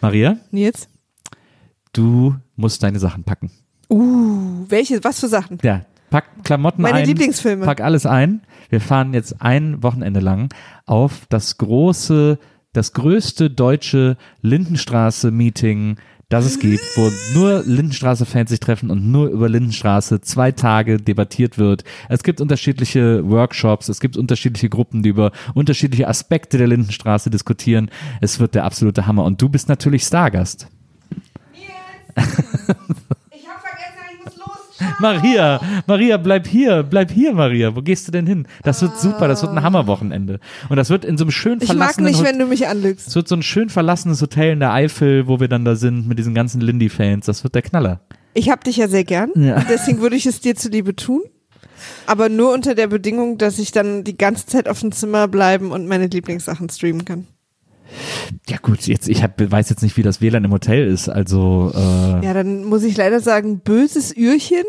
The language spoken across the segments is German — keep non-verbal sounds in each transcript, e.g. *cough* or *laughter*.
Maria, Nils? du musst deine Sachen packen. Uh, welche, was für Sachen? Ja, pack Klamotten Meine ein. Lieblingsfilme. Pack alles ein. Wir fahren jetzt ein Wochenende lang auf das große, das größte deutsche Lindenstraße-Meeting, das es gibt, wo nur Lindenstraße-Fans sich treffen und nur über Lindenstraße zwei Tage debattiert wird. Es gibt unterschiedliche Workshops, es gibt unterschiedliche Gruppen, die über unterschiedliche Aspekte der Lindenstraße diskutieren. Es wird der absolute Hammer. Und du bist natürlich Stargast. Ich hab vergessen, ich muss los. Ciao. Maria, Maria, bleib hier, bleib hier, Maria. Wo gehst du denn hin? Das wird super, das wird ein Hammerwochenende. Und das wird in so einem schön Ah. Ich mag verlassenen nicht, Hot- wenn du mich anlügst. Es wird so ein schön verlassenes Hotel in der Eifel, wo wir dann da sind mit diesen ganzen Lindy-Fans. Das wird der Knaller. Ich hab dich ja sehr gern. Ja. Und deswegen würde ich es dir zuliebe tun. Aber nur unter der Bedingung, dass ich dann die ganze Zeit auf dem Zimmer bleiben und meine Lieblingssachen streamen kann. Ja gut, jetzt ich hab, weiß jetzt nicht, wie das WLAN im Hotel ist. Also äh, Ja, dann muss ich leider sagen, *laughs* böses Ührchen.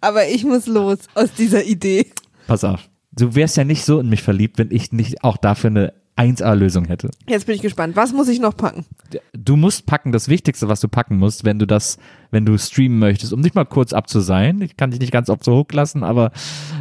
Aber ich muss los aus dieser Idee. pass auf. Du wärst ja nicht so in mich verliebt, wenn ich nicht auch dafür eine 1A-Lösung hätte. Jetzt bin ich gespannt. Was muss ich noch packen? Du musst packen, das Wichtigste, was du packen musst, wenn du das, wenn du streamen möchtest, um dich mal kurz abzuseilen, ich kann dich nicht ganz auf so hoch lassen, aber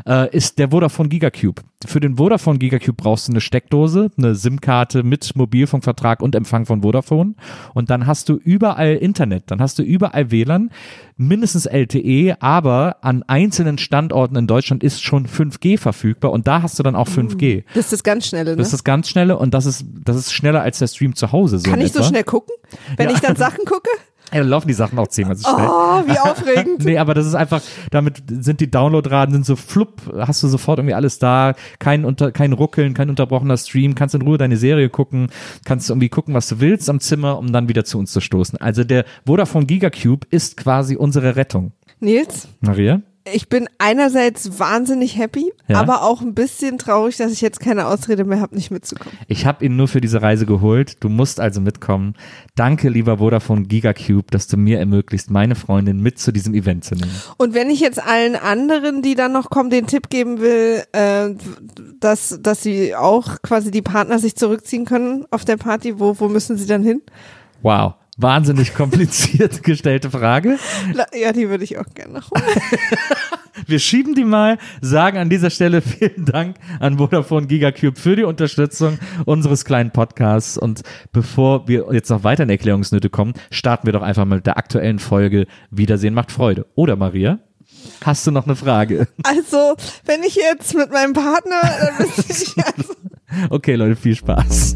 äh, ist der Vodafone Gigacube. Für den Vodafone Gigacube brauchst du eine Steckdose, eine SIM-Karte mit Mobilfunkvertrag und Empfang von Vodafone und dann hast du überall Internet, dann hast du überall WLAN, mindestens LTE, aber an einzelnen Standorten in Deutschland ist schon 5G verfügbar und da hast du dann auch 5G. Das ist das ganz Schnelle, ne? Das ist das ganz schnelle und das ist, das ist schneller als der Stream zu Hause. So kann in ich so etwa. schnell gucken? Wenn ich dann Sachen gucke? Ja, dann laufen die Sachen auch zehnmal so schnell. Oh, *laughs* wie aufregend. Nee, aber das ist einfach, damit sind die Downloadraten, sind so flupp, hast du sofort irgendwie alles da, kein, unter, kein Ruckeln, kein unterbrochener Stream, kannst in Ruhe deine Serie gucken, kannst irgendwie gucken, was du willst am Zimmer, um dann wieder zu uns zu stoßen. Also der Vodafone Gigacube ist quasi unsere Rettung. Nils, Maria? ich bin einerseits wahnsinnig happy, Ja. aber auch ein bisschen traurig, dass ich jetzt keine Ausrede mehr habe, nicht mitzukommen. Ich habe ihn nur für diese Reise geholt. Du musst also mitkommen. Danke, lieber Vodafone Gigacube, dass du mir ermöglicht, meine Freundin mit zu diesem Event zu nehmen. Und wenn ich jetzt allen anderen, die dann noch kommen, den Tipp geben will, äh, dass, dass sie auch quasi die Partner sich zurückziehen können auf der Party, wo, wo müssen sie dann hin? Wow. Wahnsinnig kompliziert *laughs* gestellte Frage. La- Ja, die würde ich auch gerne noch *laughs* holen. Wir schieben die mal, sagen an dieser Stelle *laughs* vielen Dank an Vodafone Gigacube für die Unterstützung unseres kleinen Podcasts. Und bevor wir jetzt noch weiter in Erklärungsnöte kommen, starten wir doch einfach mal mit der aktuellen Folge Wiedersehen macht Freude. Oder Maria? Hast du noch eine Frage? *laughs* Also, wenn ich jetzt mit meinem Partner, dann müsste ich also, Okay, Leute, viel Spaß.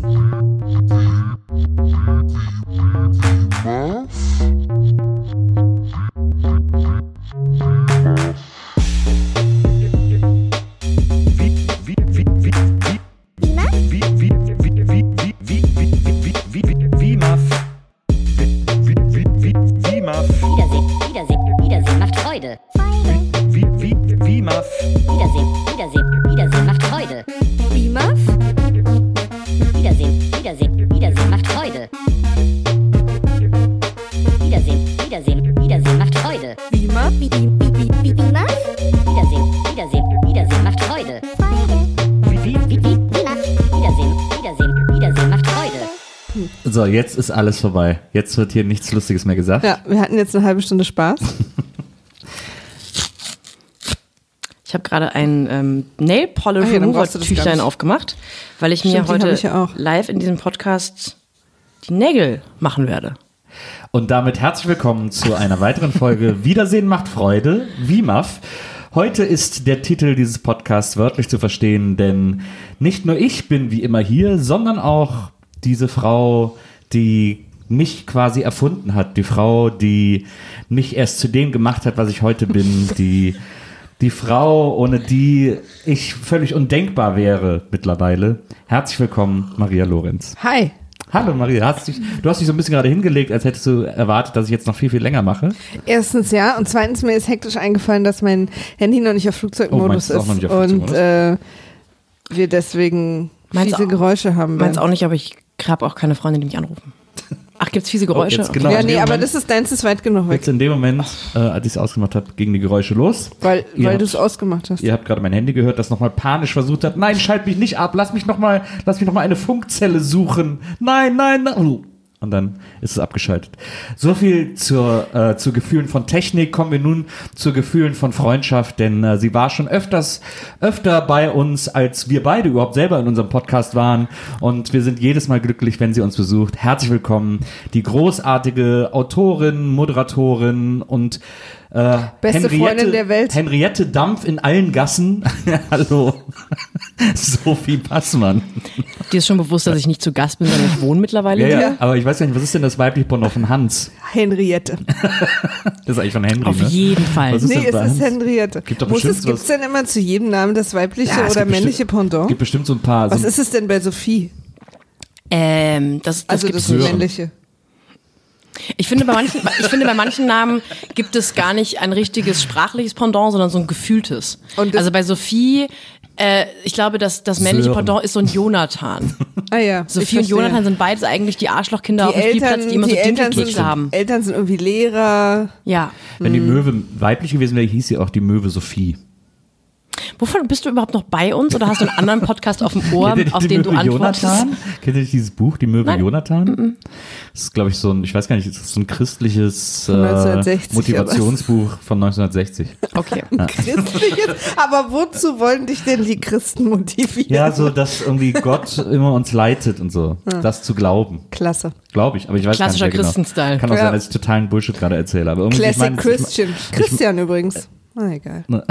Wiedersehen, Wiedersehen, Wiedersehen macht Freude. Wiedersehen, Wiedersehen, Wiedersehen macht Freude. Beamer? Wiedersehen, Wiedersehen, Wiedersehen macht Freude. Wiedersehen, Wiedersehen, Wiedersehen macht Freude. Beamer? Be- be- be- be- be- Beamer? Wiedersehen, Wiedersehen, Wiedersehen macht Freude. Wiedersehen, Wiedersehen, Wiedersehen macht Freude. So, jetzt ist alles vorbei. Jetzt wird hier nichts Lustiges mehr gesagt. ja, wir hatten jetzt eine halbe Stunde Spaß. Ich habe gerade ein ähm, Nail Ah ja, Polish dann Remover brauchst du das gar Tüchlein nicht. aufgemacht, weil ich Stimmt, mir die hab heute ich ja auch. live in diesem Podcast die Nägel machen werde. Und damit herzlich willkommen zu einer weiteren Folge Wiedersehen macht Freude, WIMAF. Heute ist der Titel dieses Podcasts wörtlich zu verstehen, denn nicht nur ich bin wie immer hier, sondern auch diese Frau, die mich quasi erfunden hat, die Frau, die mich erst zu dem gemacht hat, was ich heute bin, die die Frau, ohne die ich völlig undenkbar wäre mittlerweile. Herzlich willkommen, Maria Lorenz. Hi. Hallo Maria, hast dich, du hast dich so ein bisschen gerade hingelegt, als hättest du erwartet, dass ich jetzt noch viel, viel länger mache. Oh, Erstens ja und zweitens mir ist hektisch eingefallen, dass mein Handy noch nicht auf Oh, meins Flugzeugmodus ist auch ist noch nicht auf und Flugzeugmodus. äh, wir deswegen Meins fiese auch- Geräusche haben. Meins beim- auch nicht, aber ich habe auch keine Freunde, die *laughs* mich anrufen. Ach, gibt's Oh, fiese Geräusche? jetzt genau. Ja, In nee, dem aber Moment- das ist deins ist weit genug weg, Jetzt in dem Moment, äh, als ich es ausgemacht habe, gingen die Geräusche los. weil, ihr weil habt- du es ausgemacht hast. Ihr habt gerade mein Handy gehört, das nochmal panisch versucht hat. Nein, schalt mich nicht ab, lass mich nochmal, lass mich nochmal eine Funkzelle suchen. Nein, nein, nein. Oh. und dann ist es abgeschaltet. So viel zur, äh, zu Gefühlen von Technik. Kommen wir nun zu Gefühlen von Freundschaft, denn äh, sie war schon öfters, öfter bei uns, als wir beide überhaupt selber in unserem Podcast waren. Und wir sind jedes Mal glücklich, wenn sie uns besucht. Herzlich willkommen, die großartige Autorin, Moderatorin und äh, Beste Freundin der Welt. Henriette Dampf in allen *laughs* Gassen. Hallo. Sophie Passmann. Dir ist schon bewusst, dass ich nicht zu Gast bin, sondern ich wohne mittlerweile Ja, ja, hier. aber ich weiß gar nicht, was ist denn das weibliche Porno von Hans? Henriette. Das ist eigentlich von Henry, Auf ne? jeden Fall. Was ist Nee, das bei es ist Hans? Henriette. Gibt doch Muss es, bestimmt was- gibt's denn immer zu jedem Namen das weibliche Ja, es oder gibt männliche bestimmt- Pendant? gibt bestimmt so ein paar. Also, Was so ist es denn bei Sophie? Ähm, das, das Also gibt's das, nicht. männliche. Ich finde, bei manchen, ich finde, bei manchen Namen gibt es gar nicht ein richtiges sprachliches Pendant, sondern so ein gefühltes. Und das- also bei Sophie, äh, ich glaube, dass das männliche Sören. Pendant ist so *laughs* ein Jonathan. Ah ja. ich Sophie und verstehe. Jonathan sind beides eigentlich die Arschlochkinder auf die dem Eltern, Spielplatz, die immer die so Eltern, sind, Dinkelkekse haben. Eltern sind irgendwie Lehrer. Ja. Wenn die Möwe weiblich gewesen wäre, hieß sie auch die Möwe Sophie. Wovon bist du überhaupt noch bei uns oder hast du einen anderen Podcast auf dem Ohr, Kennt ihr *laughs* die auf den du Möwe antwortest? Jonathan? Kennt ihr nicht dieses Buch, die Möwe Nein. Jonathan? Das ist, glaube ich, so ein, ich weiß gar nicht, das ist so ein christliches äh, 1960 Motivationsbuch von 1960. Okay. Christliches. Aber wozu wollen dich denn die Christen motivieren? Ja, also so, dass irgendwie *laughs* Gott immer uns leitet und so. Das zu glauben. Klasse. Glaube ich, aber ich weiß Klassischer gar nicht mehr Christenstyle. Genau. Kann auch Ja. sein, dass ich totalen Bullshit gerade erzähle. Aber irgendwie, Classic ich mein, Christian. Christian übrigens. Na egal. *laughs* *laughs*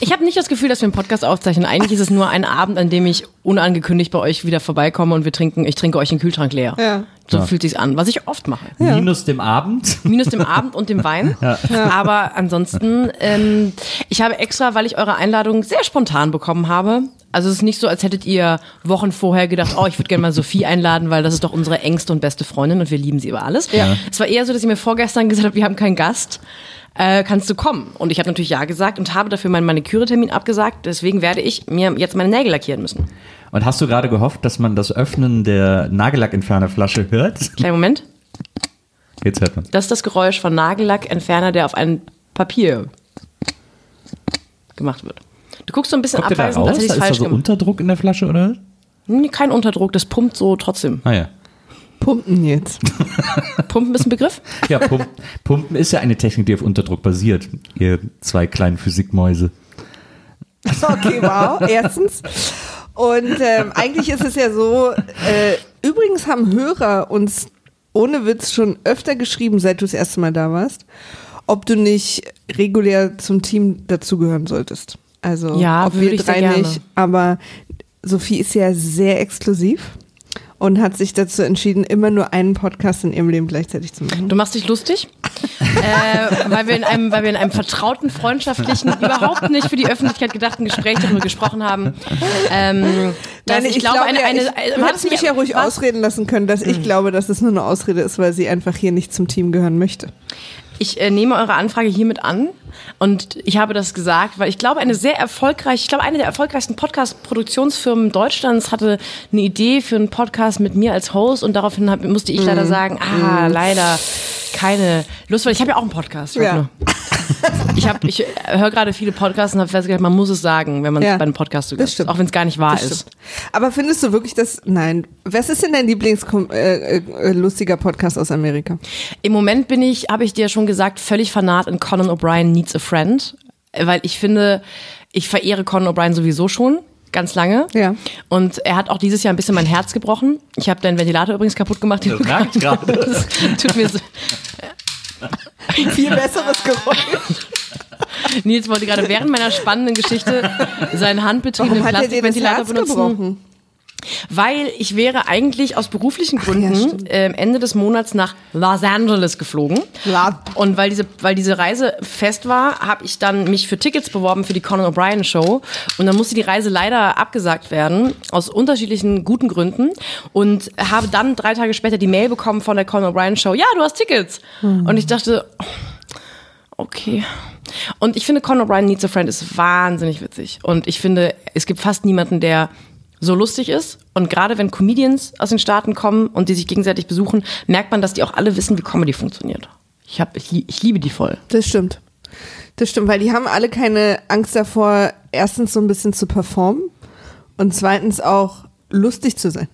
Ich habe nicht das Gefühl, dass wir einen Podcast aufzeichnen. Eigentlich ist es nur ein Abend, an dem ich unangekündigt bei euch wieder vorbeikomme und wir trinken, ich trinke euch den Kühlschrank leer. Ja. So Ja. fühlt sich's an, was ich oft mache. Ich, minus dem Abend. Minus dem Abend und dem Wein. Aber ansonsten, ähm, ich habe extra, weil ich eure Einladung sehr spontan bekommen habe. Also es ist nicht so, als hättet ihr Wochen vorher gedacht, oh, ich würde gerne mal Sophie einladen, weil das ist doch unsere engste und beste Freundin und wir lieben sie über alles. Ja. Es war eher so, dass ihr mir vorgestern gesagt habt, wir haben keinen Gast. Äh, kannst du kommen? Und ich habe natürlich ja gesagt und habe dafür meinen Maniküretermin abgesagt. Deswegen werde ich mir jetzt meine Nägel lackieren müssen. Und hast du gerade gehofft, dass man das Öffnen der Nagellackentfernerflasche hört? Kleinen Moment. Jetzt hört man. Das ist das Geräusch von Nagellackentferner, der auf ein Papier gemacht wird. Du guckst so ein bisschen Kommt der da abweisend, raus? als hätte Ist ich es da falsch so gemacht. Unterdruck in der Flasche, oder? Nee, kein Unterdruck, das pumpt so trotzdem. Ah ja. Pumpen jetzt. Pumpen ist ein Begriff? Ja, *laughs* Pump, Pumpen ist ja eine Technik, die auf Unterdruck basiert. Ihr zwei kleinen Physikmäuse. *laughs* Okay, wow. Erstens. Und ähm, eigentlich ist es ja so, äh, übrigens haben Hörer uns ohne Witz schon öfter geschrieben, seit du das erste Mal da warst, ob du nicht regulär zum Team dazugehören solltest. Also Ja, ob würde wir ich sehr drei gerne. nicht. Aber Sophie ist ja sehr exklusiv und hat sich dazu entschieden, immer nur einen Podcast in ihrem Leben gleichzeitig zu machen. Du machst *laughs* dich lustig, äh, weil, wir in einem, weil wir in einem *laughs* vertrauten, freundschaftlichen, überhaupt nicht für die Öffentlichkeit gedachten Gespräch darüber gesprochen haben. Ähm, dass Nein, ich, glaube, eine, ja, eine, ich, du war hättest das nicht- mich ja ruhig war- ausreden lassen können, dass ich glaube, dass es nur eine Ausrede ist, weil sie einfach hier nicht zum Team gehören möchte. Ich äh, nehme eure Anfrage hiermit an und ich habe das gesagt, weil ich glaube, eine sehr erfolgreiche, ich glaube, eine der erfolgreichsten Podcast-Produktionsfirmen Deutschlands hatte eine Idee für einen Podcast mit mir als Host und daraufhin hab, musste ich Mhm. leider sagen, ah, leider keine Lust, weil ich habe ja auch einen Podcast. Ja. Ragnar. Ich, hab- ich äh, höre gerade viele Podcasts und habe festgestellt, man muss es sagen, wenn man Ja. bei einem Podcast zu Das Gast ist, stimmt. auch wenn es gar nicht wahr Das ist. stimmt. Aber findest du wirklich das? Nein. Was ist denn dein Lieblingslustiger äh, äh, lustiger Podcast aus Amerika? Im Moment bin ich, habe ich dir schon gesagt, völlig fanat in Conan O'Brien Needs a Friend, äh, weil ich finde, ich verehre Conan O'Brien sowieso schon ganz lange. Ja. Und er hat auch dieses Jahr ein bisschen mein Herz gebrochen. Ich habe deinen Ventilator übrigens kaputt gemacht. den Das du merk ich gerade *laughs* gerade. hattest. Tut mir so. Viel besseres Geräusch. Nils wollte gerade während meiner spannenden Geschichte seinen handbetriebenen *laughs* Warum hat er dir das Plastikventilator Herz benutzen. gebrochen? Weil ich wäre eigentlich aus beruflichen ja, Gründen stimmt. ähm, Ende des Monats nach Los Angeles geflogen. La- Und weil diese, weil diese Reise fest war, habe ich dann mich für Tickets beworben für die Conan O'Brien Show. Und dann musste die Reise leider abgesagt werden, aus unterschiedlichen guten Gründen. Und habe dann drei Tage später die Mail bekommen von der Conan O'Brien Show, ja, du hast Tickets. Hm. Und ich dachte, Okay. Und ich finde, Conan O'Brien Needs a Friend ist wahnsinnig witzig. Und ich finde, es gibt fast niemanden, der so lustig ist. Und gerade wenn Comedians aus den Staaten kommen und die sich gegenseitig besuchen, merkt man, dass die auch alle wissen, wie Comedy funktioniert. Ich, hab, ich, lie- ich liebe die voll. Das stimmt. Das stimmt, weil die haben alle keine Angst davor, erstens so ein bisschen zu performen und zweitens auch lustig zu sein.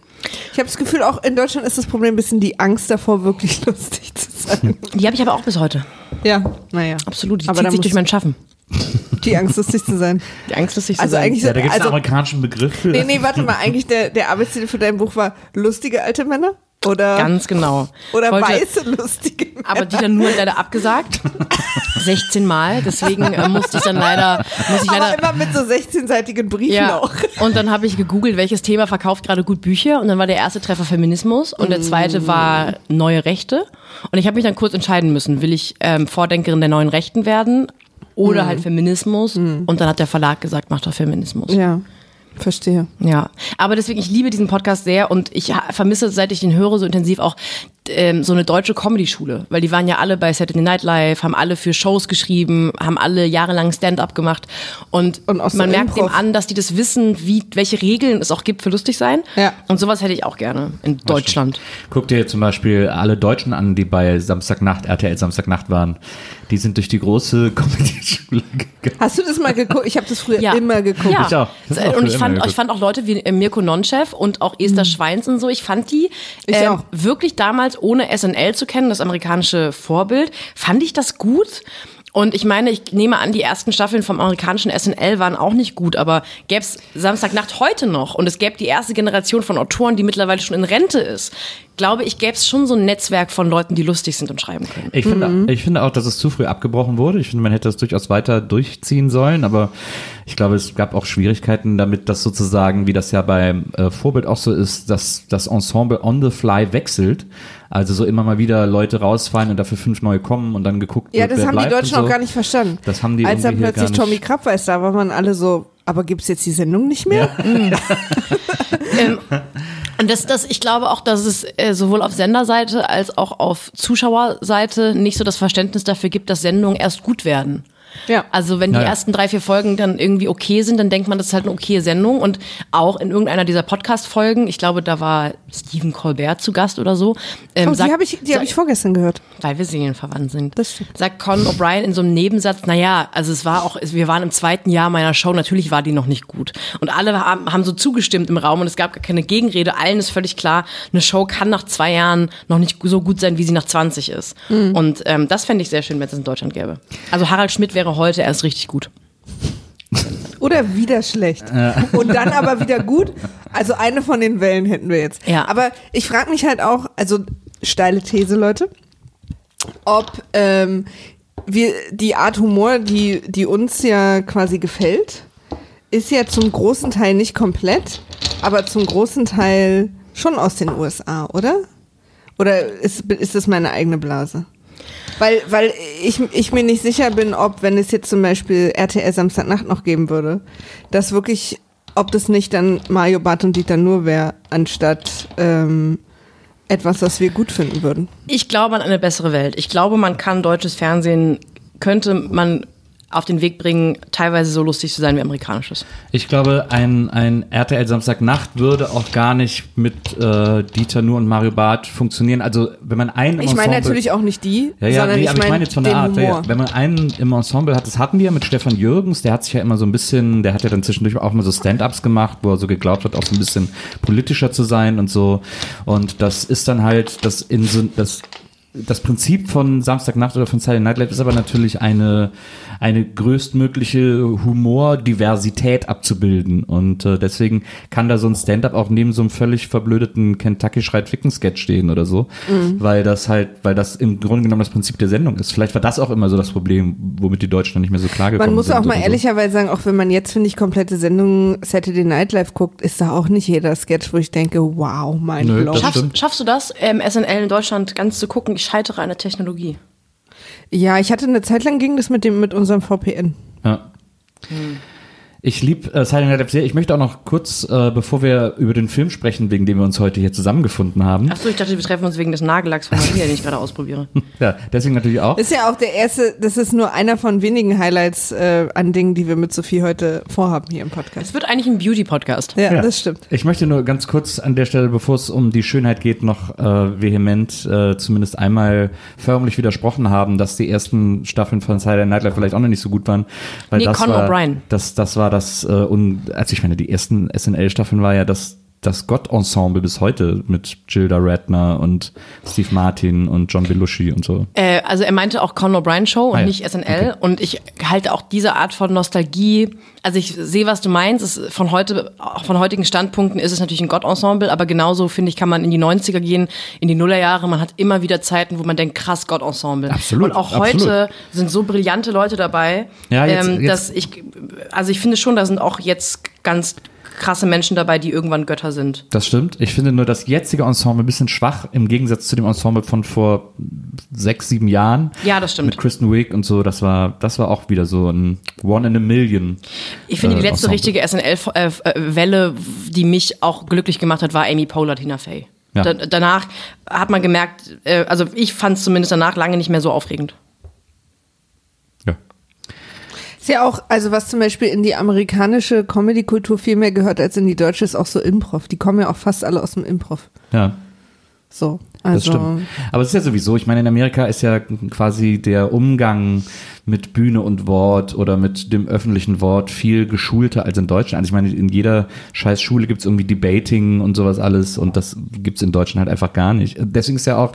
Ich habe das Gefühl, auch in Deutschland ist das Problem ein bisschen die Angst davor, wirklich *laughs* lustig zu sein. Die habe ich aber auch bis heute. Ja, naja. Absolut. Die Aber zieht da sich muss- durch mein Schaffen. *laughs* die Angst, lustig zu *laughs* sein. Die Angst, dass ich Also eigentlich Ja, da gibt es also, einen amerikanischen Begriff für. Nee, nee, warte mal. Eigentlich der, der Arbeitstitel für dein Buch war lustige alte Männer? Oder, Ganz genau. oder Ich wollte- weiße lustige Männer? Aber Dieter Nuhr hat *laughs* leider abgesagt. 16 Mal. Deswegen äh, musste ich dann leider, muss ich leider Aber immer mit so 16-seitigen Briefen Ja. *laughs* auch. Und dann habe ich gegoogelt, welches Thema verkauft gerade gut Bücher. Und dann war der erste Treffer Feminismus und der zweite war neue Rechte. Und ich habe mich dann kurz entscheiden müssen, will ich ähm, Vordenkerin der neuen Rechten werden oder halt Feminismus. Und dann hat der Verlag gesagt, mach doch Feminismus. Ja, verstehe. Ja, aber deswegen, ich liebe diesen Podcast sehr und ich ha- vermisse, seit ich den höre, so intensiv auch ähm, so eine deutsche Comedy-Schule, weil die waren ja alle bei Saturday Night Live, haben alle für Shows geschrieben, haben alle jahrelang Stand-up gemacht und, Und auch so man merkt dem Improv. an, dass die das wissen, wie, welche Regeln es auch gibt für lustig sein. Ja. Und sowas hätte ich auch gerne in Deutschland. Guck dir zum Beispiel alle Deutschen an, die bei Samstagnacht, RTL Samstagnacht waren. Die sind durch die große *laughs* Comedy-Schule gegangen. Hast du das mal geguckt? Ich habe das früher immer geguckt. Ja. Ich auch. Das auch Und ich immer fand, geguckt. ich fand auch Leute wie äh, Mirko Nonchef und auch Esther Schweins und so, ich fand Mhm. die Ich ähm, auch. wirklich damals ohne SNL zu kennen, das amerikanische Vorbild, fand ich das gut. Und ich meine, ich nehme an, die ersten Staffeln vom amerikanischen SNL waren auch nicht gut, aber gäb's Samstagnacht heute noch und es gäbe die erste Generation von Autoren, die mittlerweile schon in Rente ist, glaube ich, gäb's schon so ein Netzwerk von Leuten, die lustig sind und schreiben können. Ich finde, Mhm. ich finde auch, dass es zu früh abgebrochen wurde. Ich finde, man hätte das durchaus weiter durchziehen sollen, aber ich glaube, es gab auch Schwierigkeiten damit, dass sozusagen, wie das ja beim äh, Vorbild auch so ist, dass das Ensemble on the fly wechselt. Also so immer mal wieder Leute rausfallen und dafür fünf neue kommen und dann geguckt Ja, wird, das wer haben die bleibt und Deutschen so. auch gar nicht verstanden. Das haben die Als dann irgendwie hier plötzlich gar nicht- Tommy Krapp weiß, da waren man alle so, aber gibt's jetzt die Sendung nicht mehr? Und das, das, ich glaube auch, dass es äh, sowohl auf Senderseite als auch auf Zuschauerseite nicht so das Verständnis dafür gibt, dass Sendungen erst gut werden. Ja. Also wenn die Ja, ja. ersten drei, vier Folgen dann irgendwie okay sind, dann denkt man, das ist halt eine okaye Sendung. Und auch in irgendeiner dieser Podcast-Folgen, ich glaube, da war Stephen Colbert zu Gast oder so. Ähm, Oh, die sagt- habe ich, die hab sa- ich vorgestern gehört. Weil wir seelenverwandt sind. Das stimmt. Sagt Conan O'Brien in so einem Nebensatz, naja, also es war auch, es- wir waren im zweiten Jahr meiner Show, natürlich war die noch nicht gut. Und alle haben, haben so zugestimmt im Raum und es gab gar keine Gegenrede. Allen ist völlig klar, eine Show kann nach zwei Jahren noch nicht so gut sein, wie sie nach 20 ist. Mhm. Und ähm, das fände ich sehr schön, wenn es in Deutschland gäbe. Also Harald Schmidt wäre heute erst richtig gut. Oder wieder schlecht. Und dann aber wieder gut. Also eine von den Wellen hätten wir jetzt. Ja. Aber ich frage mich halt auch, also steile These, Leute, ob ähm, wir die Art Humor, die, die uns ja quasi gefällt, ist ja zum großen Teil nicht komplett, aber zum großen Teil schon aus den USA, oder? Oder ist, ist das meine eigene Blase? Weil, weil ich, ich mir nicht sicher bin, ob, wenn es jetzt zum Beispiel RTL Samstagnacht noch geben würde, dass wirklich, ob das nicht dann Mario Barth und Dieter Nur wäre, anstatt ähm, etwas, was wir gut finden würden. Ich glaube an eine bessere Welt. Ich glaube, man kann deutsches Fernsehen, könnte man auf den Weg bringen, teilweise so lustig zu sein wie amerikanisches. Ich glaube, ein, ein RTL Samstagnacht würde auch gar nicht mit äh, Dieter Nur und Mario Barth funktionieren. Also wenn man einen Ich meine natürlich auch nicht die, Ja, ja, sondern nee, ich aber ich meine meine jetzt von den der Art. Ja, Humor. ja. Wenn man einen im Ensemble hat, das hatten wir ja mit Stefan Jürgens, der hat sich ja immer so ein bisschen, der hat ja dann zwischendurch auch mal so Stand-Ups gemacht, wo er so geglaubt hat, auch so ein bisschen politischer zu sein und so. Und das ist dann halt, das in so, das, das Prinzip von Samstagnacht oder von Silent Night Live ist aber natürlich eine, eine größtmögliche Humordiversität abzubilden. Und äh, deswegen kann da so ein Stand-up auch neben so einem völlig verblödeten Kentucky schreit ficken sketch stehen oder so. Mhm. Weil das halt, weil das im Grunde genommen das Prinzip der Sendung ist. Vielleicht war das auch immer so das Problem, womit die Deutschen dann nicht mehr so klar gekommen Man muss sind. auch mal oder so. ehrlicherweise sagen, auch wenn man jetzt, finde ich, komplette Sendungen Saturday Night Live guckt, ist da auch nicht jeder Sketch, wo ich denke, wow, mein Nö, Blow. das Schaffst, stimmt. schaffst du das, ähm, SNL in Deutschland ganz zu gucken? Ich scheitere an der Technologie. Ja, ich hatte eine Zeit lang ging das mit dem mit unserem VPN. Ja. Mhm. Ich liebe äh, Silent Night Live sehr. Ich möchte auch noch kurz, äh, bevor wir über den Film sprechen, wegen dem wir uns heute hier zusammengefunden haben. Achso, ich dachte, wir treffen uns wegen des Nagellacks von Maria, den ich gerade ausprobiere. Ja, deswegen natürlich auch. Ist ja auch der erste, das ist nur einer von wenigen Highlights äh, an Dingen, die wir mit Sophie heute vorhaben hier im Podcast. Es wird eigentlich ein Beauty-Podcast. Ja, Ja. das stimmt. Ich möchte nur ganz kurz an der Stelle, bevor es um die Schönheit geht, noch äh, vehement äh, zumindest einmal förmlich widersprochen haben, dass die ersten Staffeln von Silent Night Live vielleicht auch noch nicht so gut waren. Weil Nee, das Conan war, O'Brien. Das, das war das, äh, un also ich meine, die ersten SNL-Staffeln war ja das das Gott-Ensemble bis heute mit Gilda Radner und Steve Martin und John Belushi und so. Äh, also er meinte auch Conan O'Brien Show und Ah ja. nicht SNL. Und ich halte auch diese Art von Nostalgie, also ich sehe, was du meinst. Es ist von heute, auch von heutigen Standpunkten ist es natürlich ein Gott-Ensemble, aber genauso, finde ich, kann man in die 90er gehen, in die Nullerjahre. Man hat immer wieder Zeiten, wo man denkt, krass, Gott-Ensemble. Absolut, Und auch absolut. heute sind so brillante Leute dabei, Ja, jetzt- ähm, jetzt- dass ich, also ich finde schon, da sind auch jetzt ganz krasse Menschen dabei, die irgendwann Götter sind. Das stimmt. Ich finde nur das jetzige Ensemble ein bisschen schwach im Gegensatz zu dem Ensemble von vor sechs, sieben Jahren. Ja, das stimmt. Mit Kristen Wiig und so. Das war, das war auch wieder so ein One in a Million. Ich finde, die äh, letzte Ensemble. richtige SNL-Welle, äh, die mich auch glücklich gemacht hat, war Amy Poehler, Tina Fey. Ja. Da, danach hat man gemerkt, äh, also ich fand es zumindest danach lange nicht mehr so aufregend. Ja. Ist ja auch, also was zum Beispiel in die amerikanische Comedy-Kultur viel mehr gehört als in die deutsche, ist auch so Improv. Die kommen ja auch fast alle aus dem Improv. Ja. So, Das also. stimmt. Aber es ist ja sowieso, ich meine, in Amerika ist ja quasi der Umgang mit Bühne und Wort oder mit dem öffentlichen Wort viel geschulter als in Deutschland. Also ich meine, in jeder scheiß Schule gibt's irgendwie Debating und sowas alles und das gibt's in Deutschland halt einfach gar nicht. Deswegen ist ja auch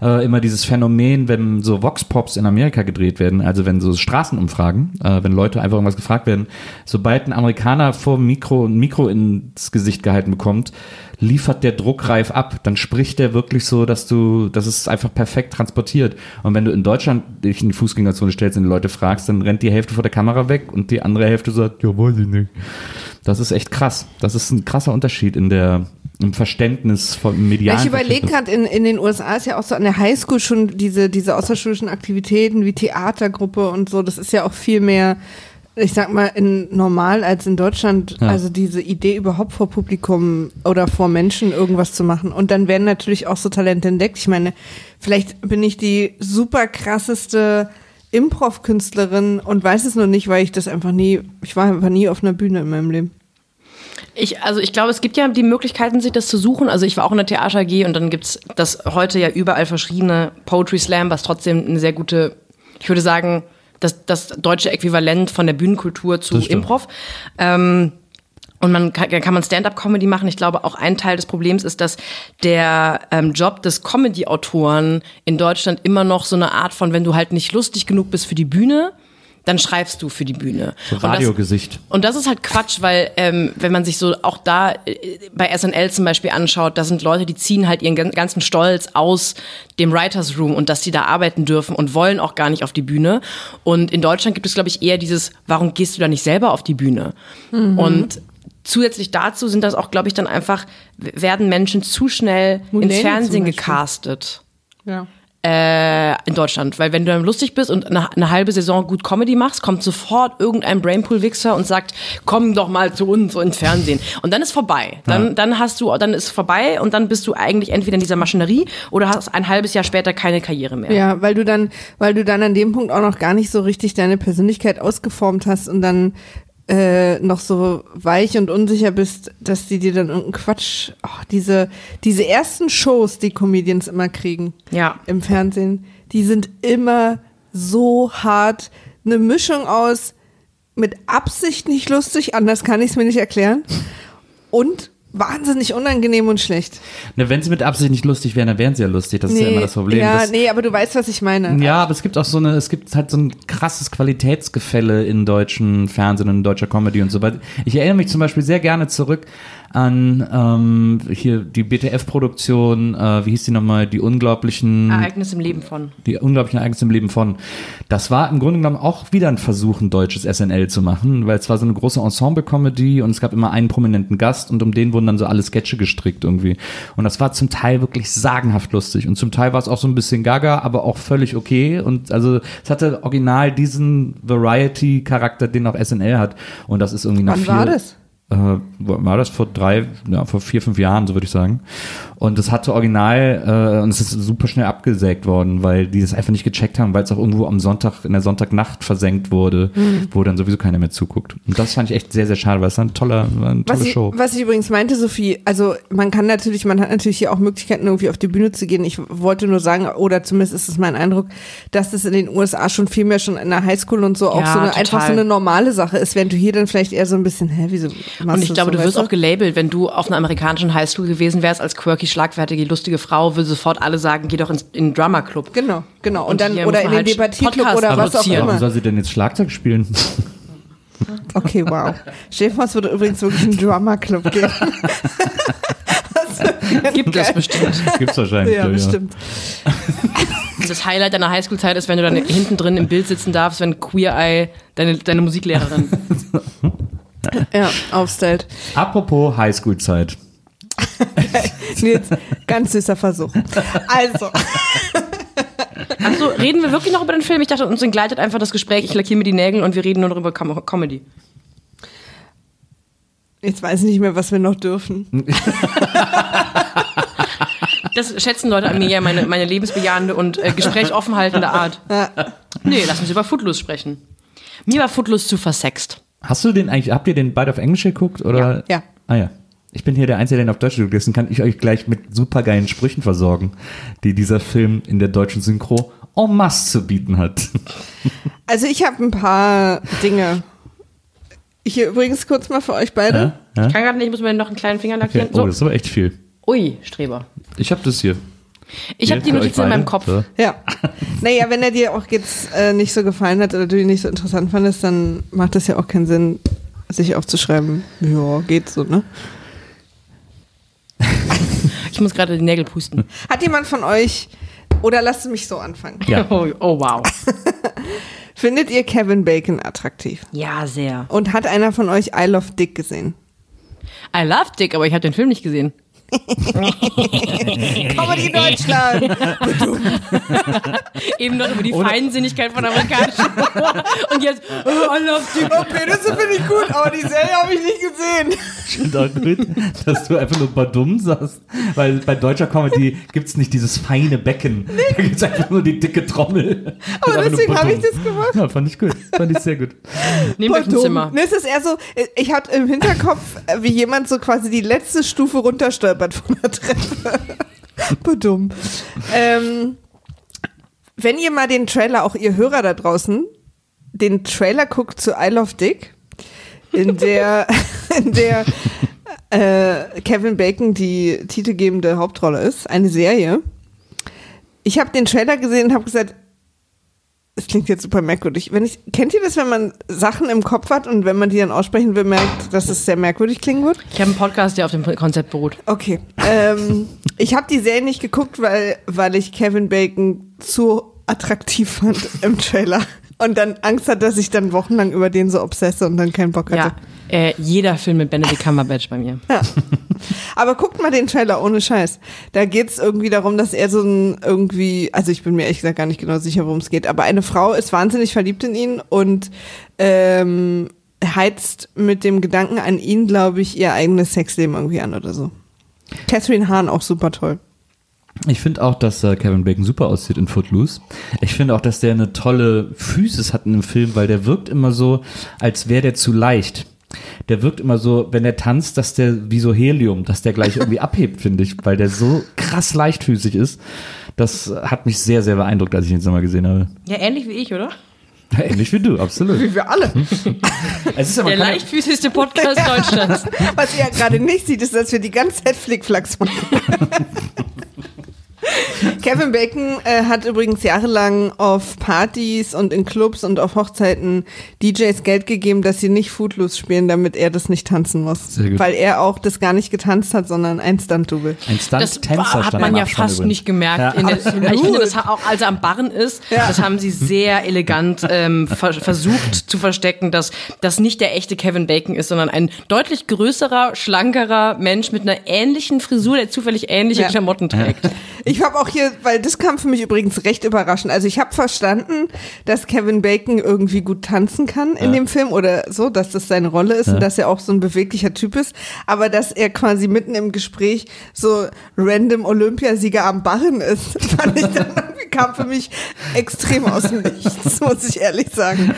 äh, immer dieses Phänomen, wenn so Vox-Pops in Amerika gedreht werden, also wenn so Straßenumfragen, äh, wenn Leute einfach irgendwas gefragt werden, sobald ein Amerikaner vor dem Mikro ein Mikro ins Gesicht gehalten bekommt, liefert der druckreif ab, dann spricht der wirklich so, dass du, das ist einfach perfekt transportiert. Und wenn du in Deutschland dich in die Fußgängerzone stellst und die Leute fragst, dann rennt die Hälfte vor der Kamera weg und die andere Hälfte sagt, ja, weiß ich nicht. Das ist echt krass. Das ist ein krasser Unterschied in der, im Verständnis von Ja, medialen ich überlege Verständnis. gerade, in, in den USA ist ja auch so an der Highschool schon diese, diese außerschulischen Aktivitäten wie Theatergruppe und so, das ist ja auch viel mehr, ich sag mal, in normal als in Deutschland. Ja. Also diese Idee überhaupt vor Publikum oder vor Menschen irgendwas zu machen. Und dann werden natürlich auch so Talente entdeckt. Ich meine, vielleicht bin ich die super krasseste Improv-Künstlerin und weiß es nur nicht, weil ich das einfach nie, ich war einfach nie auf einer Bühne in meinem Leben. Ich, also ich glaube, es gibt ja die Möglichkeiten, sich das zu suchen. Also ich war auch in der Theater AG und dann gibt's das heute ja überall verschiedene Poetry Slam, was trotzdem eine sehr gute, ich würde sagen, das, das deutsche Äquivalent von der Bühnenkultur zu Das stimmt. Improv. Ähm, und man kann, kann man Stand-up-Comedy machen. Ich glaube, auch ein Teil des Problems ist, dass der ähm, Job des Comedy-Autoren in Deutschland immer noch so eine Art von, wenn du halt nicht lustig genug bist für die Bühne, dann schreibst du für die Bühne. So Und das- Radiogesicht. und das ist halt Quatsch, weil ähm, wenn man sich so auch da äh, bei SNL zum Beispiel anschaut, da sind Leute, die ziehen halt ihren gan- ganzen Stolz aus dem Writers Room und dass die da arbeiten dürfen und wollen auch gar nicht auf die Bühne. Und in Deutschland gibt es, glaube ich, eher dieses, warum gehst du da nicht selber auf die Bühne? Mhm. Und zusätzlich dazu sind das auch, glaube ich, dann einfach, w- werden Menschen zu schnell Muläne ins zum Fernsehen Beispiel. gecastet Ja. in Deutschland. Weil wenn du dann lustig bist und eine, eine halbe Saison gut Comedy machst, kommt sofort irgendein Brainpool-Wichser und sagt, komm doch mal zu uns ins Fernsehen. Und dann ist vorbei. Dann, dann hast du, dann ist vorbei und dann bist du eigentlich entweder in dieser Maschinerie oder hast ein halbes Jahr später keine Karriere mehr. Ja, weil du dann, weil du dann an dem Punkt auch noch gar nicht so richtig deine Persönlichkeit ausgeformt hast und dann äh, noch so weich und unsicher bist, dass die dir dann irgendeinen Quatsch, ach, diese, diese ersten Shows, die Comedians immer kriegen Ja. im Fernsehen, die sind immer so hart. Eine Mischung aus mit Absicht nicht lustig, anders kann ich es mir nicht erklären, und wahnsinnig unangenehm und schlecht. Na, Ne, wenn sie mit Absicht nicht lustig wären, dann wären sie ja lustig. Das ist ja immer das Problem. ja, Das- nee, aber du weißt, was ich meine. Ja, aber es gibt auch so eine, es gibt halt so ein krasses Qualitätsgefälle in deutschen Fernsehen und in deutscher Comedy und so weiter. Ich erinnere mich zum Beispiel sehr gerne zurück an ähm, hier die BTF-Produktion, äh, wie hieß die nochmal, die unglaublichen Ereignis im Leben von. die unglaublichen Ereignisse im Leben von. Das war im Grunde genommen auch wieder ein Versuch, ein deutsches SNL zu machen, weil es war so eine große Ensemble-Comedy und es gab immer einen prominenten Gast und um den wurden dann so alle Sketche gestrickt irgendwie. Und das war zum Teil wirklich sagenhaft lustig und zum Teil war es auch so ein bisschen gaga, aber auch völlig okay. Und also es hatte original diesen Variety-Charakter, den auch SNL hat. Und das ist irgendwie nach Wann vier- war das? äh, war das vor drei, ja, vor vier, fünf Jahren, so würde ich sagen. Und das hatte original, äh, und es ist super schnell abgesägt worden, weil die das einfach nicht gecheckt haben, weil es auch irgendwo am Sonntag, in der Sonntagnacht versenkt wurde, Mhm. wo dann sowieso keiner mehr zuguckt. Und das fand ich echt sehr, sehr schade, weil es war ein toller, war eine tolle Was ich, Show. was ich übrigens meinte, Sophie, also man kann natürlich, man hat natürlich hier auch Möglichkeiten, irgendwie auf die Bühne zu gehen. Ich wollte nur sagen, oder zumindest ist es mein Eindruck, dass es in den USA schon viel mehr schon in der Highschool und so auch Ja, so eine, total. einfach so eine normale Sache ist, während du hier dann vielleicht eher so ein bisschen, hä, wieso machst Und ich glaube, so, du wirst weißt auch gelabelt, wenn du auf einer amerikanischen Highschool gewesen wärst, als quirky, schlagfertige, lustige Frau, würde sofort alle sagen, geh doch ins, in den Drummer-Club. *laughs* Genau, genau. Und, Und dann, hier oder muss in man den halt Debattierclub Podcast oder was auch produzieren. Warum immer. soll sie denn jetzt Schlagzeug spielen? Okay, wow. Stefan, es würde übrigens wirklich einen Drama-Club geben. Das wär Gibt es geil. bestimmt. *laughs* Gibt's wahrscheinlich. Ja, glaub ich, bestimmt. Das Highlight deiner Highschool-Zeit ist, wenn du dann hinten drin im Bild sitzen darfst, wenn Queer Eye deine, deine Musiklehrerin. Ja, aufstellt. Apropos Highschool-Zeit. Nils, ganz süßer Versuch. Also, Achso, reden wir wirklich noch über den Film? Ich dachte, uns entgleitet einfach das Gespräch. Ich lackiere mir die Nägel und wir reden nur noch über Com Comedy. jetzt weiß ich nicht mehr, was wir noch dürfen. Das schätzen Leute an mir ja, meine, meine lebensbejahende und äh, gesprächoffenhaltende Art. Nee, lass uns über Footloose sprechen. Mir war Footloose zu versext. Hast du den eigentlich, habt ihr den beide auf Englisch geguckt? Oder? Ja. Ah ja. Ich bin hier der Einzige, der den auf Deutsch geguckt hat. Dann kann ich euch gleich mit supergeilen Sprüchen versorgen, die dieser Film in der deutschen Synchro en masse zu bieten hat. Also, ich habe ein paar Dinge. Hier übrigens kurz mal für euch beide. Ja? Ja? Ich kann gerade nicht, ich muss mir noch einen kleinen Finger Okay. lackieren. *laughs* Oh, das ist aber echt viel. So. Ui, Streber. Ich habe das hier. Ich habe die Für euch Notizen in beide. meinem Kopf. So. Ja. Naja, wenn er dir auch jetzt äh, nicht so gefallen hat oder du ihn nicht so interessant fandest, dann macht das ja auch keinen Sinn, sich aufzuschreiben. Ja, geht so, ne? Ich muss gerade die Nägel pusten. Hat jemand von euch, oder lasst mich so anfangen. Ja. *laughs* Oh, oh, wow. Findet ihr Kevin Bacon attraktiv? Ja, sehr. Und hat einer von euch I Love Dick gesehen? I love Dick, aber ich habe den Film nicht gesehen. Comedy *laughs* Deutschland! Eben noch über die Feinsinnigkeit von amerikanischen Humor. Und jetzt, oh, I love Dick. Oh, Penisse finde ich gut, aber die Serie habe ich nicht gesehen. Und auch gut, dass du einfach nur badum sagst. Weil bei deutscher Comedy gibt's nicht dieses feine Becken. Da gibt's einfach nur die dicke Trommel. Aber Das ist einfach nur deswegen hab ich badum. das gemacht. Ja, fand ich gut. Fand ich sehr gut. Nehmt euch ein Zimmer. Ne, Es ist eher so, ich habe im Hinterkopf, äh, wie jemand so quasi die letzte Stufe runterstolpert von der Treppe. *laughs* Dumm. Ähm, wenn ihr mal den Trailer, auch ihr Hörer da draußen, den Trailer guckt zu I Love Dick, in der, *laughs* in der äh, Kevin Bacon die titelgebende Hauptrolle ist, eine Serie. Ich habe den Trailer gesehen und habe gesagt, es klingt jetzt super merkwürdig. Wenn ich, kennt ihr das, wenn man Sachen im Kopf hat und wenn man die dann aussprechen will, merkt, dass es sehr merkwürdig klingen wird? Ich habe einen Podcast, der auf dem Konzept beruht. Okay. Ähm, ich habe die Serie nicht geguckt, weil, weil ich Kevin Bacon zu attraktiv fand im Trailer. Und dann Angst hatte, dass ich dann wochenlang über den so obsesse und dann keinen Bock hatte. Ja, äh, jeder Film mit Benedict Cumberbatch bei mir. Aber guckt mal den Trailer ohne Scheiß. Da geht's irgendwie darum, dass er so ein irgendwie, also ich bin mir ehrlich gesagt gar nicht genau sicher, worum es geht, aber eine Frau ist wahnsinnig verliebt in ihn und ähm, heizt mit dem Gedanken an ihn, glaube ich, ihr eigenes Sexleben irgendwie an oder so. Catherine Hahn auch super toll. Ich finde auch, dass äh, Kevin Bacon super aussieht in Footloose. Ich finde auch, dass der eine tolle Physis hat in dem Film, weil der wirkt immer so, als wäre der zu leicht. Der wirkt immer so, wenn der tanzt, dass der wie so Helium, dass der gleich *laughs* irgendwie abhebt, finde ich, weil der so krass leichtfüßig ist. Das hat mich sehr, sehr beeindruckt, als ich ihn jetzt nochmal gesehen *laughs* habe. Ja, ähnlich wie ich, oder? Ähnlich wie du, absolut. Wie wir alle. Es ist ja, man Der kann ja- leichtfüßigste Podcast Deutschlands. *laughs* Was ihr ja gerade nicht sieht, ist, dass wir die ganze Zeit *laughs* Flickflacks machen. Kevin Bacon äh, hat übrigens jahrelang auf Partys und in Clubs und auf Hochzeiten DJs Geld gegeben, dass sie nicht Footloose spielen, damit er das nicht tanzen muss. Sehr gut. Weil er auch das gar nicht getanzt hat, sondern ein Stunt-Double. ein Das Stunt-Tänzer war- hat stand man am ja Abstand fast übrigens. nicht gemerkt. in der, ich finde, das hat auch als er am Barren ist, Ja. das haben sie sehr elegant ähm, ver versucht zu verstecken, dass das nicht der echte Kevin Bacon ist, sondern ein deutlich größerer, schlankerer Mensch mit einer ähnlichen Frisur, der zufällig ähnliche Ja. Klamotten trägt. Ich ich habe auch hier, weil das kam für mich übrigens recht überraschend. Also ich habe verstanden, dass Kevin Bacon irgendwie gut tanzen kann in dem Film oder so, dass das seine Rolle ist und dass er auch so ein beweglicher Typ ist, aber dass er quasi mitten im Gespräch so random Olympiasieger am Barren ist, *laughs* fand ich dann irgendwie- kam für mich extrem aus dem Nichts, muss ich ehrlich sagen.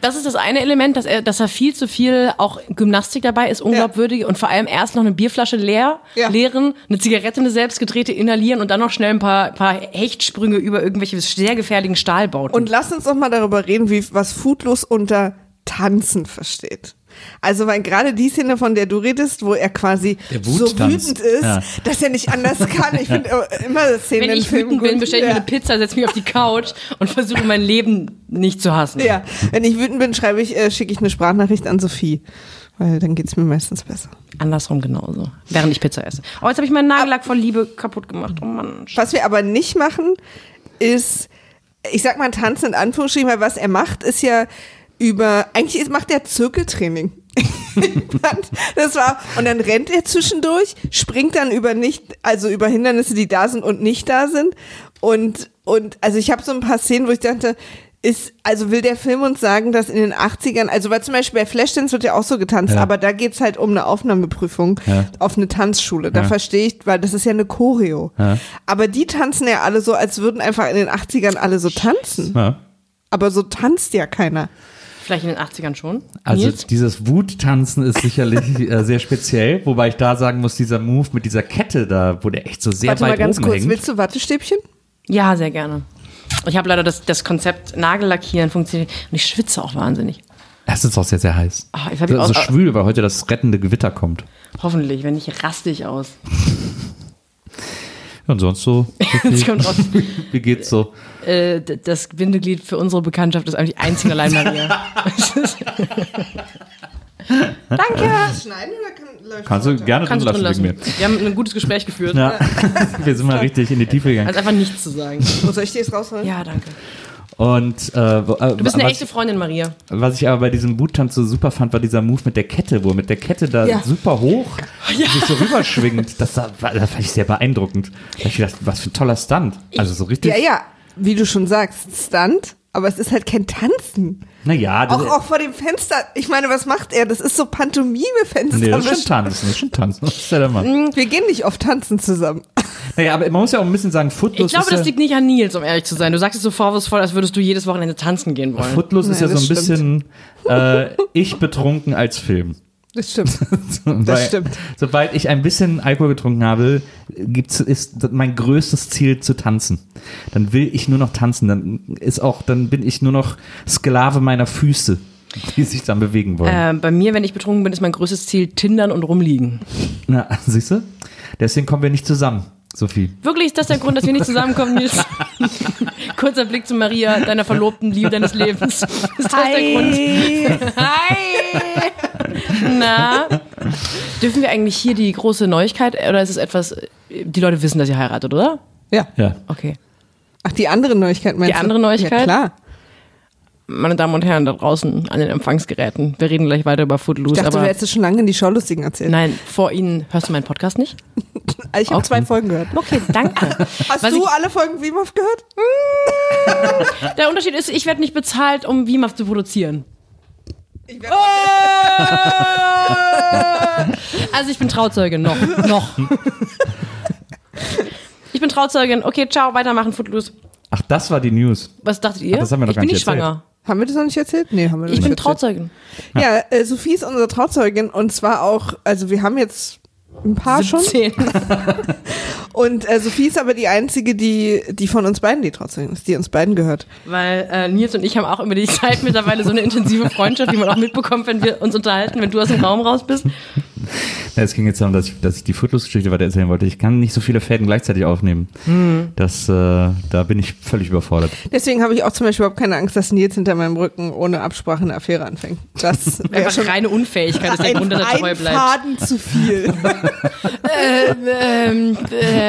Das ist das eine Element, dass er, dass er viel zu viel auch Gymnastik dabei ist, unglaubwürdig und vor allem erst noch eine Bierflasche leer, Ja. leeren, eine Zigarette, eine selbstgedrehte inhalieren und dann noch schnell ein paar, paar Hechtsprünge über irgendwelche sehr gefährlichen Stahlbauten. Und lass uns doch mal darüber reden, wie, was Foodlos unter Tanzen versteht. Also, weil gerade die Szene, von der du redest, wo er quasi Der so Wuttanz. wütend ist, Ja. dass er nicht anders kann. *laughs* Ich finde immer Szenen wenn im ich Film wütend bin, gut. bestelle ich mir ja. eine Pizza, setze mich auf die Couch und versuche mein Leben nicht zu hassen. ja, wenn ich wütend bin, schreibe ich, äh, schicke ich eine Sprachnachricht an Sophie. Weil dann geht's mir meistens besser. Andersrum genauso, während ich Pizza esse. Oh, jetzt habe ich meinen Nagellack von Liebe kaputt gemacht. Oh Mann. Was wir aber nicht machen, ist, ich sag mal, tanzen in Anführungsstrichen, weil was er macht, ist ja über, eigentlich ist- macht er Zirkeltraining. *laughs* Ich fand, das war, und dann rennt er zwischendurch, springt dann über nicht, also über Hindernisse, die da sind und nicht da sind. Und, und also ich habe so ein paar Szenen, wo ich dachte, ist, also will der Film uns sagen, dass in den 80ern, also weil zum Beispiel bei Flashdance wird ja auch so getanzt, Ja. aber da geht's halt um eine Aufnahmeprüfung Ja. auf eine Tanzschule. Da Ja. verstehe ich, weil das ist ja eine Choreo. Ja. Aber die tanzen ja alle so, als würden einfach in den 80ern alle so tanzen. Ja. Aber so tanzt ja keiner. Vielleicht in den 80ern schon. Also Nils? dieses Wuttanzen ist *laughs* sicherlich äh, sehr speziell, wobei ich da sagen muss, dieser Move mit dieser Kette da, wo der echt so sehr Warte weit mal ganz oben kurz, hängt. willst du Wattestäbchen? Ja, sehr gerne. Ich habe leider das, das Konzept Nagellackieren funktioniert und ich schwitze auch wahnsinnig. Es ist auch sehr, sehr heiß. Also Ah, jetzt hab ich so so auch- schwül, weil heute das rettende Gewitter kommt. Hoffentlich, wenn nicht raste *laughs* ich aus. Und sonst so. *laughs* Jetzt kommt raus. *laughs* Wie geht's so? Äh, d- das Bindeglied für unsere Bekanntschaft ist eigentlich einzig und *laughs* allein Maria. Danke. Ah, Schneiden oder kann, läuft Kannst du gerne drin Kannst du drin lassen, wegen mir. lassen. Wir haben ein gutes Gespräch geführt. Ja. Wir sind mal richtig in die Tiefe gegangen. Also einfach nichts zu sagen. Soll ich dir jetzt rausholen? Ja, danke. Und äh, wo- äh, Also- Du bist eine was, echte Freundin, Maria. was ich aber bei diesem Boottanz so super fand, war dieser Move mit der Kette, wo er mit der Kette da Ja. super *laughs* hoch sich so rüberschwingt. Das, war, war- das fand ich sehr beeindruckend. Da hab ich gedacht, was für ein toller Stunt. Also so richtig. Ja, ja, wie du schon sagst, Stunt, aber es ist halt kein Tanzen. Naja, das, Auch, auch vor dem Fenster. Ich meine, was macht er? Das ist so Pantomime-Fenster. nee, das ist schon tanzen, das ist schon tanzen. Das ist ja der *laughs* Mann. Wir gehen nicht oft tanzen zusammen. Naja, aber man muss ja auch ein bisschen sagen, Ich Footloose glaube, ist das ja, liegt nicht an Nils, um ehrlich zu sein. Du sagst es so vorwurfsvoll, als würdest du jedes Wochenende tanzen gehen wollen. Footloose ist ja Nein, so ein das bisschen äh, ich betrunken als Film. *laughs* Das stimmt. Weil- stimmt. Sobald ich ein bisschen Alkohol getrunken habe, gibt's, ist mein größtes Ziel zu tanzen. Dann will ich nur noch tanzen. Dann ist auch, dann bin ich nur noch Sklave meiner Füße, die sich dann bewegen wollen. Äh, bei mir, wenn ich betrunken bin, ist mein größtes Ziel Tindern und rumliegen. Na, siehst du? Deswegen kommen wir nicht zusammen, Sophie. Wirklich ist das der Grund, dass wir nicht *laughs* zusammenkommen, Nils? Kurzer Blick zu Maria, deiner verlobten Liebe deines Lebens. Ist das der Grund? Hi! Na? Dürfen wir eigentlich hier die große Neuigkeit, oder ist es etwas, die Leute wissen, dass ihr heiratet, oder? Ja. Ja. Okay. Ach, die andere Neuigkeit meinst Die du? andere Neuigkeit? Ja, klar. Meine Damen und Herren da draußen an den Empfangsgeräten, wir reden gleich weiter über Ich Footloose, dachte, du aber... hättest es schon lange in die Schaulustigen erzählt. Nein, vor Ihnen hörst du meinen Podcast nicht? Ich habe zwei Folgen gehört. Okay, danke. *laughs* Hast Was du ich- alle Folgen Wimov gehört? *laughs* Der Unterschied ist, ich werde nicht bezahlt, um WIMAF zu produzieren. Ich oh! also ich bin Trauzeuge, noch, noch. Ich bin Trauzeugin. Okay, ciao, weitermachen, Footloose. Ach, das war die News. Was dachtet ihr? Ach, das haben wir doch ich gar bin nicht Hm. nicht schwanger. Haben wir das noch nicht erzählt? Nee, haben wir noch Ich nicht bin erzählt. Trauzeugin. Ja, äh, Sophie ist unsere Trauzeugin und zwar auch, also wir haben jetzt ein paar schon. 17. *laughs* Und äh, Sophie ist aber die einzige, die, die von uns beiden die Trauzeugin ist, die uns beiden gehört. Weil äh, Nils und ich haben auch über die Zeit mittlerweile so eine intensive Freundschaft, die man auch mitbekommt, wenn wir uns unterhalten, wenn du aus dem Raum raus bist. Ja, Es ging jetzt darum, dass ich, dass ich die Footloose-Geschichte weiter erzählen wollte. Ich kann nicht so viele Fäden gleichzeitig aufnehmen. Hm. Das, äh, da bin ich völlig überfordert. Deswegen habe ich auch zum Beispiel überhaupt keine Angst, dass Nils hinter meinem Rücken ohne Absprache eine Affäre anfängt. Das wäre Einfach schon reine Unfähigkeit ist der Grund, ein, dass er treu ein bleibt. Faden zu viel. Ähm, äh,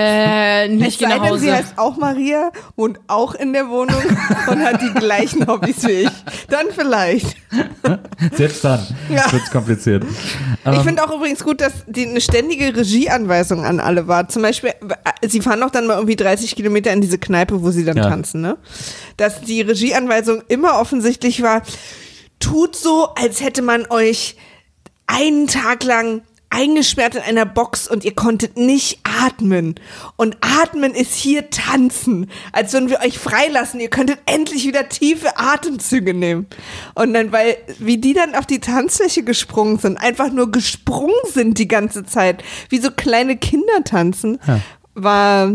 Es nicht sei nach denn, Hause. sie heißt auch Maria, wohnt auch in der *laughs* Wohnung und hat die gleichen Hobbys wie ich. Dann vielleicht. Selbst dann *laughs* Ja. wird's kompliziert. Ähm, Ähm. ich finde auch übrigens gut, dass die eine ständige Regieanweisung an alle war. Zum Beispiel, äh, sie fahren doch dann mal irgendwie 30 Kilometer in diese Kneipe, wo sie dann Ja. tanzen, ne? Dass die Regieanweisung immer offensichtlich war, tut so, als hätte man euch einen Tag lang eingesperrt in einer Box und ihr konntet nicht atmen. Und atmen ist hier tanzen. Als würden wir euch freilassen. Ihr könntet endlich wieder tiefe Atemzüge nehmen. Und dann, weil, wie die dann auf die Tanzfläche gesprungen sind, einfach nur gesprungen sind die ganze Zeit, wie so kleine Kinder tanzen, Ja. war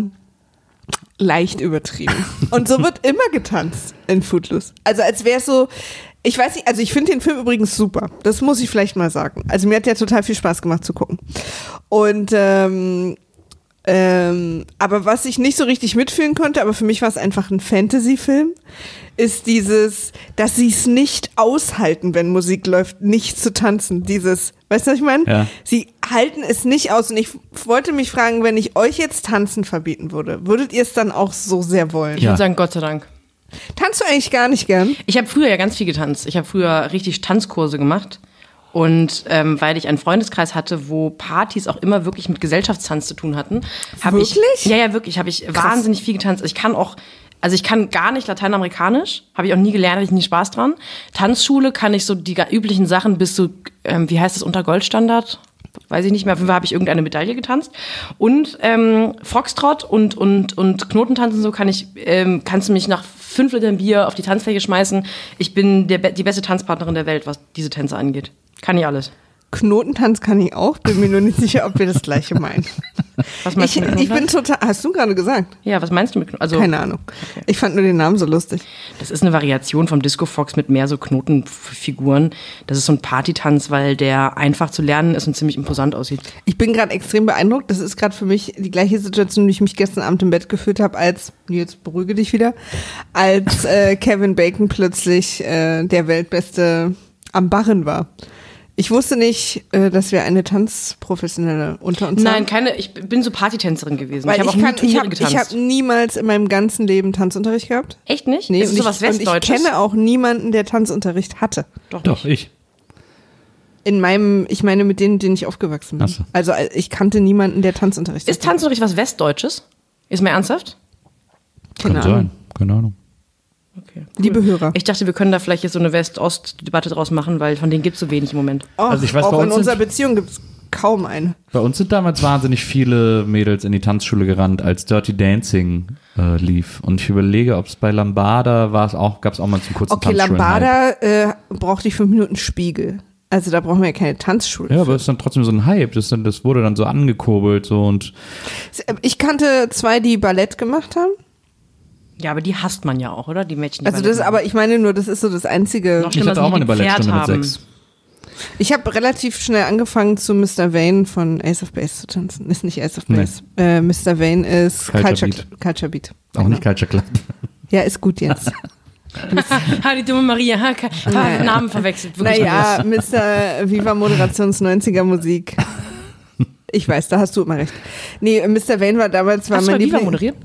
leicht übertrieben. Und so wird immer getanzt in Footloose. Also als wäre es so, ich weiß nicht, also ich finde den Film übrigens super. Das muss ich vielleicht mal sagen. Also mir hat der total viel Spaß gemacht zu gucken. Und ähm, ähm, aber was ich nicht so richtig mitfühlen konnte, aber für mich war es einfach ein Fantasy-Film, ist dieses, dass sie es nicht aushalten, wenn Musik läuft, nicht zu tanzen. Dieses, weißt du, was ich meine? Ja. Sie halten es nicht aus. Und ich wollte mich fragen, wenn ich euch jetzt tanzen verbieten würde, würdet ihr es dann auch so sehr wollen? Ich Ja. würde sagen, Gott sei Dank. Tanzt du eigentlich gar nicht gern? Ich habe früher ja ganz viel getanzt. Ich habe früher richtig Tanzkurse gemacht. Und ähm, weil ich einen Freundeskreis hatte, wo Partys auch immer wirklich mit Gesellschaftstanz zu tun hatten, habe ich Wirklich? ja ja wirklich habe ich wahnsinnig viel getanzt. Ich kann auch also ich kann gar nicht Lateinamerikanisch, habe ich auch nie gelernt, hatte ich nie Spaß dran. Tanzschule kann ich so die ga- üblichen Sachen bis zu ähm, wie heißt das unter Goldstandard, weiß ich nicht mehr. Auf jeden Fall habe ich irgendeine Medaille getanzt und ähm, Foxtrot und und und Knotentanzen so kann ich ähm, kannst du mich nach fünf Litern Bier auf die Tanzfläche schmeißen. Ich bin der, be- die beste Tanzpartnerin der Welt, was diese Tänze angeht. Kann ich alles. Knotentanz kann ich auch, bin mir nur nicht sicher, ob wir das gleiche meinen. Was meinst ich, du mit ich bin Knotentanz? total, hast du gerade gesagt? Ja, was meinst du mit Knoten? Also Keine Ahnung. Ich fand nur den Namen so lustig. Das ist eine Variation vom Disco Fox mit mehr so Knotenfiguren. Das ist so ein Partytanz, weil der einfach zu lernen ist und ziemlich imposant aussieht. Ich bin gerade extrem beeindruckt. Das ist gerade für mich die gleiche Situation, wie ich mich gestern Abend im Bett gefühlt habe, als, jetzt beruhige dich wieder, als äh, Kevin Bacon plötzlich äh, der Weltbeste am Barren war. Ich wusste nicht, äh, dass wir eine Tanzprofessionelle unter uns Nein, haben. keine, ich bin so Partytänzerin gewesen. Weil ich habe auch ich, kann, nie ich Turniere habe getanzt. ich hab niemals in meinem ganzen Leben Tanzunterricht gehabt. Echt nicht? Nee, ist und das sowas ich, und ich Westdeutsches? kenne auch niemanden, der Tanzunterricht hatte. Doch, Doch, nicht. ich. In meinem, ich meine mit denen, denen ich aufgewachsen bin. Ach so. Also äh, ich kannte niemanden, der Tanzunterricht Ist Tanzunterricht was Westdeutsches? Ist mal ernsthaft? hatte. Keine Ahnung. Keine Ahnung. Okay. Liebe Hörer. Ich dachte, wir können da vielleicht jetzt so eine West-Ost-Debatte draus machen, weil von denen gibt es so wenig im Moment. Och, Also ich weiß, bei auch in uns sind- unserer Beziehung gibt es kaum eine. Bei uns sind damals wahnsinnig viele Mädels in die Tanzschule gerannt, als Dirty Dancing äh, lief. Und ich überlege, ob es bei Lambada war, es auch, gab es auch mal zum kurzen Okay, Tanzschulen- halt. Lambada äh, braucht die fünf Minuten Spiegel. Also da brauchen wir ja keine Tanzschule. Ja, aber es ist dann trotzdem so ein Hype. Das, ist dann, das wurde dann so angekurbelt so und Ich kannte zwei, die Ballett gemacht haben. Ja, aber die hasst man ja auch, oder? Die Mädchen. Die Also Ballett das, aber ich meine nur, das ist so das Einzige. Noch ich Schlimmer hatte sind auch die, mal eine die ein Pferd Ballettstunde mit haben. sechs. Ich habe relativ schnell angefangen zu Mr. Vane von Ace of Base zu tanzen. Ist nicht Ace of Nee. Base. Äh, Mr. Vane ist Culture Culture, Beat. Culture Beat. Genau. Auch nicht Culture Club. Ja, ist *laughs* gut jetzt. *laughs* machen. Ha, Ah, die dumme Maria. Ha, ke- ha, Namen verwechselt. Wirklich Naja, Mr. Viva Moderations 90er Musik. Ich weiß, da hast du immer recht. Nee, Mr. Vane war damals war Hast du mein bei Viva Lieblings. *laughs* moderiert?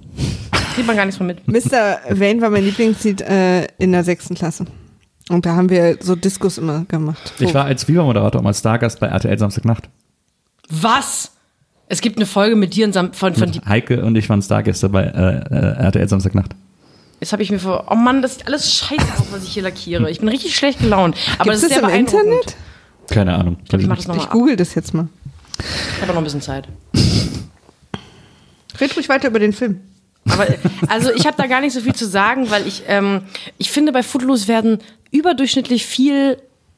Kriegt man gar nichts von mit. Mr. Vane war mein Lieblingslied äh, in der sechsten Klasse. Und da haben wir so Diskus immer gemacht. Ich war als Viva-Moderator mal Stargast bei RTL Samstagnacht. Was? Es gibt eine Folge mit dir und Sam von, von die. Heike und ich waren Stargäste bei äh, äh, RTL Samstagnacht. Jetzt habe ich mir vor. Oh Mann, das sieht alles scheiße aus, was ich hier lackiere. Ich bin richtig schlecht gelaunt. Aber Gibt's das ist sehr das im beeindruckend. Internet? Keine Ahnung. Ich mache das nochmal Ich ab. google das jetzt mal. Ich habe noch ein bisschen Zeit. Red ruhig weiter über den Film. Aber äh, also ich habe da gar nicht so viel zu sagen, weil ich, ähm, ich finde, bei Footloose werden überdurchschnittlich viel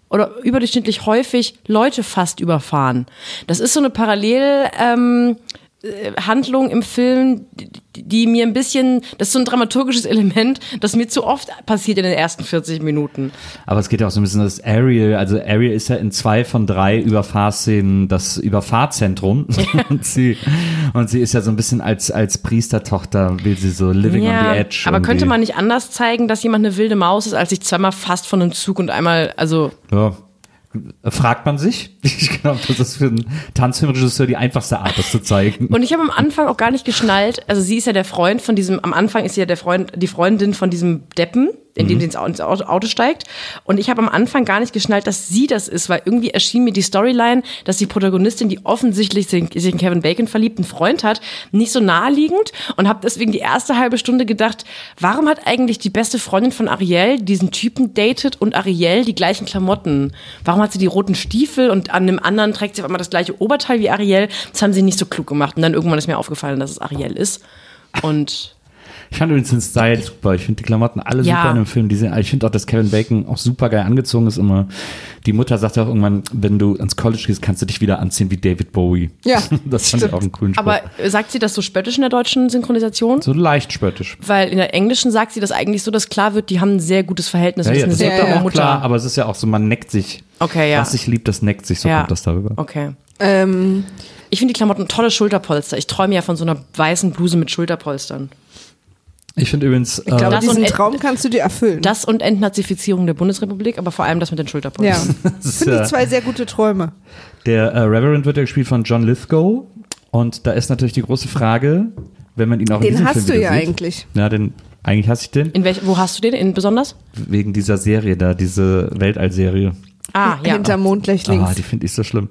oder überdurchschnittlich häufig Leute fast überfahren. Das ist so eine Parallel. Ähm, äh, Handlung im Film, die, die mir ein bisschen, das ist so ein dramaturgisches Element, das mir zu oft passiert in den ersten 40 Minuten. Aber es geht ja auch so ein bisschen das Ariel. Also Ariel ist ja in zwei von drei Überfahrszenen das *laughs* Überfahrzentrum. *laughs* und, sie, und sie ist ja so ein bisschen als, als Priestertochter, will sie so living on the um edge. aber könnte irgendwie. man nicht anders zeigen, dass jemand eine wilde Maus ist, als sich zweimal fast von einem Zug und einmal, also Ja. Fragt man sich. *laughs* Ich glaube, das ist für einen Tanzfilmregisseur die einfachste Art, das zu zeigen. Und ich habe am Anfang auch gar nicht geschnallt, also sie ist ja der Freund von diesem, am Anfang ist sie ja der Freund, die Freundin von diesem Deppen, indem sie ins Au- ins Au- Auto steigt. Und ich habe am Anfang gar nicht geschnallt, dass sie das ist, weil irgendwie erschien mir die Storyline, dass die Protagonistin, die offensichtlich sich sich in Kevin Bacon verliebt, einen Freund hat, nicht so naheliegend und habe deswegen die erste halbe Stunde gedacht, warum hat eigentlich die beste Freundin von Ariel diesen Typen datet und Ariel die gleichen Klamotten? Warum hat sie die roten Stiefel und an dem anderen trägt sie auf einmal das gleiche Oberteil wie Ariel? Das haben sie nicht so klug gemacht und dann irgendwann ist mir aufgefallen, dass es Ariel ist. Und Ich fand übrigens den Style super. Ich finde die Klamotten alle Ja. super in dem Film. Die sind, ich finde auch, dass Kevin Bacon auch super geil angezogen ist immer. Die Mutter sagt auch irgendwann, wenn du ans College gehst, kannst du dich wieder anziehen wie David Bowie. Ja, *laughs* das fand ich stimmt. auch einen coolen Spruch. aber sagt sie das so spöttisch in der deutschen Synchronisation? so leicht spöttisch. Weil in der englischen sagt sie das eigentlich so, dass klar wird, die haben ein sehr gutes Verhältnis. und ist eine das sehr ist gute ja Mutter. klar, aber es ist ja auch so, man neckt sich. Okay, ja. Was sich liebt, das neckt sich, so kommt das darüber. Okay. Ähm, Ich finde die Klamotten tolle Schulterpolster. Ich träume ja von so einer weißen Bluse mit Schulterpolstern. Ich finde übrigens, äh, ich glaube, das diesen und- Traum kannst du dir erfüllen. Das und Entnazifizierung der Bundesrepublik, aber vor allem das mit den ja. Schulterpolstern. ist, Finde äh, ich zwei sehr gute Träume. der äh, Reverend wird ja gespielt von John Lithgow. Und da ist natürlich die große Frage, wenn man ihn auch in Den diesem hast Film du wieder ja sieht. eigentlich. Ja, den, eigentlich hasse ich den. In welch, wo hast du den in besonders? wegen dieser Serie da, diese Weltallserie. Ah, ja. Hinter Mondlicht links. Ah, die finde ich so schlimm.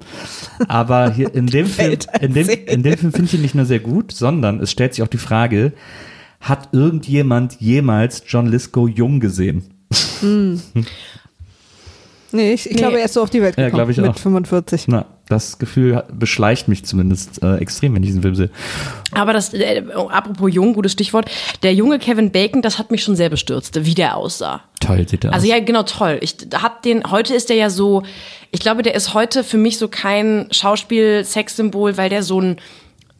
Aber hier in dem Film, in dem, in dem Film finde ich ihn nicht nur sehr gut, sondern es stellt sich auch die Frage, hat irgendjemand jemals John Lithgow jung gesehen? nee, ich, ich glaube, er ist so auf die Welt Ja, gekommen glaub ich mit auch. 45. Na, das Gefühl hat- beschleicht mich zumindest äh, extrem, wenn ich diesen Film sehe. Aber das, äh, apropos jung, gutes Stichwort. Der junge Kevin Bacon, das hat mich schon sehr bestürzt, wie der aussah. Toll sieht er Also aus. ja, genau, toll. Ich hab den, heute ist der ja so, ich glaube, der ist heute für mich so kein Schauspiel-Sexsymbol, weil der so ein,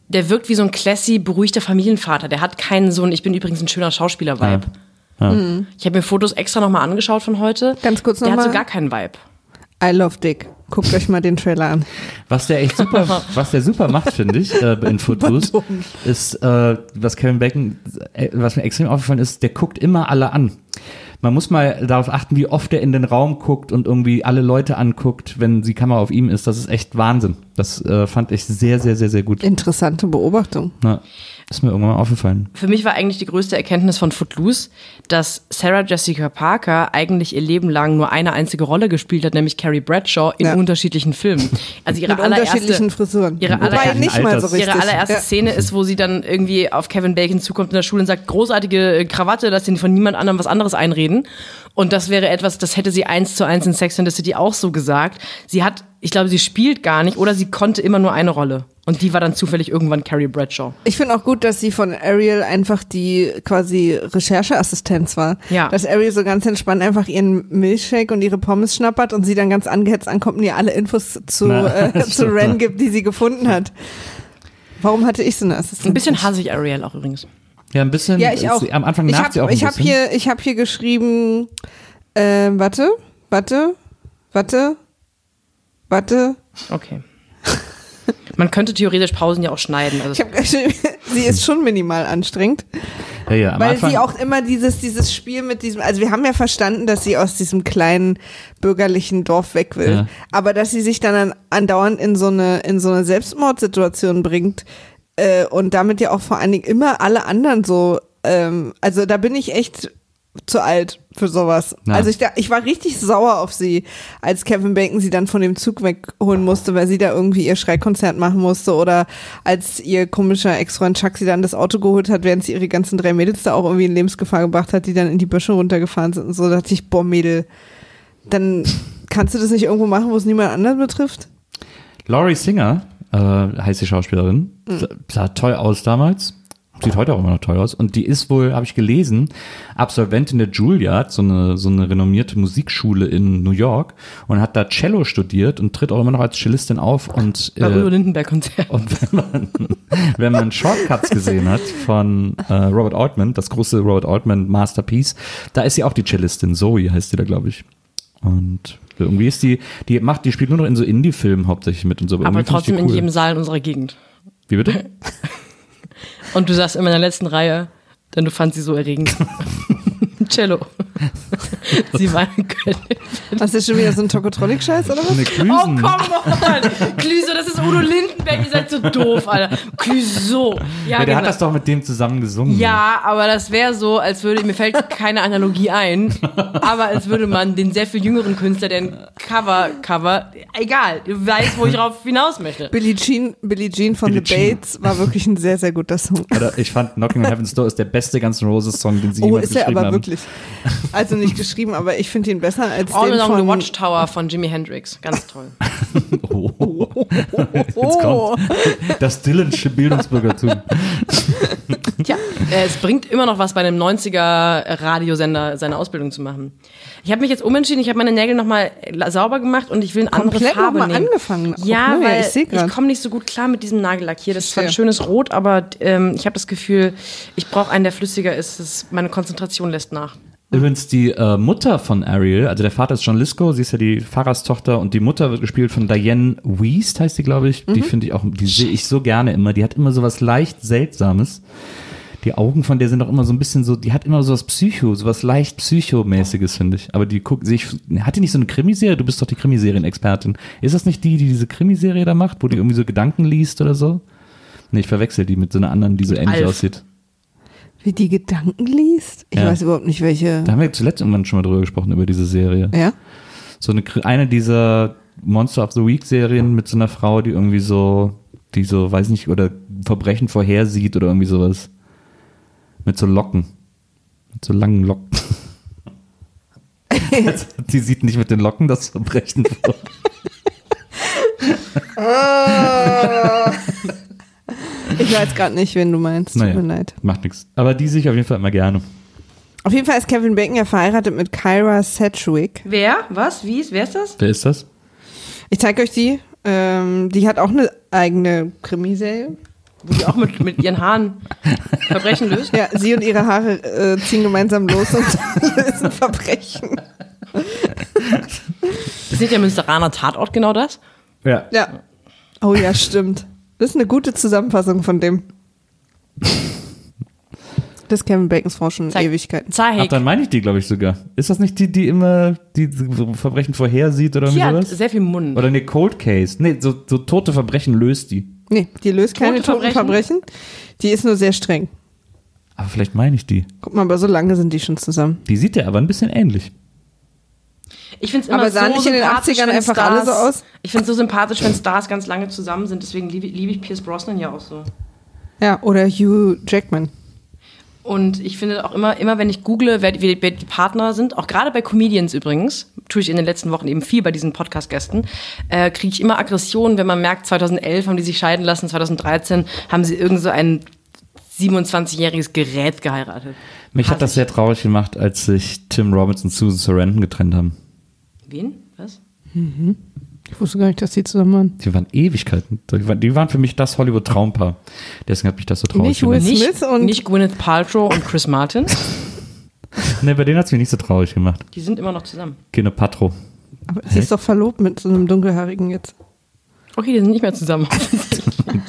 der wirkt wie so ein classy, beruhigter Familienvater. Der hat keinen so ein, ich bin übrigens ein schöner Schauspieler-Vibe. Ich habe mir Fotos extra nochmal angeschaut von heute. Ganz kurz Der hat so nochmal. gar keinen Vibe. I love Dick. Guckt euch mal den Trailer an. Was der echt *laughs* super, was der super macht, finde ich, äh, in Footloose, ist, äh, was Kevin Bacon, äh, was mir extrem aufgefallen ist, der guckt immer alle an. Man muss mal darauf achten, wie oft er in den Raum guckt und irgendwie alle Leute anguckt, wenn die Kamera auf ihm ist. Das ist echt Wahnsinn. Das äh, fand ich sehr, sehr, sehr, sehr gut. Interessante Beobachtung. Na, ist mir irgendwann mal aufgefallen. Für mich war eigentlich die größte Erkenntnis von Footloose, dass Sarah Jessica Parker eigentlich ihr Leben lang nur eine einzige Rolle gespielt hat, nämlich Carrie Bradshaw in Ja. unterschiedlichen Filmen. Also ihre Mit allererste unterschiedlichen Frisuren. ihre Wobei allerersten nicht mal so Alters- richtig. Ihre allererste ja. Szene ist, wo sie dann irgendwie auf Kevin Bacon zukommt in der Schule und sagt, großartige äh, Krawatte, dass sie von niemand anderem was anderes einreden. Und das wäre etwas, das hätte sie eins zu eins in Sex and the City auch so gesagt. Sie hat, ich glaube, sie spielt gar nicht oder sie konnte immer nur eine Rolle. Und die war dann zufällig irgendwann Carrie Bradshaw. Ich finde auch gut, dass sie von Ariel einfach die quasi Rechercheassistenz war. Ja. Dass Ariel so ganz entspannt einfach ihren Milchshake und ihre Pommes schnappert und sie dann ganz angehetzt ankommt und ihr alle Infos zu, Na, *laughs* äh, stimmt. zu Ren gibt, die sie gefunden hat. Warum hatte ich so eine Assistenz? Ein bisschen hasse ich Ariel auch übrigens. Ja, ein bisschen. äh, Ja, ich auch. Am Anfang ich nervt hab, sie auch ein ich hab bisschen. hier, Ich habe hier geschrieben, äh, warte, warte, warte, warte. Okay. *laughs* Man könnte theoretisch Pausen ja auch schneiden. Also Ich habe geschrieben, *laughs* sie ist schon minimal anstrengend. ja, ja, am Weil Anfang, sie auch immer dieses, dieses Spiel mit diesem, also wir haben ja verstanden, dass sie aus diesem kleinen bürgerlichen Dorf weg will. Ja. Aber dass sie sich dann an, andauernd in so eine, in so eine Selbstmordsituation bringt, äh, und damit ja auch vor allen Dingen immer alle anderen so, ähm, also da bin ich echt zu alt für sowas. Ja. Also ich, da, ich war richtig sauer auf sie, als Kevin Bacon sie dann von dem Zug wegholen musste, weil sie da irgendwie ihr Schreikonzert machen musste oder als ihr komischer Ex-Freund Chuck sie dann das Auto geholt hat, während sie ihre ganzen drei Mädels da auch irgendwie in Lebensgefahr gebracht hat, die dann in die Büsche runtergefahren sind und so, da dachte ich, boah Mädel, dann kannst du das nicht irgendwo machen, wo es niemand anderen betrifft? Laurie Singer äh, heißt die Schauspielerin. Sa- Sah toll aus damals. Sieht heute auch immer noch toll aus. Und die ist wohl, habe ich gelesen, Absolventin der Juilliard, so eine, so eine renommierte Musikschule in New York und hat da Cello studiert und tritt auch immer noch als Cellistin auf. Und, beim Udo äh, Lindenberg-Konzert. und *laughs* wenn man, wenn man Shortcuts gesehen hat von äh, Robert Altman, das große Robert Altman Masterpiece, da ist sie auch die Cellistin. Zoe heißt sie da, glaube ich. Und irgendwie ist die, die macht, die spielt nur noch in so Indie-Filmen hauptsächlich mit und so. Aber irgendwie find ich die trotzdem in cool. jedem Saal in unserer Gegend. Wie bitte? Und du saßt immer in der *laughs* letzten Reihe, denn du fandst sie so erregend. Cello. sie war eine Was ist schon wieder so ein Tokotronic-Scheiß oder was? Eine Oh, Klüsen. come on! Klüso, das ist Udo Lindenberg, ihr seid so doof, Alter. Klüso. Ja, ja, der hat genau. das doch mit dem zusammen gesungen. ja, aber das wäre so, als würde, mir fällt keine Analogie ein, aber als würde man den sehr viel jüngeren Künstler, der ein Cover, Cover, egal, ihr weiß, wo ich drauf hinaus möchte. Billie Jean, Billie Jean von Billie The Jean. Bates war wirklich ein sehr, sehr guter Song. Oder ich fand Knocking on Heaven's Door ist der beste Guns N' Roses Song, den sie Oh, jemals ist er geschrieben aber haben. wirklich. *laughs* Also nicht geschrieben, aber ich finde ihn besser als All den Along the von... Watchtower von Jimi Hendrix. *laughs* Ganz toll. Oh, *laughs* Oh, das Dyllan'sche Bildungsbürgertum. Tja, äh, es bringt immer noch was bei einem 90er Radiosender seine Ausbildung zu machen. Ich habe mich jetzt umentschieden, ich habe meine Nägel nochmal sauber gemacht und ich will eine andere Komplett Farbe noch mal nehmen. angefangen. Oh, Auch Ja, neu, weil ich ich, seh grad. komme nicht so gut klar mit diesem Nagellack hier. Das ist zwar ein Verstehe. schönes Rot, aber ähm, ich habe das Gefühl, ich brauche einen, der flüssiger ist. Das, meine Konzentration lässt nach. Übrigens, die äh, Mutter von Ariel, also der Vater ist John Lithgow, sie ist ja die Pfarrerstochter und die Mutter wird gespielt von Diane Wiest, heißt sie, glaube ich. Die finde ich auch, die sehe ich so gerne immer. Die hat immer so was leicht Seltsames. Die Augen von der sind auch immer so ein bisschen so, die hat immer so was Psycho, so was leicht Psychomäßiges, finde ich. Aber die guckt sich, hat die nicht so eine Krimiserie? Du bist doch die Krimiserien-Expertin. Ist das nicht die, die diese Krimiserie da macht, wo die irgendwie so Gedanken liest oder so? Nee, ich verwechsel die mit so einer anderen, die so ähnlich Alf. aussieht. wie die Gedanken liest. Ich Ja. weiß überhaupt nicht, welche... Da haben wir zuletzt irgendwann schon mal drüber gesprochen, über diese Serie. Ja? *laughs* so eine, eine dieser Monster of the Week Serien mit so einer Frau, die irgendwie so, die so, weiß nicht, oder Verbrechen vorhersieht oder irgendwie sowas. Mit so Locken. Mit so langen Locken. *laughs* Also, die sieht nicht mit den Locken das Verbrechen vor. Ich weiß gerade nicht, wen du meinst. Tut mir leid. macht nichts. Aber die sehe ich auf jeden Fall immer gerne. Auf jeden Fall ist Kevin Bacon ja verheiratet mit Kyra Sedgwick. Wer? Was? Wie? Wer ist das? Wer ist das? Ich zeige euch die. Ähm, die hat auch eine eigene Krimiserie. Wo die auch mit, mit *laughs* ihren Haaren Verbrechen löst. Ja, sie und ihre Haare äh, ziehen gemeinsam los und *laughs* lösen Verbrechen. Ist nicht der Münsteraner Tatort genau das? Ja. Ja. Oh ja, stimmt. Das ist eine gute Zusammenfassung von dem. Das ist Kevin Bacons Frau schon Zeig- Ewigkeiten. Ach, Zahek. dann meine ich die, glaube ich, sogar. Ist das nicht die, die immer die Verbrechen vorhersieht oder Die irgendwie hat sowas? sehr viel Mund. Oder ne, Cold Case. Nee, so, so tote Verbrechen löst die. Nee, die löst keine Tote toten Verbrechen. Die ist nur sehr streng. Aber vielleicht meine ich die. Guck mal, aber so lange sind die schon zusammen. Die sieht ja aber ein bisschen ähnlich. Ich finde es immer Aber so sahen nicht in den sympathisch, 80ern wenn einfach Stars, alle so aus? Ich finde es so sympathisch, wenn Stars ganz lange zusammen sind. Deswegen liebe liebe ich Pierce Brosnan ja auch so. Ja, oder Hugh Jackman. Und ich finde auch immer, immer wenn ich google, wer, die- wer die Partner sind, auch gerade bei Comedians übrigens, tue ich in den letzten Wochen eben viel bei diesen Podcast-Gästen, äh, kriege ich immer Aggressionen, wenn man merkt, 2011 haben die sich scheiden lassen, 2013 haben sie irgend so ein 27-jähriges Gerät geheiratet. Mich hat Hasse das ich. sehr traurig gemacht, als sich Tim Robbins und Susan Sarandon getrennt haben. Wen? Was? Ich wusste gar nicht, dass die zusammen waren. Die waren Ewigkeiten. Die waren, die waren für mich das Hollywood-Traumpaar. Deswegen hat mich das so traurig Nicht gemacht. Will Smith Nicht, und- nicht Gwyneth Paltrow und Chris Martin. Nee, bei denen hat es mich nicht so traurig gemacht. Die sind immer noch zusammen. Kino Patro. Aber sie ist doch verlobt mit so einem dunkelhaarigen jetzt. Okay, die sind nicht *laughs* mehr zusammen.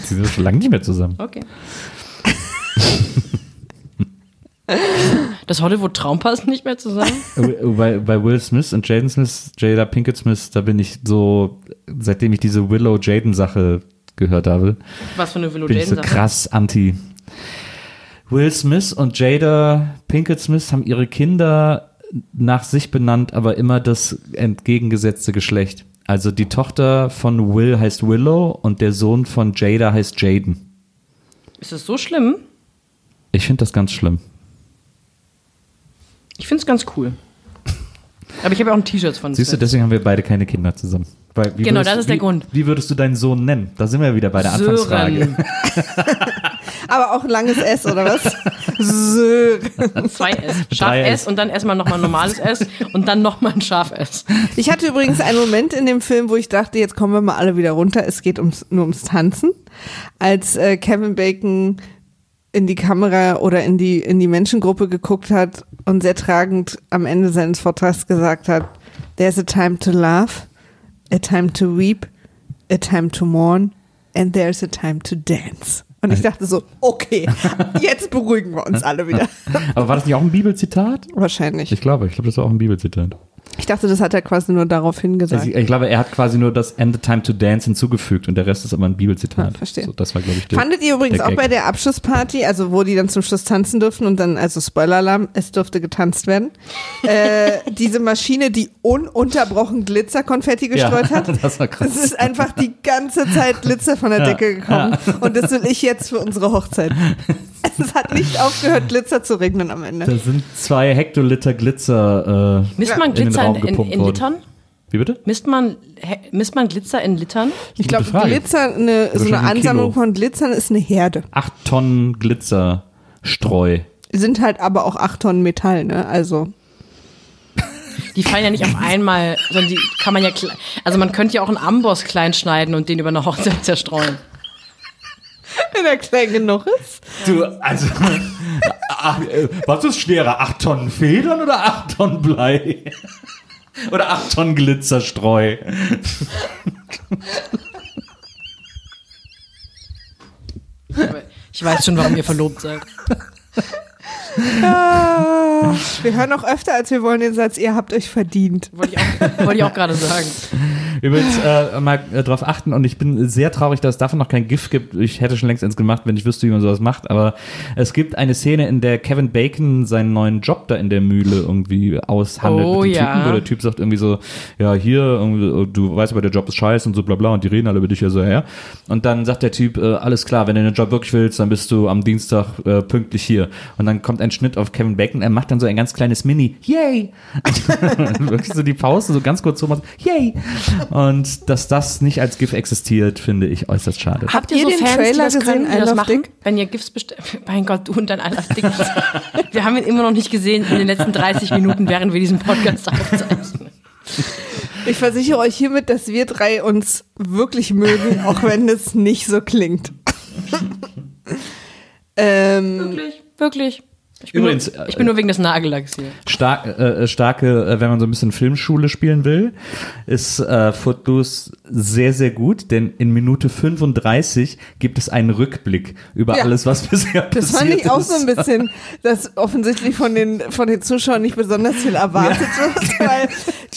Die sind schon lange nicht mehr zusammen. Okay. Das Hollywood-Traumpaar ist nicht mehr zusammen. Äh, bei, bei Will Smith und Jaden Smith, Jada Pinkett Smith, da bin ich so, seitdem ich diese Willow-Jaden-Sache gehört habe, Was für eine Willow bin ich so Jane-Sache. krass anti. Will Smith und Jada Pinkett Smith haben ihre Kinder nach sich benannt, aber immer das entgegengesetzte Geschlecht. Also die Tochter von Will heißt Willow und der Sohn von Jada heißt Jaden. Ist das so schlimm? Ich finde das ganz schlimm. Ich finde es ganz cool. Aber ich habe ja auch ein T-Shirt von Siehst du, Sven. deswegen haben wir beide keine Kinder zusammen. Weil, wie Genau, würdest- das ist der wie, Grund. Wie würdest du deinen Sohn nennen? Da sind wir wieder bei der Anfangsfrage. *laughs* Sören. Aber auch ein langes S, oder was? Sören. *laughs* Zwei S. Scharf Drei S S. und dann erstmal nochmal ein normales S und dann nochmal ein Scharf S. Ich hatte übrigens einen Moment in dem Film, wo ich dachte, jetzt kommen wir mal alle wieder runter. Es geht ums, nur ums Tanzen. Als äh, Kevin Bacon in die Kamera oder in die, in die Menschengruppe geguckt hat und sehr tragend am Ende seines Vortrags gesagt hat, there's a time to laugh, a time to weep, a time to mourn and there's a time to dance. Und ich dachte so, okay, jetzt beruhigen wir uns alle wieder. Aber war das nicht auch ein Bibelzitat? Wahrscheinlich. Ich glaube, ich glaube, das war auch ein Bibelzitat. Ich dachte, das hat er quasi nur darauf hingesagt. Also ich, ich glaube, er hat quasi nur das And the Time to Dance hinzugefügt und der Rest ist aber ein Bibelzitat. Ah, verstehe. So, das war, glaube ich, der, Fandet ihr übrigens der auch Gag. bei der Abschlussparty, also wo die dann zum Schluss tanzen dürfen und dann, also Spoiler-Alarm, es dürfte getanzt werden, *laughs* äh, diese Maschine, die ununterbrochen Glitzerkonfetti gestreut Ja, *laughs* hat? das war krass. Es ist einfach die ganze Zeit Glitzer von der Decke gekommen und das will ich jetzt für unsere *laughs* Hochzeit. Es hat nicht aufgehört, Glitzer zu regnen am Ende. Da sind zwei Hektoliter Glitzer. Äh, Misst man in den Glitzer in, Raum in, gepumpt in worden. Litern? Wie bitte? Misst man, hä, misst man Glitzer in Litern? Ich glaube, Frage. Glitzer, eine, so eine Wahrscheinlich ein Ansammlung Kilo. von Glitzern ist eine Herde. Acht Tonnen Glitzerstreu. Sind halt aber auch acht Tonnen Metall, ne? Also. Die fallen ja nicht auf einmal, sondern die kann man ja, kle- also man könnte ja auch einen Amboss klein schneiden und den über eine Hochzeit zerstreuen. Wenn er klein genug ist. Du, also, *laughs* ach, äh, was ist schwerer? Acht Tonnen Federn oder acht Tonnen Blei? *laughs* Oder acht Tonnen Glitzerstreu? Ich weiß schon, warum ihr verlobt seid. Ah, *laughs* wir hören auch öfter, als wir wollen, den Satz, ihr habt euch verdient. Wollte ich auch, wollte ich auch gerade sagen. Übrigens, äh, mal äh, drauf achten und ich bin sehr traurig, dass es davon noch kein GIF gibt. Ich hätte schon längst eins gemacht, wenn ich wüsste, wie man sowas macht. Aber es gibt eine Szene, in der Kevin Bacon seinen neuen Job da in der Mühle irgendwie aushandelt Oh, mit dem ja. Typen, wo der Typ sagt irgendwie so, ja, hier, irgendwie, oh, du weißt aber, der Job ist scheiße und so bla bla und die reden alle über dich also, ja so her. Und dann sagt der Typ, äh, alles klar, wenn du den Job wirklich willst, dann bist du am Dienstag äh, pünktlich hier. Und dann kommt ein Schnitt auf Kevin Bacon, er macht dann so ein ganz kleines Mini, yay! wirklich so die Pause so ganz kurz so macht, yay! Und dass das nicht als GIF existiert, finde ich äußerst schade. Habt ihr ihr so den Fans, die Trailer das können, gesehen, die I das Love machen? Dick? Wenn ihr GIFs bestellt. *laughs* Mein Gott, du und dein I Love Dick. Wir haben ihn immer noch nicht gesehen in den letzten 30 Minuten, während wir diesen Podcast aufzeichnen. Ich versichere euch hiermit, dass wir drei uns wirklich mögen, *laughs* auch wenn es nicht so klingt. ähm, Wirklich, wirklich. Ich bin, Übrigens, nur, äh, ich bin nur wegen des Nagellacks hier. Stark, äh, äh, starke, äh, wenn man so ein bisschen Filmschule spielen will, ist äh, Footloose sehr, sehr gut, denn in Minute 35 gibt es einen Rückblick über Ja. alles, was bisher passiert das ist. fand ich auch so ein bisschen, dass offensichtlich von den, von den Zuschauern nicht besonders viel erwartet wird, weil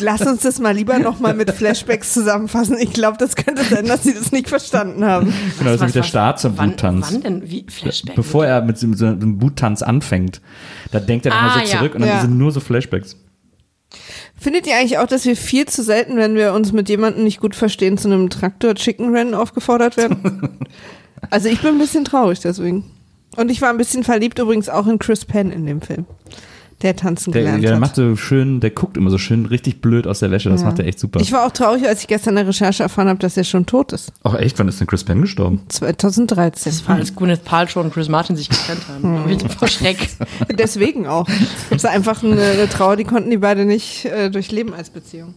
lass uns das mal lieber nochmal *laughs* mit Flashbacks zusammenfassen. Ich glaube, das könnte sein, dass sie das nicht verstanden haben. Genau, das ist Was- nämlich der was- Start zum wann, Bluttanz. Wann denn? Wie? Flashback? Bevor er mit so so einem Boot-Tanz anfängt, da denkt er dann Ah, mal so ja. zurück und dann Ja. sind nur so Flashbacks. Findet ihr eigentlich auch, dass wir viel zu selten, wenn wir uns mit jemandem nicht gut verstehen, zu einem Traktor-Chicken-Rennen aufgefordert werden? *laughs* also ich bin ein bisschen traurig deswegen. Und ich war ein bisschen verliebt übrigens auch in Chris Penn in dem Film, der tanzen Der, gelernt der hat. macht so schön, der guckt immer so schön richtig blöd aus der Wäsche, das macht er echt super. ich war auch traurig, als ich gestern in der Recherche erfahren habe, dass er schon tot ist. Auch echt, wann ist denn Chris Penn gestorben? 2013. Das war, als Gwyneth Paltrow und Chris Martin sich getrennt haben. Hm. Glaub ich, Vor Schreck. *laughs* Deswegen auch. Das war einfach eine, eine Trauer, die konnten die beide nicht äh, durchleben als Beziehung.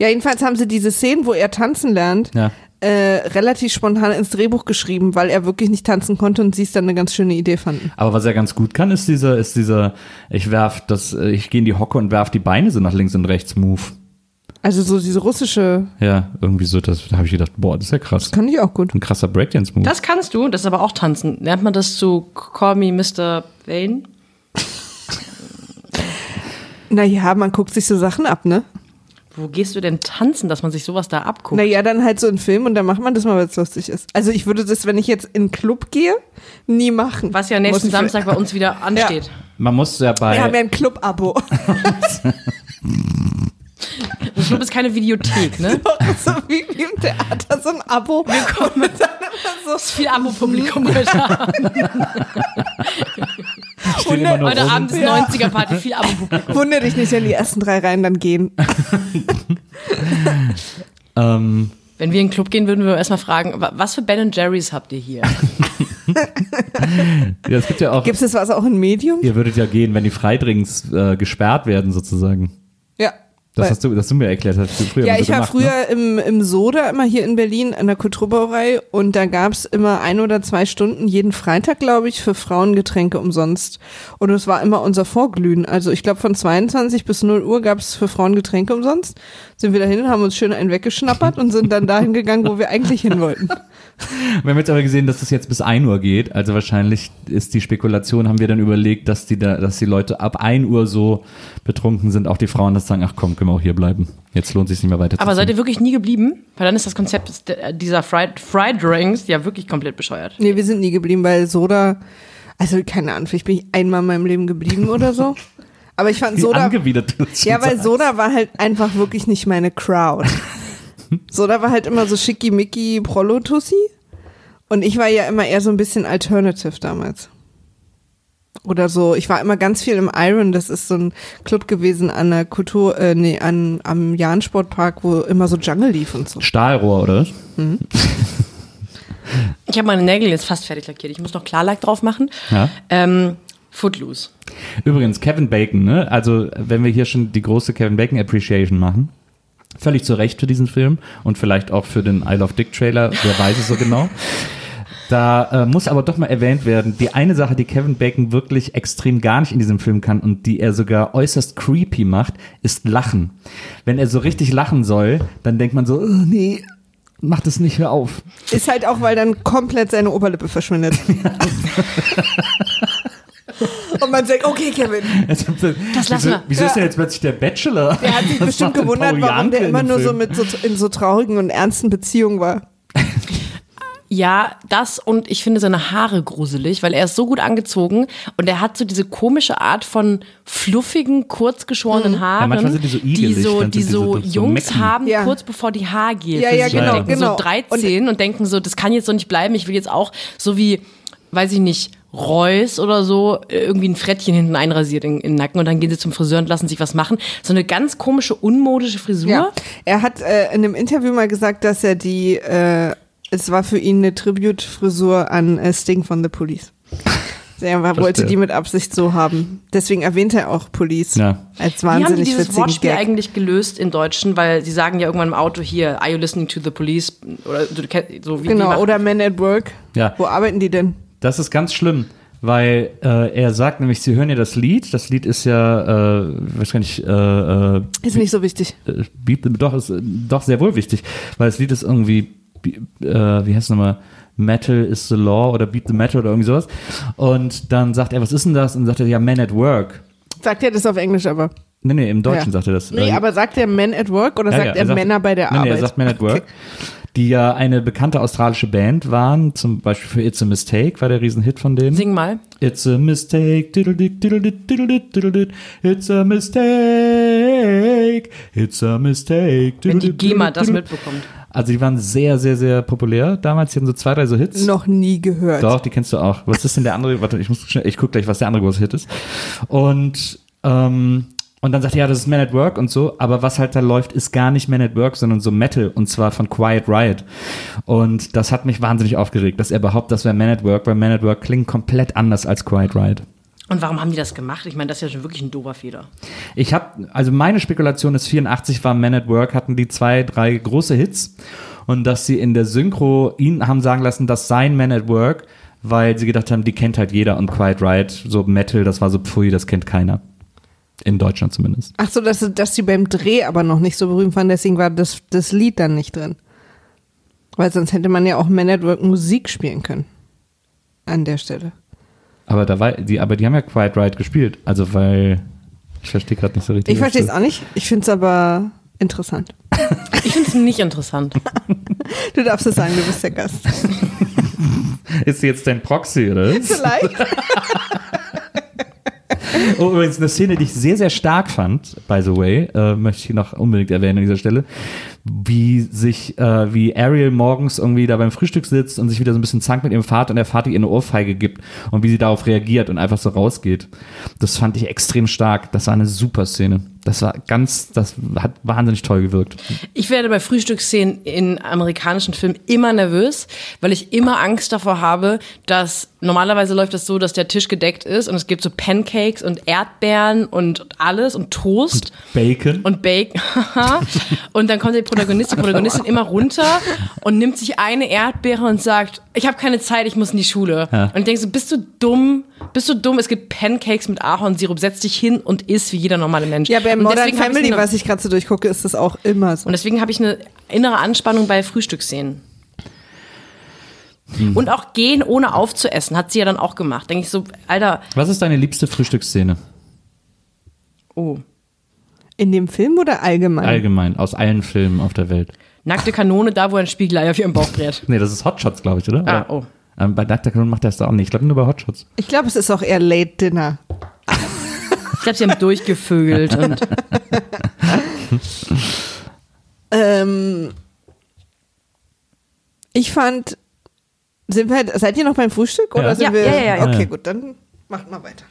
Ja, jedenfalls haben sie diese Szenen, wo er tanzen lernt, Ja. äh, relativ spontan ins Drehbuch geschrieben, weil er wirklich nicht tanzen konnte und sie es dann eine ganz schöne Idee fanden. Aber was er ganz gut kann, ist dieser, ist dieser, ich werf das, äh, ich gehe in die Hocke und werf die Beine so nach links und rechts Move. Also so diese russische, Ja, irgendwie so, das da habe ich gedacht, boah, das ist ja krass. kann ich auch gut. Ein krasser Breakdance-Move. Das kannst du, das ist aber auch tanzen. Lernt man das zu Call Me Mr. Vane? Naja, man guckt sich so Sachen ab, ne? Wo gehst du denn tanzen, dass man sich sowas da abguckt? Naja, dann halt so einen Film und dann macht man das mal, weil es lustig ist. Also ich würde das, wenn ich jetzt in einen Club gehe, nie machen. Was ja Muss nächsten ich- Samstag bei uns *laughs* wieder ansteht. Man muss ja bei, Wir haben ja ein Club-Abo. *laughs* Das Club ist Also keine Videothek, *laughs* ne? so wie, wie im Theater, so ein Abo. Willkommen. Und dann immer so Das ist viel *laughs* Abo-Publikum heute Abend. steht immer nur Heute rum. Abend ist Ja. 90er-Party, viel Abo-Publikum. Wundere dich nicht, wenn die ersten drei Reihen dann gehen. Ähm, Wenn wir in den Club gehen, würden wir erstmal fragen, wa- was für Ben Jerry's habt ihr hier? ja, es gibt ja auch, Gibt es das was auch in Medium? ihr würdet ja gehen, wenn die Freidrinks äh, gesperrt werden sozusagen. Ja. Das Weil- hast du, das du mir erklärt, hast du früher ja, immer so ich war gemacht, früher ne? im, im Soda immer hier in Berlin an der Kulturbrauerei und da gab's immer ein oder zwei Stunden jeden Freitag, glaube ich, für Frauengetränke umsonst. Und es war immer unser Vorglühen. Also ich glaube von 22 bis 0 Uhr gab's für Frauengetränke umsonst. Sind wir dahin, haben uns schön einen weggeschnappert und sind dann dahin gegangen, wo wir eigentlich hin wollten. Wir haben jetzt aber gesehen, dass das jetzt bis 1 Uhr geht. Also wahrscheinlich ist die Spekulation, haben wir dann überlegt, dass die, da, dass die Leute ab 1 Uhr so betrunken sind, auch die Frauen, dass sagen, ach komm, können wir auch hier bleiben. Jetzt lohnt es sich nicht mehr weiter. Aber seid ihr wirklich nie geblieben? Weil dann ist das Konzept des- der- dieser Fried, Fried Drinks ja wirklich komplett bescheuert. Nee, wir sind nie geblieben, weil Soda, also keine Ahnung, vielleicht bin ich einmal in meinem Leben geblieben oder so. Aber ich fand Soda. Soda. Angewidert. ist Ja, schon weil so. Soda war halt einfach wirklich nicht meine Crowd. Soda war halt immer so schickimicki Prollo-Tussi. Und ich war ja immer eher so ein bisschen alternative damals. Oder so. Ich war immer ganz viel im Iron. Das ist so ein Club gewesen an der Kultur, äh, nee, an, am Jahn-Sportpark, wo immer so Jungle lief und so. Stahlrohr, oder? was? Ich habe meine Nägel jetzt fast fertig lackiert. Ich muss noch Klarlack drauf machen. Ja. Ähm, Footloose. Übrigens, Kevin Bacon, ne? Also, wenn wir hier schon die große Kevin Bacon Appreciation machen. Völlig zu Recht für diesen Film und vielleicht auch für den I Love Dick Trailer, wer weiß es so genau. Da äh, muss aber doch mal erwähnt werden, die eine Sache, die Kevin Bacon wirklich extrem gar nicht in diesem Film kann und die er sogar äußerst creepy macht, ist Lachen. Wenn er so richtig lachen soll, dann denkt man so, "Oh, nee, mach das nicht, hör auf. Ist halt auch, weil dann komplett seine Oberlippe verschwindet. und man sagt, okay, Kevin. Das lassen wieso, wir. Also, wieso ist denn jetzt plötzlich der Bachelor? Er hat sich Was bestimmt macht denn gewundert, Paul warum Janke der in immer dem nur so Film? mit so, in so traurigen und ernsten Beziehungen war. Ja, das und ich finde seine Haare gruselig, weil er ist so gut angezogen und er hat so diese komische Art von fluffigen, kurz geschorenen Haaren, Mhm. manchmal sind die so igelig, die so, dann die sind die so- so so Jungs Mecken. haben, Ja. kurz bevor die Haargel Ja, für ja, sich genau, entdecken. genau. So 13 und, denken so, das kann jetzt so nicht bleiben, ich will jetzt auch so wie, weiß ich nicht, Reus oder so, äh, irgendwie ein Frettchen hinten einrasiert in, in den Nacken und dann gehen sie zum Friseur und lassen sich was machen. So eine ganz komische, unmodische Frisur. Ja. Er hat äh, in einem Interview mal gesagt, dass er die, äh, es war für ihn eine Tribute-Frisur an äh, Sting von *laughs* The Police. Er war, wollte die mit Absicht so haben. Deswegen erwähnt er auch Police Ja. als Wie haben die wahnsinnig dieses witzigen Wortspiel Gag. eigentlich gelöst in Deutschen? Weil sie sagen ja irgendwann im Auto hier, are you listening to the police? Oder du kennst- so wie wie Genau, macht- oder Men at Work. Ja. Wo arbeiten die denn? Das ist ganz schlimm, weil äh, er sagt nämlich, sie hören ja das Lied. Das Lied ist ja, äh, weiß gar nicht, äh, äh, Ist nicht so wichtig. äh, Beat them, doch, ist äh, doch sehr wohl wichtig, weil das Lied ist irgendwie, äh, wie heißt es nochmal, Metal is the Law oder Beat the Metal oder irgendwie sowas. Und dann sagt er, was ist denn das? Und dann sagt er, ja, Man at Work. Sagt er das auf Englisch aber? Nee, nee, im Deutschen Ja. sagt er das. Nee, Äh, aber sagt er Men at Work oder Ja, sagt ja, er, Männer bei der nee, Arbeit? Nee, er sagt Men at Work, die ja eine bekannte australische Band waren, zum Beispiel für It's a Mistake war der Riesenhit von denen. Sing mal. It's a mistake, diddle-dick, diddle-dick, diddle-dick, diddle-dick. It's a mistake, it's a mistake. Wenn die diddle-dick, GEMA das diddle-dick. mitbekommt. Also die waren sehr, sehr, sehr populär damals. Die haben so zwei, drei so Hits. Noch nie gehört. Doch, die kennst du auch. Was ist denn der andere? Warte, ich muss schnell, ich guck gleich, was der andere große Hit ist. Und, ähm, und dann sagt er, ja, das ist Man at Work und so, aber was halt da läuft, ist gar nicht Man at Work, sondern so Metal und zwar von Quiet Riot. Und das hat mich wahnsinnig aufgeregt, dass er behauptet, das wäre Man at Work, weil Man at Work klingt komplett anders als Quiet Riot. Und warum haben die das gemacht? Ich meine, das ist ja schon wirklich ein dober Fehler. Ich habe, also meine Spekulation ist 84 war Man at Work, hatten die zwei, drei große Hits und dass sie in der Synchro ihn haben sagen lassen, das sein Man at Work, weil sie gedacht haben, die kennt halt jeder und Quiet Riot, so Metal, das war so Pfui, das kennt keiner. In Deutschland zumindest. Ach so, dass, dass sie beim Dreh aber noch nicht so berühmt waren, deswegen war das, das Lied dann nicht drin. Weil sonst hätte man ja auch Man at Work Musik spielen können. An der Stelle. Aber da war, die, aber die haben ja Quiet Riot gespielt, also weil ich verstehe gerade nicht so richtig. Ich was verstehe es das- auch nicht. Ich finde es aber interessant. Ich finde es nicht interessant. Du darfst es sagen, du bist der Gast. *laughs* Ist sie jetzt dein Proxy, *laughs* oder? was? Vielleicht. Oh, übrigens eine Szene, die ich sehr, sehr stark fand, by the way, äh, möchte ich noch unbedingt erwähnen an dieser Stelle, wie sich, äh, wie Ariel morgens irgendwie da beim Frühstück sitzt und sich wieder so ein bisschen zankt mit ihrem Vater und der Vater ihr eine Ohrfeige gibt und wie sie darauf reagiert und einfach so rausgeht. Das fand ich extrem stark. Das war eine super Szene. Das war ganz, das hat wahnsinnig toll gewirkt. Ich werde bei Frühstücksszenen in amerikanischen Filmen immer nervös, weil ich immer Angst davor habe, dass normalerweise läuft das so, dass der Tisch gedeckt ist und es gibt so Pancakes und Erdbeeren und alles und Toast. Bacon. und Bacon. *laughs* und dann kommt der Protagonist, die Protagonistin immer runter und nimmt sich eine Erdbeere und sagt, ich habe keine Zeit, ich muss in die Schule. Und ich denke so, bist du dumm? Bist du dumm? Es gibt Pancakes mit Ahornsirup. Setz dich hin und iss wie jeder normale Mensch. Ja, bei Und Modern deswegen hab ich Family, eine- was ich gerade so durchgucke, ist das auch immer so. Und deswegen habe ich eine innere Anspannung bei Frühstücksszenen. Und auch gehen, ohne aufzuessen, hat sie ja dann auch gemacht. Denke ich so, Alter, Was ist deine liebste Frühstücksszene? oh. In dem Film oder allgemein? Allgemein, aus allen Filmen auf der Welt. Nackte Kanone, da wo ein Spiegeleier für ihren Bauch dreht. Nee, das ist Hotshots, glaube ich, oder? Ah, Oder- oh. Ähm, bei Dr. Kanon macht er das auch nicht. Ich glaube nur bei Hotshots. ich glaube, es ist auch eher Late Dinner. Ich glaube, sie haben durchgevögelt und Ähm, ich fand, sind wir, seid ihr noch beim Frühstück oder Ja. sind Ja, wir? ja, ja, ja. okay, Ja. gut, dann macht mal weiter.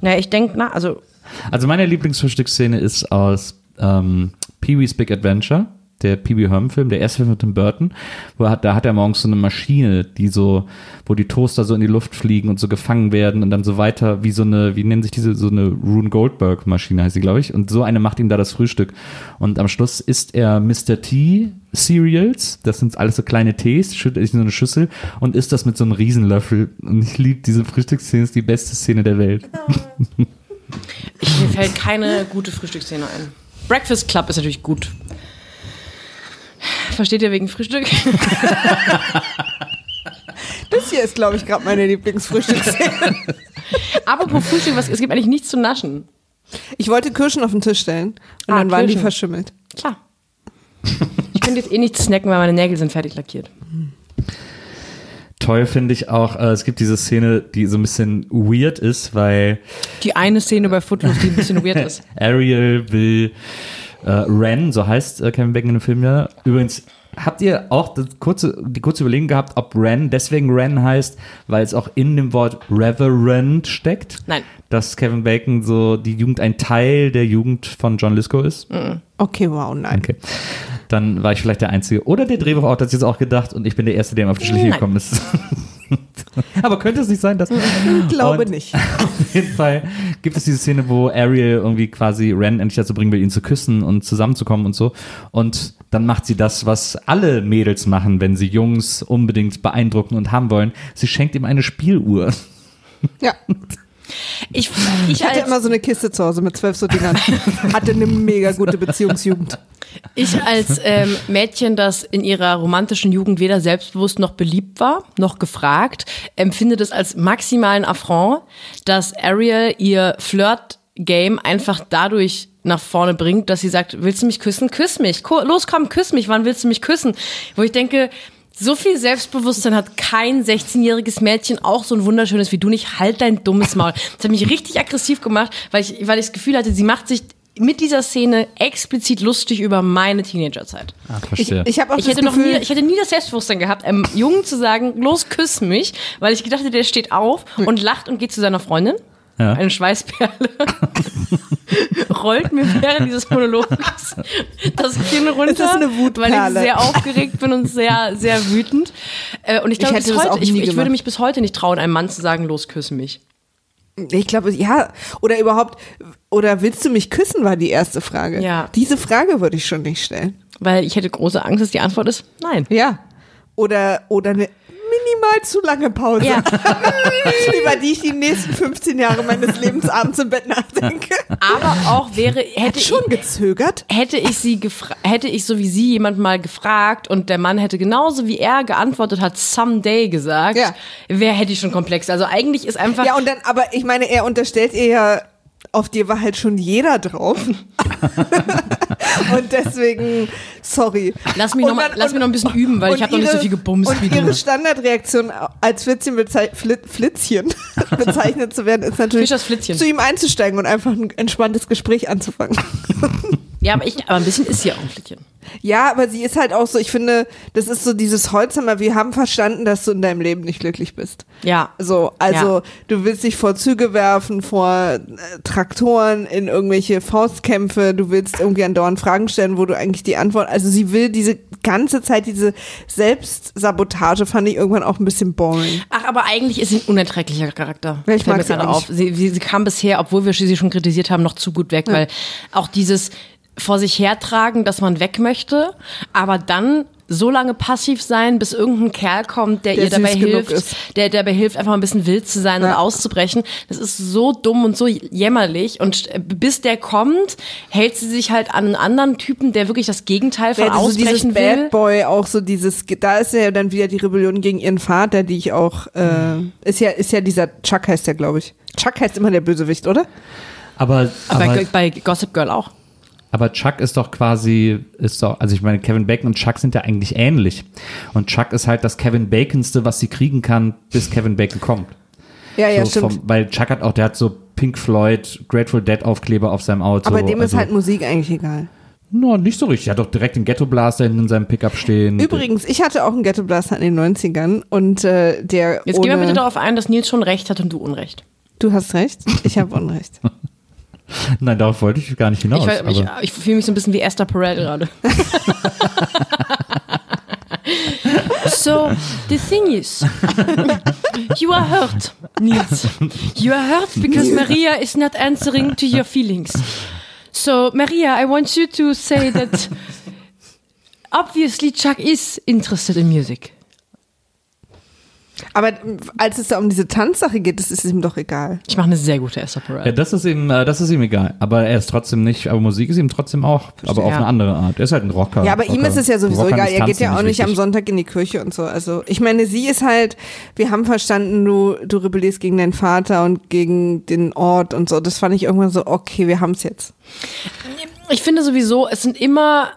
Naja, ich denke, na, also Also meine Lieblingsfrühstücksszene ist aus ähm, Pee-wee's Big Adventure, der Pee-wee Herman-Film, der erste Film mit Tim Burton. Wo er hat, da hat er morgens so eine Maschine, die so, wo die Toaster so in die Luft fliegen und so gefangen werden und dann so weiter, wie so eine, wie nennen sich diese, so eine Rune Goldberg-Maschine heißt sie, glaube ich. Und so eine macht ihm da das Frühstück. Und am Schluss isst er Mr. T. Cereals, das sind alles so kleine Tees, schüttet sich in so eine Schüssel und isst das mit so einem Riesenlöffel. Und ich liebe diese Frühstücksszene, ist die beste Szene der Welt. ich, mir fällt keine gute Frühstücksszene ein. Breakfast Club ist natürlich gut. Versteht ihr wegen Frühstück? *laughs* Das hier ist, glaube ich, gerade meine *laughs* Lieblingsfrühstücksszene. Apropos Frühstück, was, es gibt eigentlich nichts zu naschen. ich wollte Kirschen auf den Tisch stellen und Ah, dann waren die Kirschen. verschimmelt. Klar. Ich könnte jetzt eh nichts snacken, weil meine Nägel sind fertig lackiert. Toll finde ich auch, äh, es gibt diese Szene, die so ein bisschen weird ist, weil Die eine Szene bei Footloose, die ein bisschen weird ist. Ariel will äh, Ren, so heißt äh, Kevin Bacon in dem Film ja. Übrigens, habt ihr auch das kurze, die kurze Überlegung gehabt, ob Ren deswegen Ren heißt, weil es auch in dem Wort Reverend steckt? Nein. Dass Kevin Bacon so die Jugend ein Teil der Jugend von John Lithgow ist? Okay, wow, nein. Okay. Dann war ich vielleicht der Einzige. Oder der Drehbuchautor hat es jetzt auch gedacht und ich bin der Erste, der ihm auf die Schliche Nein. gekommen ist. *laughs* Aber könnte es nicht sein, dass. Ich glaube Und- nicht. Auf jeden Fall gibt es diese Szene, wo Ariel irgendwie quasi Ren endlich dazu bringen will, ihn zu küssen und zusammenzukommen und so. Und dann macht sie das, was alle Mädels machen, wenn sie Jungs unbedingt beeindrucken und haben wollen. Sie schenkt ihm eine Spieluhr. Ja, Ich, ich, hatte als, immer so eine Kiste zu Hause mit zwölf so *laughs* Dingern. Hatte eine mega gute Beziehungsjugend. ich als ähm, Mädchen, das in ihrer romantischen Jugend weder selbstbewusst noch beliebt war, noch gefragt, empfinde das als maximalen Affront, dass Ariel ihr Flirt-Game einfach dadurch nach vorne bringt, dass sie sagt, willst du mich küssen? Küss mich. Ko- Los, komm, küss mich. Wann willst du mich küssen? Wo ich denke, so viel Selbstbewusstsein hat kein 16-jähriges Mädchen, auch so ein wunderschönes wie du nicht. Halt dein dummes Maul. Das hat mich richtig aggressiv gemacht, weil ich, weil ich das Gefühl hatte, sie macht sich mit dieser Szene explizit lustig über meine Teenagerzeit. Ach, Ich, verstehe. ich habe auch Ich das hätte, noch Gefühl, nie, ich hätte nie das Selbstbewusstsein gehabt, einem Jungen zu sagen, los, küss mich, weil ich gedacht hätte, der steht auf Hm. und lacht und geht zu seiner Freundin. Ja. Eine Schweißperle *laughs* rollt mir während dieses Monologs das Kinn runter, ist eine Wutperle. weil ich sehr aufgeregt bin und sehr, sehr wütend. Äh, Und ich glaube, hätte bis das heute- auch ich, nie ich würde gemacht. mich bis heute nicht trauen, einem Mann zu sagen, los, küss mich. Ich glaube, ja, oder überhaupt, oder willst du mich küssen, war die erste Frage. Ja. Diese Frage würde ich schon nicht stellen. Weil ich hätte große Angst, dass die Antwort ist, nein. Ja. Oder, oder eine minimal zu lange Pause, *laughs* über die ich die nächsten 15 Jahre meines Lebens abends im Bett nachdenke. Aber auch wäre, hätte ich, Schon gezögert. hätte ich sie gefra- hätte ich so wie sie jemand mal gefragt und der Mann hätte genauso wie er geantwortet hat someday gesagt, Ja. wer hätte ich schon komplex. Also eigentlich ist einfach Ja, und dann, aber ich meine, er unterstellt ihr ja, auf dir war halt schon jeder drauf. *laughs* und deswegen, sorry. Lass mich Und noch mal- dann- lass mich noch ein bisschen üben, weil und ich hab noch nicht ihre- so viel gebumst Und wie du. ihre Standardreaktion, als Flitzchen, bezei Flit Flitzchen *laughs* bezeichnet zu werden, ist natürlich, Fischers Flitzchen. zu ihm einzusteigen und einfach ein entspanntes Gespräch anzufangen. ja, aber ich aber ein bisschen ist sie auch ein Flittchen. Ja, aber sie ist halt auch so, ich finde, das ist so dieses Holzhammer, wir haben verstanden, dass du in deinem Leben nicht glücklich bist. Ja. So, also Ja. du willst dich vor Züge werfen, vor äh, Traktoren, in irgendwelche Faustkämpfe, du willst irgendwie andauernd Fragen stellen, wo du eigentlich die Antwort, also sie will diese ganze Zeit, diese Selbstsabotage fand ich irgendwann auch ein bisschen boring. Ach, aber eigentlich ist sie ein unerträglicher Charakter. Ja, ich Fällt mag mir sie gerade auch auf. Sie, sie, sie kam bisher, obwohl wir sie schon kritisiert haben, noch zu gut weg, weil auch dieses vor sich hertragen, dass man weg möchte, aber dann so lange passiv sein, bis irgendein Kerl kommt, der, Der ihr dabei süß genug hilft, ist. der dabei hilft, einfach ein bisschen wild zu sein und Ja. auszubrechen. Das ist so dumm und so jämmerlich. Und st- bis der kommt, hält sie sich halt an einen anderen Typen, der wirklich das Gegenteil von Ja, Also so dieses ausbrechen will. Bad Boy, auch so dieses, da ist ja dann wieder die Rebellion gegen ihren Vater, die ich auch, äh, Mhm. ist ja, ist ja dieser Chuck heißt der, glaube ich. Chuck heißt immer der Bösewicht, oder? Aber, aber, bei, bei Gossip Girl auch. aber Chuck ist doch quasi, ist doch, also ich meine, Kevin Bacon und Chuck sind ja eigentlich ähnlich. Und Chuck ist halt das Kevin Baconste, was sie kriegen kann, bis Kevin Bacon kommt. Ja, ja, so stimmt. vom, weil Chuck hat auch, der hat so Pink Floyd, Grateful Dead Aufkleber auf seinem Auto. Aber dem also, ist halt Musik eigentlich egal. No, nicht so richtig. Er hat doch direkt den Ghetto Blaster hinten in seinem Pickup stehen. Übrigens, ich hatte auch einen Ghetto Blaster in den 90ern und äh, der Jetzt ohne, gehen wir bitte darauf ein, dass Nils schon recht hat und du Unrecht. Du hast recht, ich *laughs* habe Unrecht. Nein, darauf wollte ich gar nicht hinaus. Ich, weiß- ich, aber ich fühle mich so ein bisschen wie Esther Perel gerade. so, the thing is, you are hurt, Nils. You are hurt because Maria is not answering to your feelings. So, Maria, I want you to say that obviously Chuck is interested in music. Aber äh, als es da um diese Tanzsache geht, das ist ihm doch egal. Ich mache eine sehr gute Esther Perel. ja, das ist ihm, äh, das ist ihm egal. Aber er ist trotzdem nicht, aber Musik ist ihm trotzdem auch, aber auf Ja. eine andere Art. Er ist halt ein Rocker. Ja, aber Rocker. ihm ist es ja sowieso Rockern egal. ist Er geht Tanzen ja auch nicht am wichtig. Sonntag in die Kirche und so. Also, ich meine, sie ist halt, wir haben verstanden, du, du rebellierst gegen deinen Vater und gegen den Ort und so. Das fand ich irgendwann so, okay, wir haben's jetzt. Ich finde sowieso, es sind immer.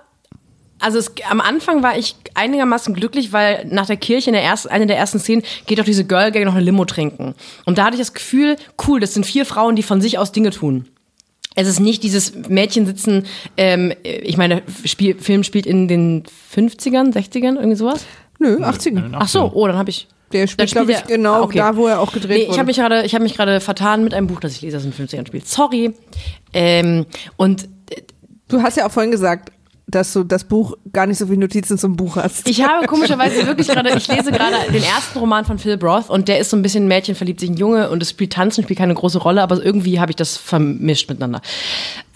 Also es, am Anfang war ich einigermaßen glücklich, weil nach der Kirche in der ersten, einer der ersten Szenen geht doch diese Girl Gang noch eine Limo trinken. Und da hatte ich das Gefühl, cool, das sind vier Frauen, die von sich aus Dinge tun. Es ist nicht dieses Mädchen sitzen, ähm, ich meine, Spiel, Film spielt in den 50ern, 60ern, irgendwie sowas. Nö, 80er. Ach so, oh, dann habe ich. Der dann spielt, glaube ich, er- genau ah, okay. da, wo er auch gedreht Nee, ich habe wurde. mich gerade, ich habe mich gerade vertan mit einem Buch, das ich lese, das in den 50ern spielt. Sorry. Ähm, und Du hast ja auch vorhin gesagt, dass du das Buch gar nicht so viele Notizen zum Buch hast. Ich habe komischerweise wirklich gerade, ich lese gerade den ersten Roman von Phil Broth und der ist so ein bisschen Mädchen verliebt sich in Junge und es spielt Tanzen, spielt keine große Rolle, aber irgendwie habe ich das vermischt miteinander.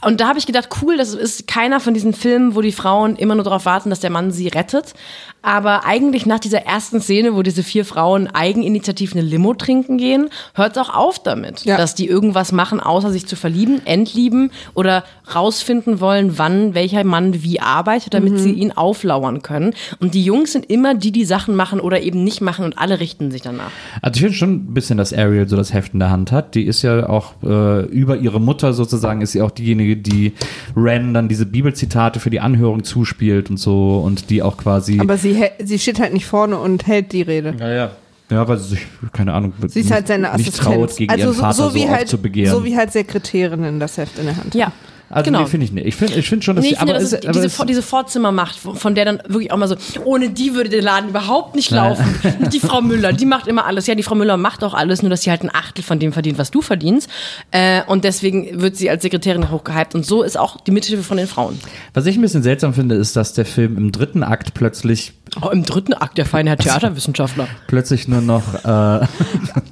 Und da habe ich gedacht, cool, das ist keiner von diesen Filmen, wo die Frauen immer nur darauf warten, dass der Mann sie rettet. Aber eigentlich nach dieser ersten Szene, wo diese vier Frauen eigeninitiativ eine Limo trinken gehen, hört es auch auf damit, Ja. dass die irgendwas machen, außer sich zu verlieben, entlieben oder rausfinden wollen, wann welcher Mann wie arbeitet, damit Mhm. sie ihn auflauern können. Und die Jungs sind immer die, die Sachen machen oder eben nicht machen und alle richten sich danach. Also ich finde schon ein bisschen, dass Ariel so das Heft in der Hand hat. Die ist ja auch äh, über ihre Mutter sozusagen, ist sie auch diejenige, die Ren dann diese Bibelzitate für die Anhörung zuspielt und so und die auch quasi. Aber sie, hä- sie steht halt nicht vorne und hält die Rede. ja, ja. Ja, weil sie sich, keine Ahnung, Sie ist halt seine nicht Assistenz. traut, gegen also ihren so- Vater so, so wie halt, aufzubegehren. So wie halt Sekretärinnen das Heft in der Hand. Ja. also genau. nee, finde ich nicht. Ich finde ich find schon, dass Nee, sie, ich finde, aber das es- ist aber diese, es- Vor- diese Vorzimmermacht, wo- von der dann wirklich auch mal so, ohne die würde der Laden überhaupt nicht laufen. Die Frau Müller, die macht immer alles. Ja, die Frau Müller macht auch alles, nur dass sie halt ein Achtel von dem verdient, was du verdienst. Äh, und deswegen wird sie als Sekretärin hochgehypt. Und so ist auch die Mithilfe von den Frauen. Was ich ein bisschen seltsam finde, ist, dass der Film im dritten Akt plötzlich Oh, Im dritten Akt, der feine Herr Theaterwissenschaftler. plötzlich nur noch äh,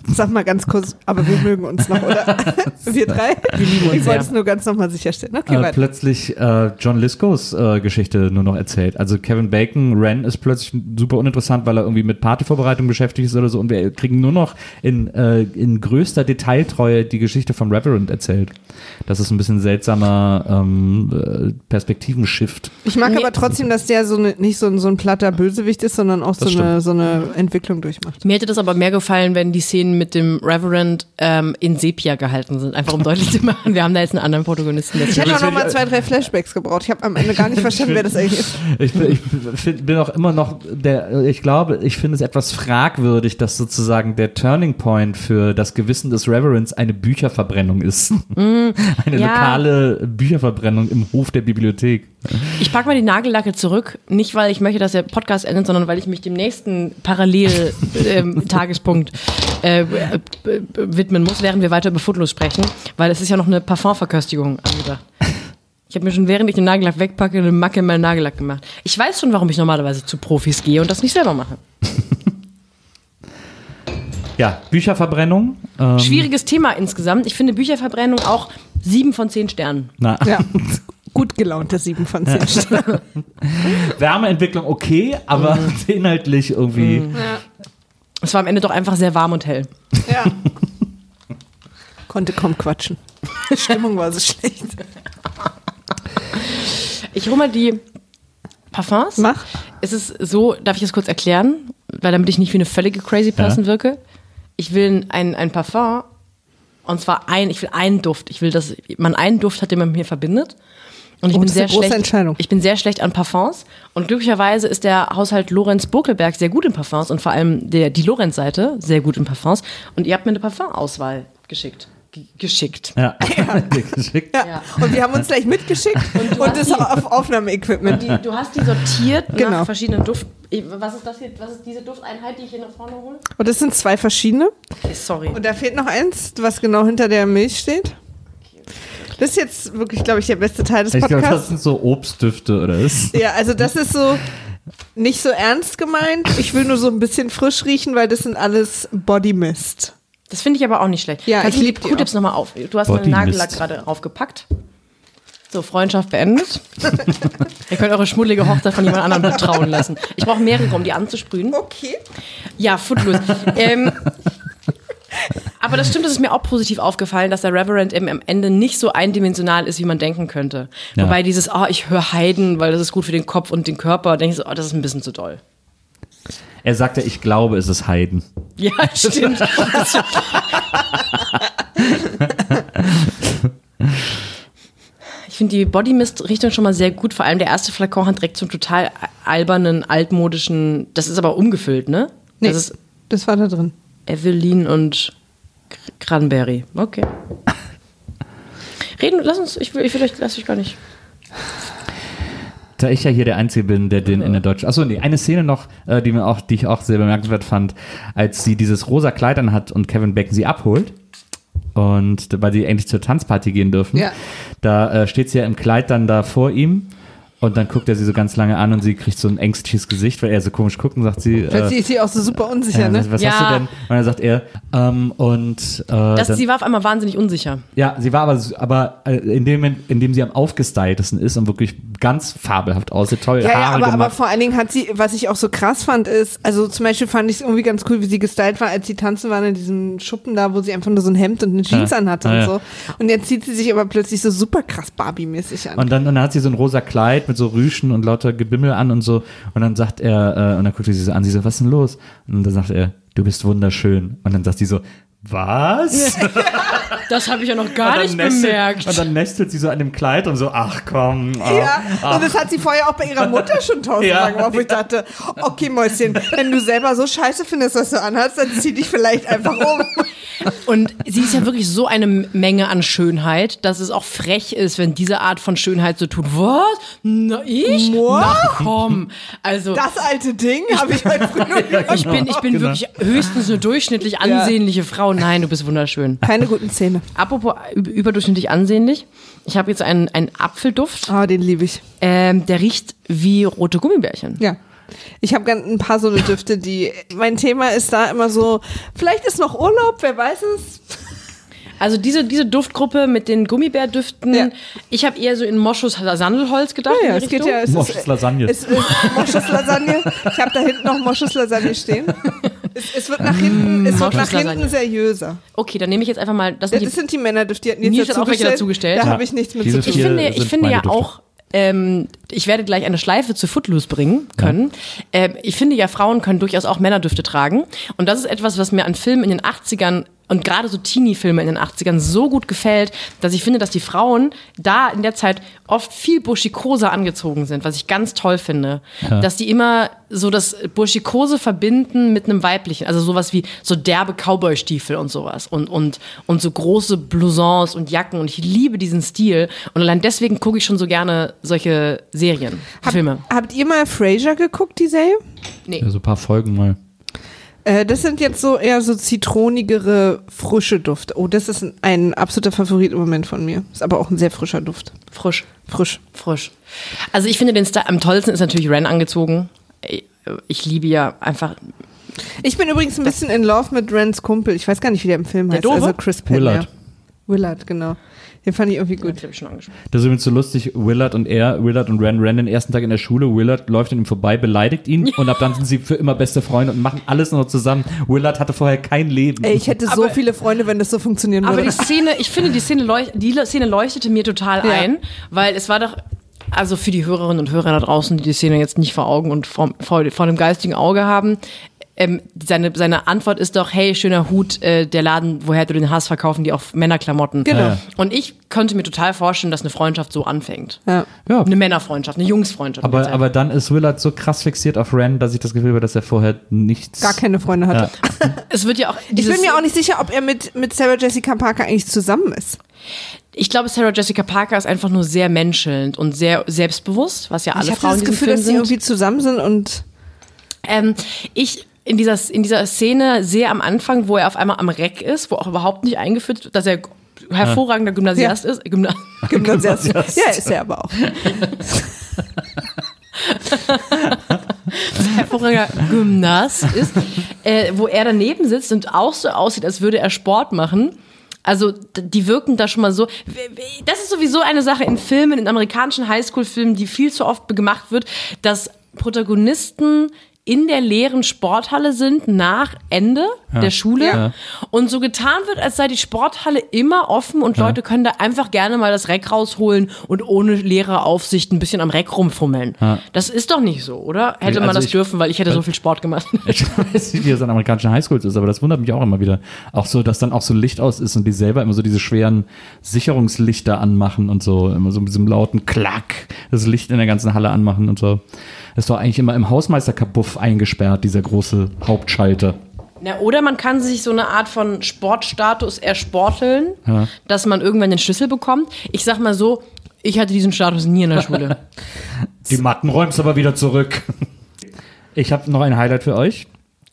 Sag mal ganz kurz, aber wir mögen uns noch, *laughs* oder? wir drei? Wir lieben uns, ich wollte es nur ganz nochmal sicherstellen. Okay, äh, weiter. plötzlich äh, John Lithgows äh, Geschichte nur noch erzählt. Also Kevin Bacon, Ren ist plötzlich super uninteressant, weil er irgendwie mit Partyvorbereitung beschäftigt ist oder so und wir kriegen nur noch in, äh, in größter Detailtreue die Geschichte von Reverend erzählt. Das ist ein bisschen seltsamer ähm, äh, Perspektivenshift. Ich mag Nee. aber trotzdem, dass der so ne, nicht so, ein- so ein platter Bösewicht ist, sondern auch so Das eine, so eine Entwicklung durchmacht. Mir hätte das aber mehr gefallen, wenn die Szenen mit dem Reverend ähm, in Sepia gehalten sind. Einfach um deutlich zu machen, wir haben da jetzt einen anderen Protagonisten. Ich hätte auch noch mal zwei, drei Flashbacks gebraucht. Ich habe am Ende *laughs* gar nicht verstanden, wer das eigentlich ist. Ich, bin- ich find, bin auch immer noch der, ich glaube, ich finde es etwas fragwürdig, dass sozusagen der Turning Point für das Gewissen des Reverends eine Bücherverbrennung ist. eine ja. lokale Bücherverbrennung im Hof der Bibliothek. Ich pack mal die Nagellacke zurück, nicht weil ich möchte, dass der Podcast endet, sondern weil ich mich dem nächsten Parallel-Tagespunkt äh, äh, b- b- widmen muss, während wir weiter über Footloose sprechen, weil es ist ja noch eine Parfumverköstigung angedacht. Ich habe mir schon, während ich den Nagellack wegpacke, eine Macke in meinen Nagellack gemacht. Ich weiß schon, warum ich normalerweise zu Profis gehe und das nicht selber mache. Ja, Bücherverbrennung. Ähm, *laughs* Schwieriges Thema insgesamt. Ich finde Bücherverbrennung auch sieben von zehn Sternen. Na, Ja. gut gelaunte 7 von 10 Sternen. Wärmeentwicklung okay, aber *laughs* inhaltlich irgendwie. Es war am Ende doch einfach sehr warm und hell. Ja. *laughs* Konnte kaum quatschen. Stimmung war so schlecht. Ich hole mal die Parfums. Mach. Es ist so, darf ich das kurz erklären? Weil damit ich nicht wie eine völlige crazy person Ja. wirke. Ich will ein, ein Parfum und zwar ein, ich will einen Duft. Ich will, dass man einen Duft hat, den man mit mir verbindet. Und ich Oh, bin das ist sehr eine große schlecht. Entscheidung. Ich bin sehr schlecht an Parfums und glücklicherweise ist der Haushalt Lorenz Burkelberg sehr gut in Parfums und vor allem der, die Lorenz-Seite sehr gut in Parfums. Und ihr habt mir eine Parfumauswahl geschickt. G geschickt. Ja. *laughs* Geschickt. Ja. Und wir haben uns gleich mitgeschickt und, das auf Aufnahmeequipment. Die, du hast die sortiert Genau. nach verschiedenen Duft. Was ist das hier? Was ist diese Dufteinheit, die ich hier nach vorne hole? Und das sind zwei verschiedene. Okay, sorry. Und da fehlt noch eins, was genau hinter der Milch steht. Das ist jetzt wirklich, glaube ich, der beste Teil des Ich glaube, Podcasts. das sind so Obstdüfte oder ist. Ja, also das ist so nicht so ernst gemeint. Ich will nur so ein bisschen frisch riechen, weil das sind alles Body Mist. das finde ich aber auch nicht schlecht. Ja, Kannst ich du lieb die die Q-Tips nochmal auf. Du hast meinen Body Nagellack Mist. gerade aufgepackt. So, *laughs* Freundschaft beendet. Ihr könnt eure schmuddelige Hochzeit von jemand anderem betrauen lassen. Ich brauche mehrere, um die anzusprühen. Okay. Ja, Footloose. ähm, aber das stimmt, das ist mir auch positiv aufgefallen, dass der Reverend eben am Ende nicht so eindimensional ist, wie man denken könnte. Ja. Wobei dieses, ah, ich höre Heiden, weil das ist gut für den Kopf und den Körper, denke ich so, oh, das ist ein bisschen zu doll. Er sagte, ich glaube, es ist Haydn. *laughs* Ja, stimmt. Also- Ich finde die Bodymist-Richtung schon mal sehr gut. Vor allem der erste Flakon hat direkt zum total albernen, altmodischen. Das ist aber umgefüllt, ne? Nee, Das das, ist war da drin. Evelyn und Gr- Cranberry. Okay. Reden, lass uns, ich will, ich will euch, lass dich gar nicht. Da ich ja hier der Einzige bin, der den in der deutschen. Achso, nee, eine Szene noch, äh, die, mir auch, die ich auch sehr bemerkenswert fand, als sie dieses rosa Kleid anhat und Kevin Bacon sie abholt. Und weil sie endlich zur Tanzparty gehen dürfen, Ja. da äh, steht sie ja im Kleid dann da vor ihm. Und dann guckt er sie so ganz lange an und sie kriegt so ein ängstliches Gesicht, weil er so komisch guckt und sagt sie. Äh, Plötzlich ist sie auch so super unsicher, äh, ne? Was hast Ja. du denn? Und dann sagt er, ähm, und äh, Das, dann, sie war auf einmal wahnsinnig unsicher. ja, sie war aber, so- aber äh, in dem, Moment, in dem sie am aufgestyltesten ist und wirklich ganz fabelhaft aussieht, toll Ja, Haare ja aber, gemacht. aber vor allen Dingen hat sie, was ich auch so krass fand, ist, also zum Beispiel fand ich es irgendwie ganz cool, wie sie gestylt war, als sie tanzen waren in diesem Schuppen da, wo sie einfach nur so ein Hemd und eine Jeans Ja. anhatte Ja, und ja. so. Und jetzt zieht sie sich aber plötzlich so super krass Barbie-mäßig an. Und dann, und dann hat sie so ein rosa Kleid mit so Rüschen und lauter Gebimmel an und so. Und dann sagt er, äh, und dann guckt sie so an, sie so, was ist denn los? Und dann sagt er, du bist wunderschön. Und dann sagt sie so, was? Und Das habe ich ja noch gar dann nicht nestelt- bemerkt. Und dann nestelt sie so an dem Kleid und so, ach komm. ah, Ja, ah. und das hat sie vorher auch bei ihrer Mutter schon tausendmal Ja. gemacht, wo ich dachte, okay Mäuschen, wenn du selber so scheiße findest, was du anhast, dann zieh dich vielleicht einfach um. Und sie ist ja wirklich so eine Menge an Schönheit, dass es auch frech ist, wenn diese Art von Schönheit so tut. Was? Na, ich? What? Na komm. Also, Das alte Ding habe ich halt heute früh noch ich bin, ich bin Genau. wirklich höchstens eine durchschnittlich ansehnliche Frau. Nein, du bist wunderschön. Keine guten Zähne. Apropos üb- überdurchschnittlich ansehnlich. Ich habe jetzt einen, einen Apfelduft, Ah, den liebe ich. ähm, der riecht wie rote Gummibärchen. Ja. Ich habe ganz ein paar so eine Düfte, die. Mein Thema ist da immer so, vielleicht ist noch Urlaub, wer weiß es. Also diese, diese Duftgruppe mit den Gummibärdüften, Ja. ich habe eher so in Moschus Sandelholz gedacht. in die Richtung. Es Moschus Lasagne. Es ist Moschus Lasagne. Ich habe da hinten noch Moschus Lasagne stehen. Es, es wird nach hinten, es wird Moschus nach hinten Lasagne. seriöser. Okay, dann nehme ich jetzt einfach mal, das sind die Das sind die Männerdüfte, die hatten jetzt Nische hat dazu auch welche gestellt. dazugestellt. Da Ja. habe ich nichts mit Diese zu tun. Also Ich Hier finde, sind ich finde meine ja Düfte. auch, ähm, ich werde gleich eine Schleife zu Footloose bringen können. Ähm, ich finde ja, Frauen können durchaus auch Männerdüfte tragen. Und das ist etwas, was mir an Filmen in den 80ern und gerade so Teenie-Filme in den 80ern so gut gefällt, dass ich finde, dass die Frauen da in der Zeit oft viel buschikoser angezogen sind, was ich ganz toll finde. Dass die immer so das Burschikose verbinden mit einem weiblichen, also sowas wie so derbe Cowboy-Stiefel und sowas und, und, und so große Blousons und Jacken und ich liebe diesen Stil und allein deswegen gucke ich schon so gerne solche Serien, Filme. Habt ihr mal Frasier geguckt, die Serie? Ja, so ein paar Folgen mal. Äh, das sind jetzt so eher so zitronigere, frische Duft. Oh, das ist ein, ein absoluter Favorit im Moment von mir. Ist aber auch ein sehr frischer Duft. Frisch, Frisch. frisch. Also ich finde den Stil, am tollsten ist natürlich Ren angezogen. Ich liebe ja einfach, Ich bin übrigens ein bisschen in love mit Rens Kumpel. Ich weiß gar nicht, wie der im Film heißt. Doofe? Also Chris Penn. Willard. Ja. Willard, genau. Den fand ich irgendwie gut. Ich schon angesprochen. Das ist übrigens so lustig, Willard und er, Willard und Ren Ren den ersten Tag in der Schule, Willard läuft an ihm vorbei, beleidigt *laughs* ihn und ab dann sind sie für immer beste Freunde und machen alles nur noch zusammen. Willard hatte vorher kein Leben. Ey, ich hätte so viele Freunde, wenn das so funktionieren Aber würde. die Szene, ich finde, die Szene, leuch die Le- Szene leuchtete mir total Ja. ein, weil es war doch, also für die Hörerinnen und Hörer da draußen, die die Szene jetzt nicht vor Augen und vor, vor, vor dem geistigen Auge haben, ähm, seine, seine Antwort ist doch, hey, schöner Hut, äh, der Laden, woher du den hast, verkaufen die auch Männerklamotten. Genau. Ja, ja. Und ich könnte mir total vorstellen, dass eine Freundschaft so anfängt. ja. ja, Eine Männerfreundschaft, eine Jungsfreundschaft. aber, aber dann ist Willard so krass fixiert auf Ren, dass ich das Gefühl habe, dass er vorher nichts... Gar keine Freunde hatte. es wird ja auch Ich dieses, bin mir auch nicht sicher, ob er mit, mit Sarah Jessica Parker eigentlich zusammen ist. Ich glaube, Sarah Jessica Parker ist einfach nur sehr menschelnd und sehr selbstbewusst, was ja alle ich hatte Frauen das in diesem Gefühl, Film dass sie sind. irgendwie zusammen sind und *laughs* Ähm, ich in dieser, in dieser Szene sehe am Anfang, wo er auf einmal am Reck ist, wo auch überhaupt nicht eingeführt wird, dass er hervorragender Gymnasiast ist. Gymna Gymnasiast. Genau. ja, ist er aber auch. hervorragender Gymnast ist, äh, wo er daneben sitzt und auch so aussieht, als würde er Sport machen. Also d- die wirken da schon mal so. Das ist sowieso eine Sache in Filmen, in amerikanischen Highschool-Filmen, die viel zu oft gemacht wird, dass Protagonisten in der leeren Sporthalle sind nach Ende der Schule Ja. und so getan wird, als sei die Sporthalle immer offen und Leute können da einfach gerne mal das Reck rausholen und ohne Lehreraufsicht ein bisschen am Reck rumfummeln. Das ist doch nicht so, oder? Hätte Also man das ich- dürfen, weil ich hätte so viel Sport gemacht. *laughs* Ich weiß nicht, wie das an amerikanischen Highschools ist, aber das wundert mich auch immer wieder. Auch so, dass dann auch so Licht aus ist und die selber immer so diese schweren Sicherungslichter anmachen und so, immer so mit diesem lauten Klack das Licht in der ganzen Halle anmachen und so. Das war eigentlich immer im Hausmeisterkabuff eingesperrt, dieser große Hauptschalter. *laughs* Na, oder man kann sich so eine Art von Sportstatus ersporteln, dass man irgendwann den Schlüssel bekommt. Ich sag mal so, ich hatte diesen Status nie in *laughs* der Schule. Die Matten räumst aber wieder zurück. Ich habe noch ein Highlight für euch.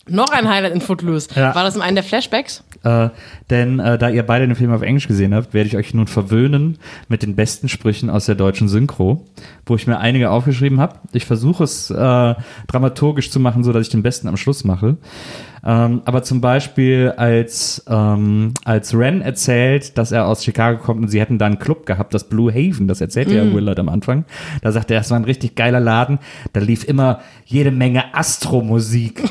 Noch ein Highlight in Footloose. Ja. War das in einem der Flashbacks? Äh, denn äh, da ihr beide den Film auf Englisch gesehen habt, werde ich euch nun verwöhnen mit den besten Sprüchen aus der deutschen Synchro, wo ich mir einige aufgeschrieben habe. Ich versuche es äh, dramaturgisch zu machen, so dass ich den besten am Schluss mache. Ähm, aber zum Beispiel, als, ähm, als Ren erzählt, dass er aus Chicago kommt und sie hätten da einen Club gehabt, das Blue Haven, das erzählt ja Willard am Anfang. Da sagt er, das war ein richtig geiler Laden. Da lief immer jede Menge Astromusik.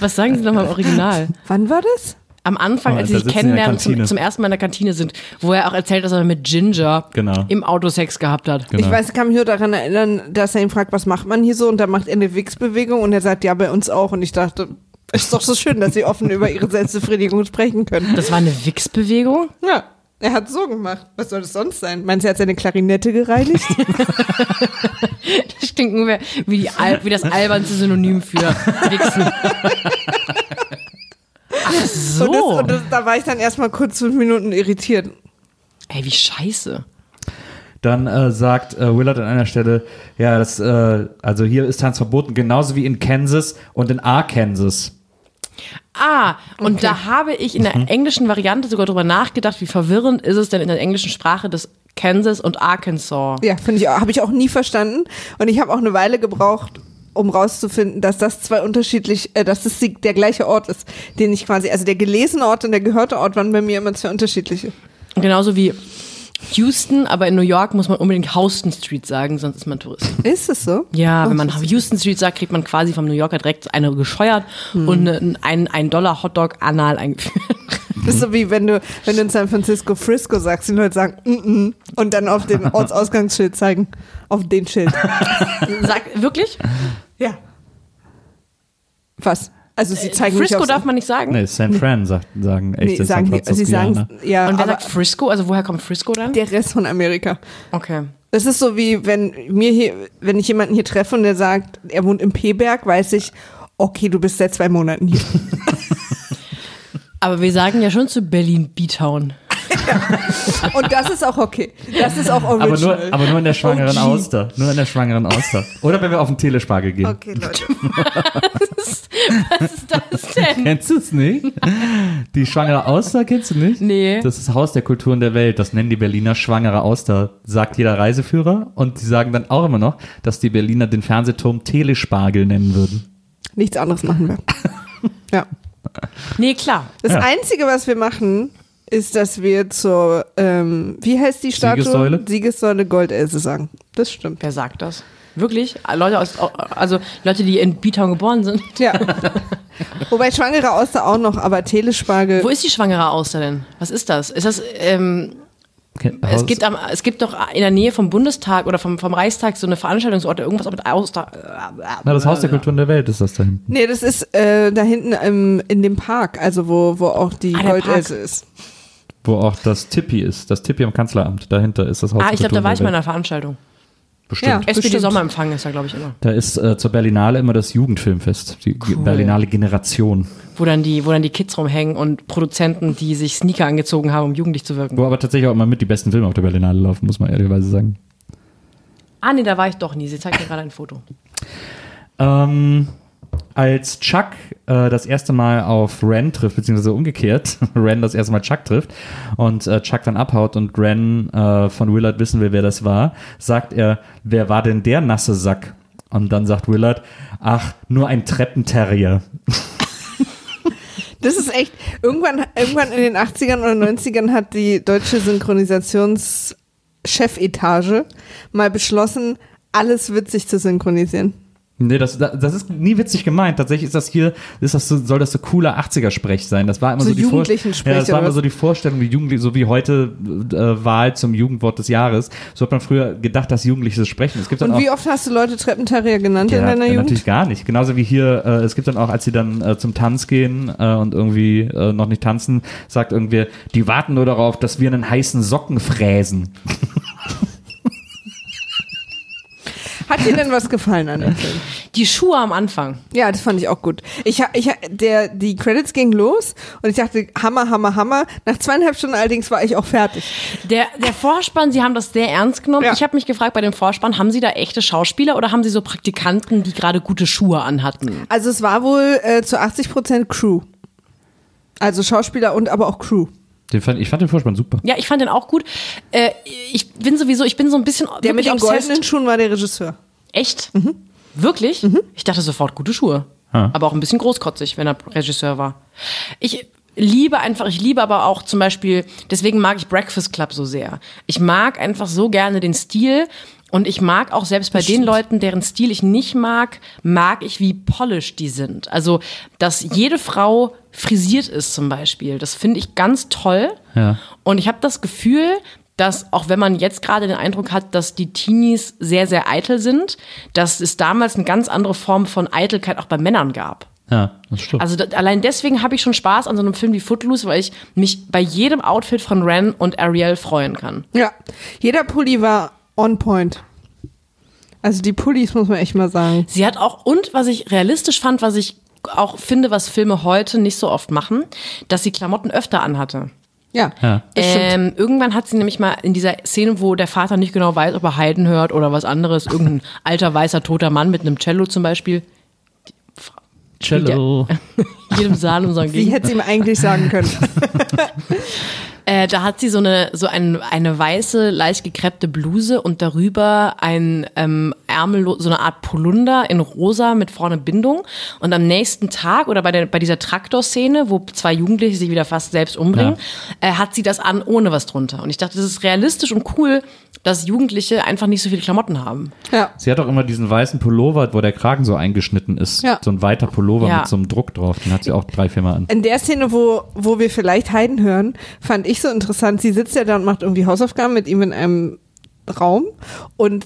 Was sagen Sie nochmal im Original? Wann war das? Am Anfang, Oh, als da sie sich sitzen sie in der kennenlernen, zum, Kantine. zum ersten Mal in der Kantine sind, wo er auch erzählt, dass er mit Ginger Genau. im Auto Sex gehabt hat. Genau. Ich weiß, ich kann mich nur daran erinnern, dass er ihn fragt, was macht man hier so? Und dann macht er eine Wichsbewegung und er sagt, ja, bei uns auch. Und ich dachte, ist doch so schön, dass sie offen über ihre Selbstbefriedigung sprechen können. Das war eine Wichsbewegung? Ja, er hat so gemacht. Was soll das sonst sein? Meinst du, er hat seine Klarinette gereinigt? Das klingt nur wie, die Al wie das albernste Synonym für Wichsen. Ach *laughs* so. Und, das, und das, da war ich dann erstmal kurz fünf Minuten irritiert. Ey, wie scheiße. Dann äh, sagt äh, Willard an einer Stelle, ja, das, äh, also hier ist Tanz verboten, genauso wie in Kansas und in Arkansas. Ah, und da habe ich in der Mhm. englischen Variante sogar drüber nachgedacht, wie verwirrend ist es denn in der englischen Sprache, dass Kansas und Arkansas. Ja, finde ich, habe ich auch nie verstanden. Und ich habe auch eine Weile gebraucht, um rauszufinden, dass das zwei unterschiedlich, äh, dass das die, der gleiche Ort ist, den ich quasi, also der gelesene Ort und der gehörte Ort waren bei mir immer zwei unterschiedliche. Genauso wie Houston, aber in New York muss man unbedingt Houston Street sagen, sonst ist man Tourist. Ist es so? Ja, wenn man Houston Street sagt, kriegt man quasi vom New Yorker direkt eine gescheuert Hm. und einen ein ein Dollar Hotdog *laughs* anal eingeführt. Das ist so wie wenn du, wenn du in San Francisco Frisco sagst, die Leute sagen mm -mm, und dann auf *laughs* dem Ortsausgangsschild zeigen, auf den Schild. Sag, wirklich? Ja. Was? Also sie zeigen nicht Frisco aufs- darf man nicht sagen. Nee, San Fran sagt, sagen echt nee, in sagen, San die- sie sagen, Francisco. ja, Und wer aber sagt Frisco? Also woher kommt Frisco dann? der Rest von Amerika. Okay. Das ist so wie, wenn mir hier, wenn ich jemanden hier treffe und der sagt, er wohnt im P-Berg, weiß ich, okay, du bist seit zwei Monaten hier. Aber wir sagen ja schon zu Berlin B-Town. *laughs* Und das ist auch okay. Das ist auch Aber nur, original. aber nur in der schwangeren OG. Auster. Nur in der schwangeren Auster. Oder wenn wir auf den Telespargel gehen. okay, Leute. Was ist das denn? Kennst du es nicht? Die schwangere Auster kennst du nicht? Nee. Das ist Haus der Kulturen der Welt. Das nennen die Berliner schwangere Auster, sagt jeder Reiseführer. Und die sagen dann auch immer noch, dass die Berliner den Fernsehturm Telespargel nennen würden. *laughs* Nichts anderes machen wir. Ja. *laughs* Nee, klar. Das Ja. Einzige, was wir machen, ist, dass wir zur, ähm, wie heißt die Statue? Siegessäule? Siegessäule Goldelse sagen. Das stimmt. Wer sagt das? Wirklich? Leute aus, also Leute, die in Bitown geboren sind. *laughs* Ja. Wobei schwangere Auster auch noch, aber Telespargel. Wo ist die schwangere Auster denn? Was ist das? Ist das, ähm, es gibt, am, es gibt doch in der Nähe vom Bundestag oder vom, vom Reichstag so eine Veranstaltungsort, irgendwas mit Auster. Na, das Haus genau. der Kulturen der Welt ist das da hinten. Nee, das ist äh, da hinten im, in dem Park, also wo, wo auch die Ah, der Goldelse ist. Wo auch das Tippi ist. Das Tippi am Kanzleramt. Dahinter ist das Haus Ah, ich der glaube, da Kulturen war ich mal der in Welt. einer Veranstaltung. Bestimmt. Ja. SPD Bestimmt. Sommerempfang ist da, glaube ich, immer. Da ist äh, zur Berlinale immer das Jugendfilmfest. Die Berlinale Generation. Wo dann, die, wo dann die Kids rumhängen und Produzenten, die sich Sneaker angezogen haben, um jugendlich zu wirken. Wo aber tatsächlich auch immer mit die besten Filme auf der Berlinale laufen, muss man ehrlicherweise sagen. Ah, nee, da war ich doch nie. Sie zeigt mir gerade ein Foto. Ähm, als Chuck äh, das erste Mal auf Ren trifft, beziehungsweise umgekehrt, *laughs* Ren das erste Mal Chuck trifft und äh, Chuck dann abhaut und Ren äh, von Willard wissen will, wer das war, sagt er, wer war denn der nasse Sack? Und dann sagt Willard, ach, nur ein Treppenterrier. Das ist echt, irgendwann, irgendwann in den 80ern oder 90ern hat die deutsche Synchronisationschefetage mal beschlossen, alles witzig zu synchronisieren. Nee, das, das ist nie witzig gemeint. Tatsächlich ist das hier, ist das so, soll das so cooler 80er-Sprech sein. Das war immer so, So die Vor- Jugendlichen-Sprech, Ja, das war oder immer was? so die Vorstellung, wie Jugendliche, so wie heute äh, Wahl zum Jugendwort des Jahres. So hat man früher gedacht, dass Jugendliche das sprechen. Es gibt dann Und auch, wie oft hast du Leute Treppenterrier genannt in Ja, deiner ja, Jugend? Natürlich gar nicht. Genauso wie hier, äh, es gibt dann auch, als sie dann äh, zum Tanz gehen äh, und irgendwie äh, noch nicht tanzen, sagt irgendwer, die warten nur darauf, dass wir einen heißen Socken fräsen. Hat dir denn was gefallen an dem Film? Die Schuhe am Anfang. Ja, das fand ich auch gut. Ich, ha- ich, ha- der, die Credits gingen los und ich dachte, Hammer, Hammer, Hammer. Nach zweieinhalb Stunden allerdings war ich auch fertig. Der, der Vorspann, Sie haben das sehr ernst genommen. Ja. Ich habe mich gefragt bei dem Vorspann, haben Sie da echte Schauspieler oder haben Sie so Praktikanten, die gerade gute Schuhe anhatten? Also es war wohl äh, zu 80 Prozent Crew. Also Schauspieler und aber auch Crew. Den fand, ich fand den Vorspann super. Ja, ich fand den auch gut. Äh, ich bin sowieso, ich bin so ein bisschen Der mit wirklich den obsessed. goldenen Schuhen war der Regisseur. Echt? Wirklich? Ich dachte sofort gute Schuhe. Ah. Aber auch ein bisschen großkotzig, wenn er Regisseur war. Ich liebe einfach, ich liebe aber auch zum Beispiel, deswegen mag ich Breakfast Club so sehr. Ich mag einfach so gerne den Stil und ich mag auch selbst bei den Leuten, deren Stil ich nicht mag, mag ich, wie polished die sind. Also, dass jede Frau frisiert ist zum Beispiel, das finde ich ganz toll. Ja. Und ich habe das Gefühl, dass auch wenn man jetzt gerade den Eindruck hat, dass die Teenies sehr, sehr eitel sind, dass es damals eine ganz andere Form von Eitelkeit auch bei Männern gab. Ja, das stimmt. Also da, allein deswegen habe ich schon Spaß an so einem Film wie Footloose, weil ich mich bei jedem Outfit von Ren und Ariel freuen kann. Ja. Jeder Pulli war on point. Also die Pullis muss man echt mal sagen. Sie hat auch, und was ich realistisch fand, was ich auch finde, was Filme heute nicht so oft machen, dass sie Klamotten öfter anhatte. Ja. Ja. Das stimmt. Ähm, irgendwann hat sie nämlich mal in dieser Szene, wo der Vater nicht genau weiß, ob er Heiden hört oder was *laughs* anderes, irgendein alter, weißer, toter Mann mit einem Cello zum Beispiel, Cello. jedem Saal um so Wie Gegend. hätte *laughs* sie ihm eigentlich sagen *laughs* können? Äh, da hat sie so eine, so ein, eine weiße, leicht gekreppte Bluse und darüber ein ähm, Ärmel, so eine Art Polunder in rosa mit vorne Bindung. Und am nächsten Tag oder bei, der, bei dieser Traktorszene, wo zwei Jugendliche sich wieder fast selbst umbringen, äh, hat sie das an ohne was drunter. Und ich dachte, das ist realistisch und cool, dass Jugendliche einfach nicht so viele Klamotten haben. ja. Sie hat auch immer diesen weißen Pullover, wo der Kragen so eingeschnitten ist. Ja. So ein weiter Pullover Ja. mit so einem Druck drauf. Den hat sie auch drei, viermal an. In der Szene, wo, wo wir vielleicht Heiden hören, fand ich so interessant, sie sitzt ja da und macht irgendwie Hausaufgaben mit ihm in einem Raum und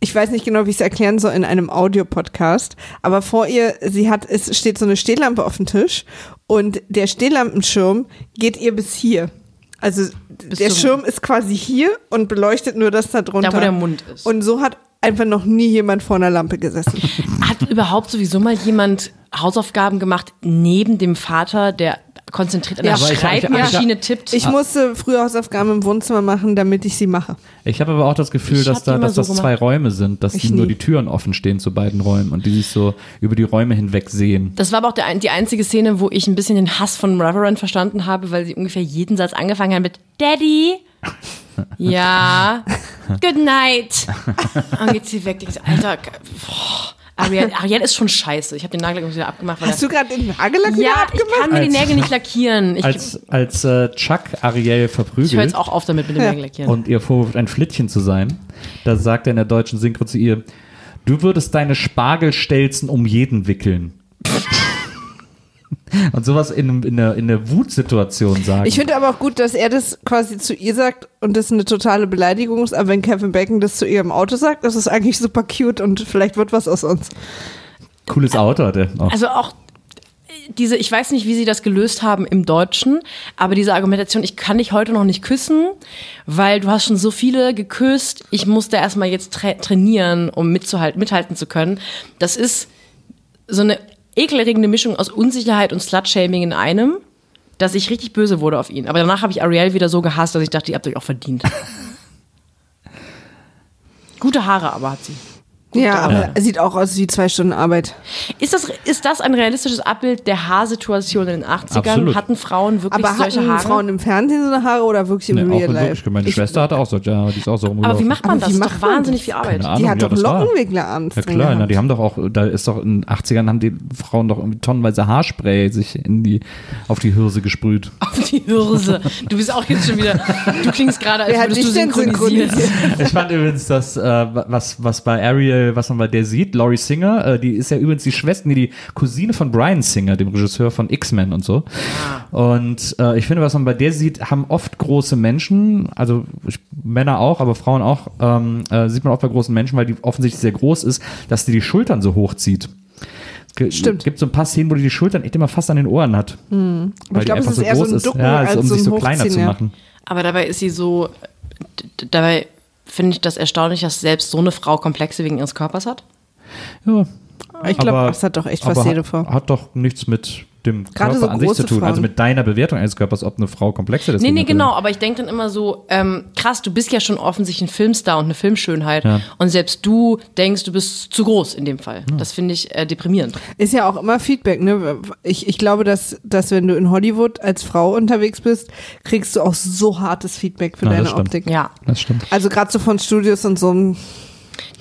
ich weiß nicht genau, wie ich es erklären soll in einem Audiopodcast, aber vor ihr, sie hat, es steht so eine Stehlampe auf dem Tisch und der Stehlampenschirm geht ihr bis hier. Also der zum- Schirm ist quasi hier und beleuchtet nur das da drunter. der Mund ist. Und so hat einfach noch nie jemand vor einer Lampe *laughs* gesessen. *laughs* Hat überhaupt sowieso mal jemand Hausaufgaben gemacht neben dem Vater, der konzentriert an der Ja, aber ich- ich- ich- Schreibmaschine tippt? Ich musste früher Hausaufgaben im Wohnzimmer machen, damit ich sie mache. Ich habe aber auch das Gefühl, Ich dass, hab die da, immer dass so das gemacht. zwei Räume sind, dass Ich nur nie. die Türen offen stehen zu beiden Räumen und die sich so über die Räume hinweg sehen. Das war aber auch der, ein- die einzige Szene, wo ich ein bisschen den Hass von Reverend verstanden habe, weil sie ungefähr jeden Satz angefangen hat mit Daddy. Ja. Good night. Und geht sie weg. Ich so, Alter, boah. Ariel, Ariel ist schon scheiße. Ich habe den Nagellack wieder abgemacht. Weil Hast du gerade den Nagellack er- wieder ja, ich abgemacht? kann mir die Als- Nägel nicht lackieren. Ich, ich Als, als äh, Chuck Ariel verprügelt höre jetzt auch auf damit mit dem Nägel lackieren. und ihr vorwirft, ein Flittchen zu sein, da sagt er in der deutschen Synchro zu ihr, du würdest deine Spargelstelzen um jeden wickeln. *laughs* und sowas in, in, einer, in einer Wutsituation sagen. Ich finde aber auch gut, dass er das quasi zu ihr sagt und das eine totale Beleidigung ist. Aber wenn Kevin Bacon das zu ihr im Auto sagt, das ist eigentlich super cute und vielleicht wird was aus uns. Cooles Auto hat er. Oh. auch. Also auch diese, ich weiß nicht, wie sie das gelöst haben im Deutschen, aber diese Argumentation, ich kann dich heute noch nicht küssen, weil du hast schon so viele geküsst, ich muss da erstmal jetzt tra trainieren, um mitzuhalten, mithalten zu können. Das ist so eine ekelerregende Mischung aus Unsicherheit und Slutshaming in einem, dass ich richtig böse wurde auf ihn. Aber danach habe ich Ariel wieder so gehasst, dass ich dachte, ihr habt euch auch verdient. Gute Haare aber hat sie. ja, aber er sieht auch aus wie zwei Stunden Arbeit. Ist das, ist das ein realistisches Abbild der Haarsituation in den 80ern? Absolut. Hatten Frauen wirklich Aber solche hatten Haare? Frauen im Fernsehen so eine Haare oder wirklich im Nee, Ne, auch Real in Life? Wirklichkeit. Meine Schwester hatte auch solche, ja, die ist auch so aber wie macht man Aber das? wie Ist macht doch man wahnsinnig das? viel Arbeit. Die hat doch Lockenwickler abends Ja drin klar, na, gehabt. die haben doch auch, da ist doch in den 80ern haben die Frauen doch irgendwie tonnenweise Haarspray sich in die, auf die Hirse gesprüht. Auf die Hirse. Du bist auch jetzt schon wieder. Du klingst gerade, als Wer hat würdest du dich denn synchronisiert. Ich fand übrigens, dass äh, was, was bei Ariel, was man bei der sieht, Laurie Singer, äh, die ist ja übrigens die Schwester, nee, die Cousine von Brian Singer, dem Regisseur von X-Men und so. Ah. Und äh, ich finde, was man bei der sieht, haben oft große Menschen, also ich, Männer auch, aber Frauen auch, ähm, äh, sieht man oft bei großen Menschen, weil die offensichtlich sehr groß ist, dass die die Schultern so hoch zieht. Stimmt. Hm. Gibt so ein paar Szenen, wo die die Schultern echt immer fast an den Ohren hat. Weil glaub, es ist eher so ein Ducken ja, also, als um so sich ein so kleiner zu Hochziehen, ja. machen. Aber dabei ist sie so. d- Dabei finde ich das erstaunlich, dass selbst so eine Frau Komplexe wegen ihres Körpers hat. Ja. Ah. Ich glaube, Aber- das hat doch echt aber was jede hat- Frau. Hat doch nichts mit dem Gerade Körper so an sich zu große tun, also Frauen. mit deiner Bewertung eines Körpers, ob eine Frau komplexer ist. Nee, nee, genau. Aber ich denke dann immer so, ähm, krass, du bist ja schon offensichtlich ein Filmstar und eine Filmschönheit. Ja. Und selbst du denkst, du bist zu groß in dem Fall. Das finde ich äh, deprimierend. Ist ja auch immer Feedback, ne? Ich, ich glaube, dass, dass wenn du in Hollywood als Frau unterwegs bist, kriegst du auch so hartes Feedback für Na, das deine stimmt. Optik. Ja. Das stimmt. Also gerade so von Studios und so.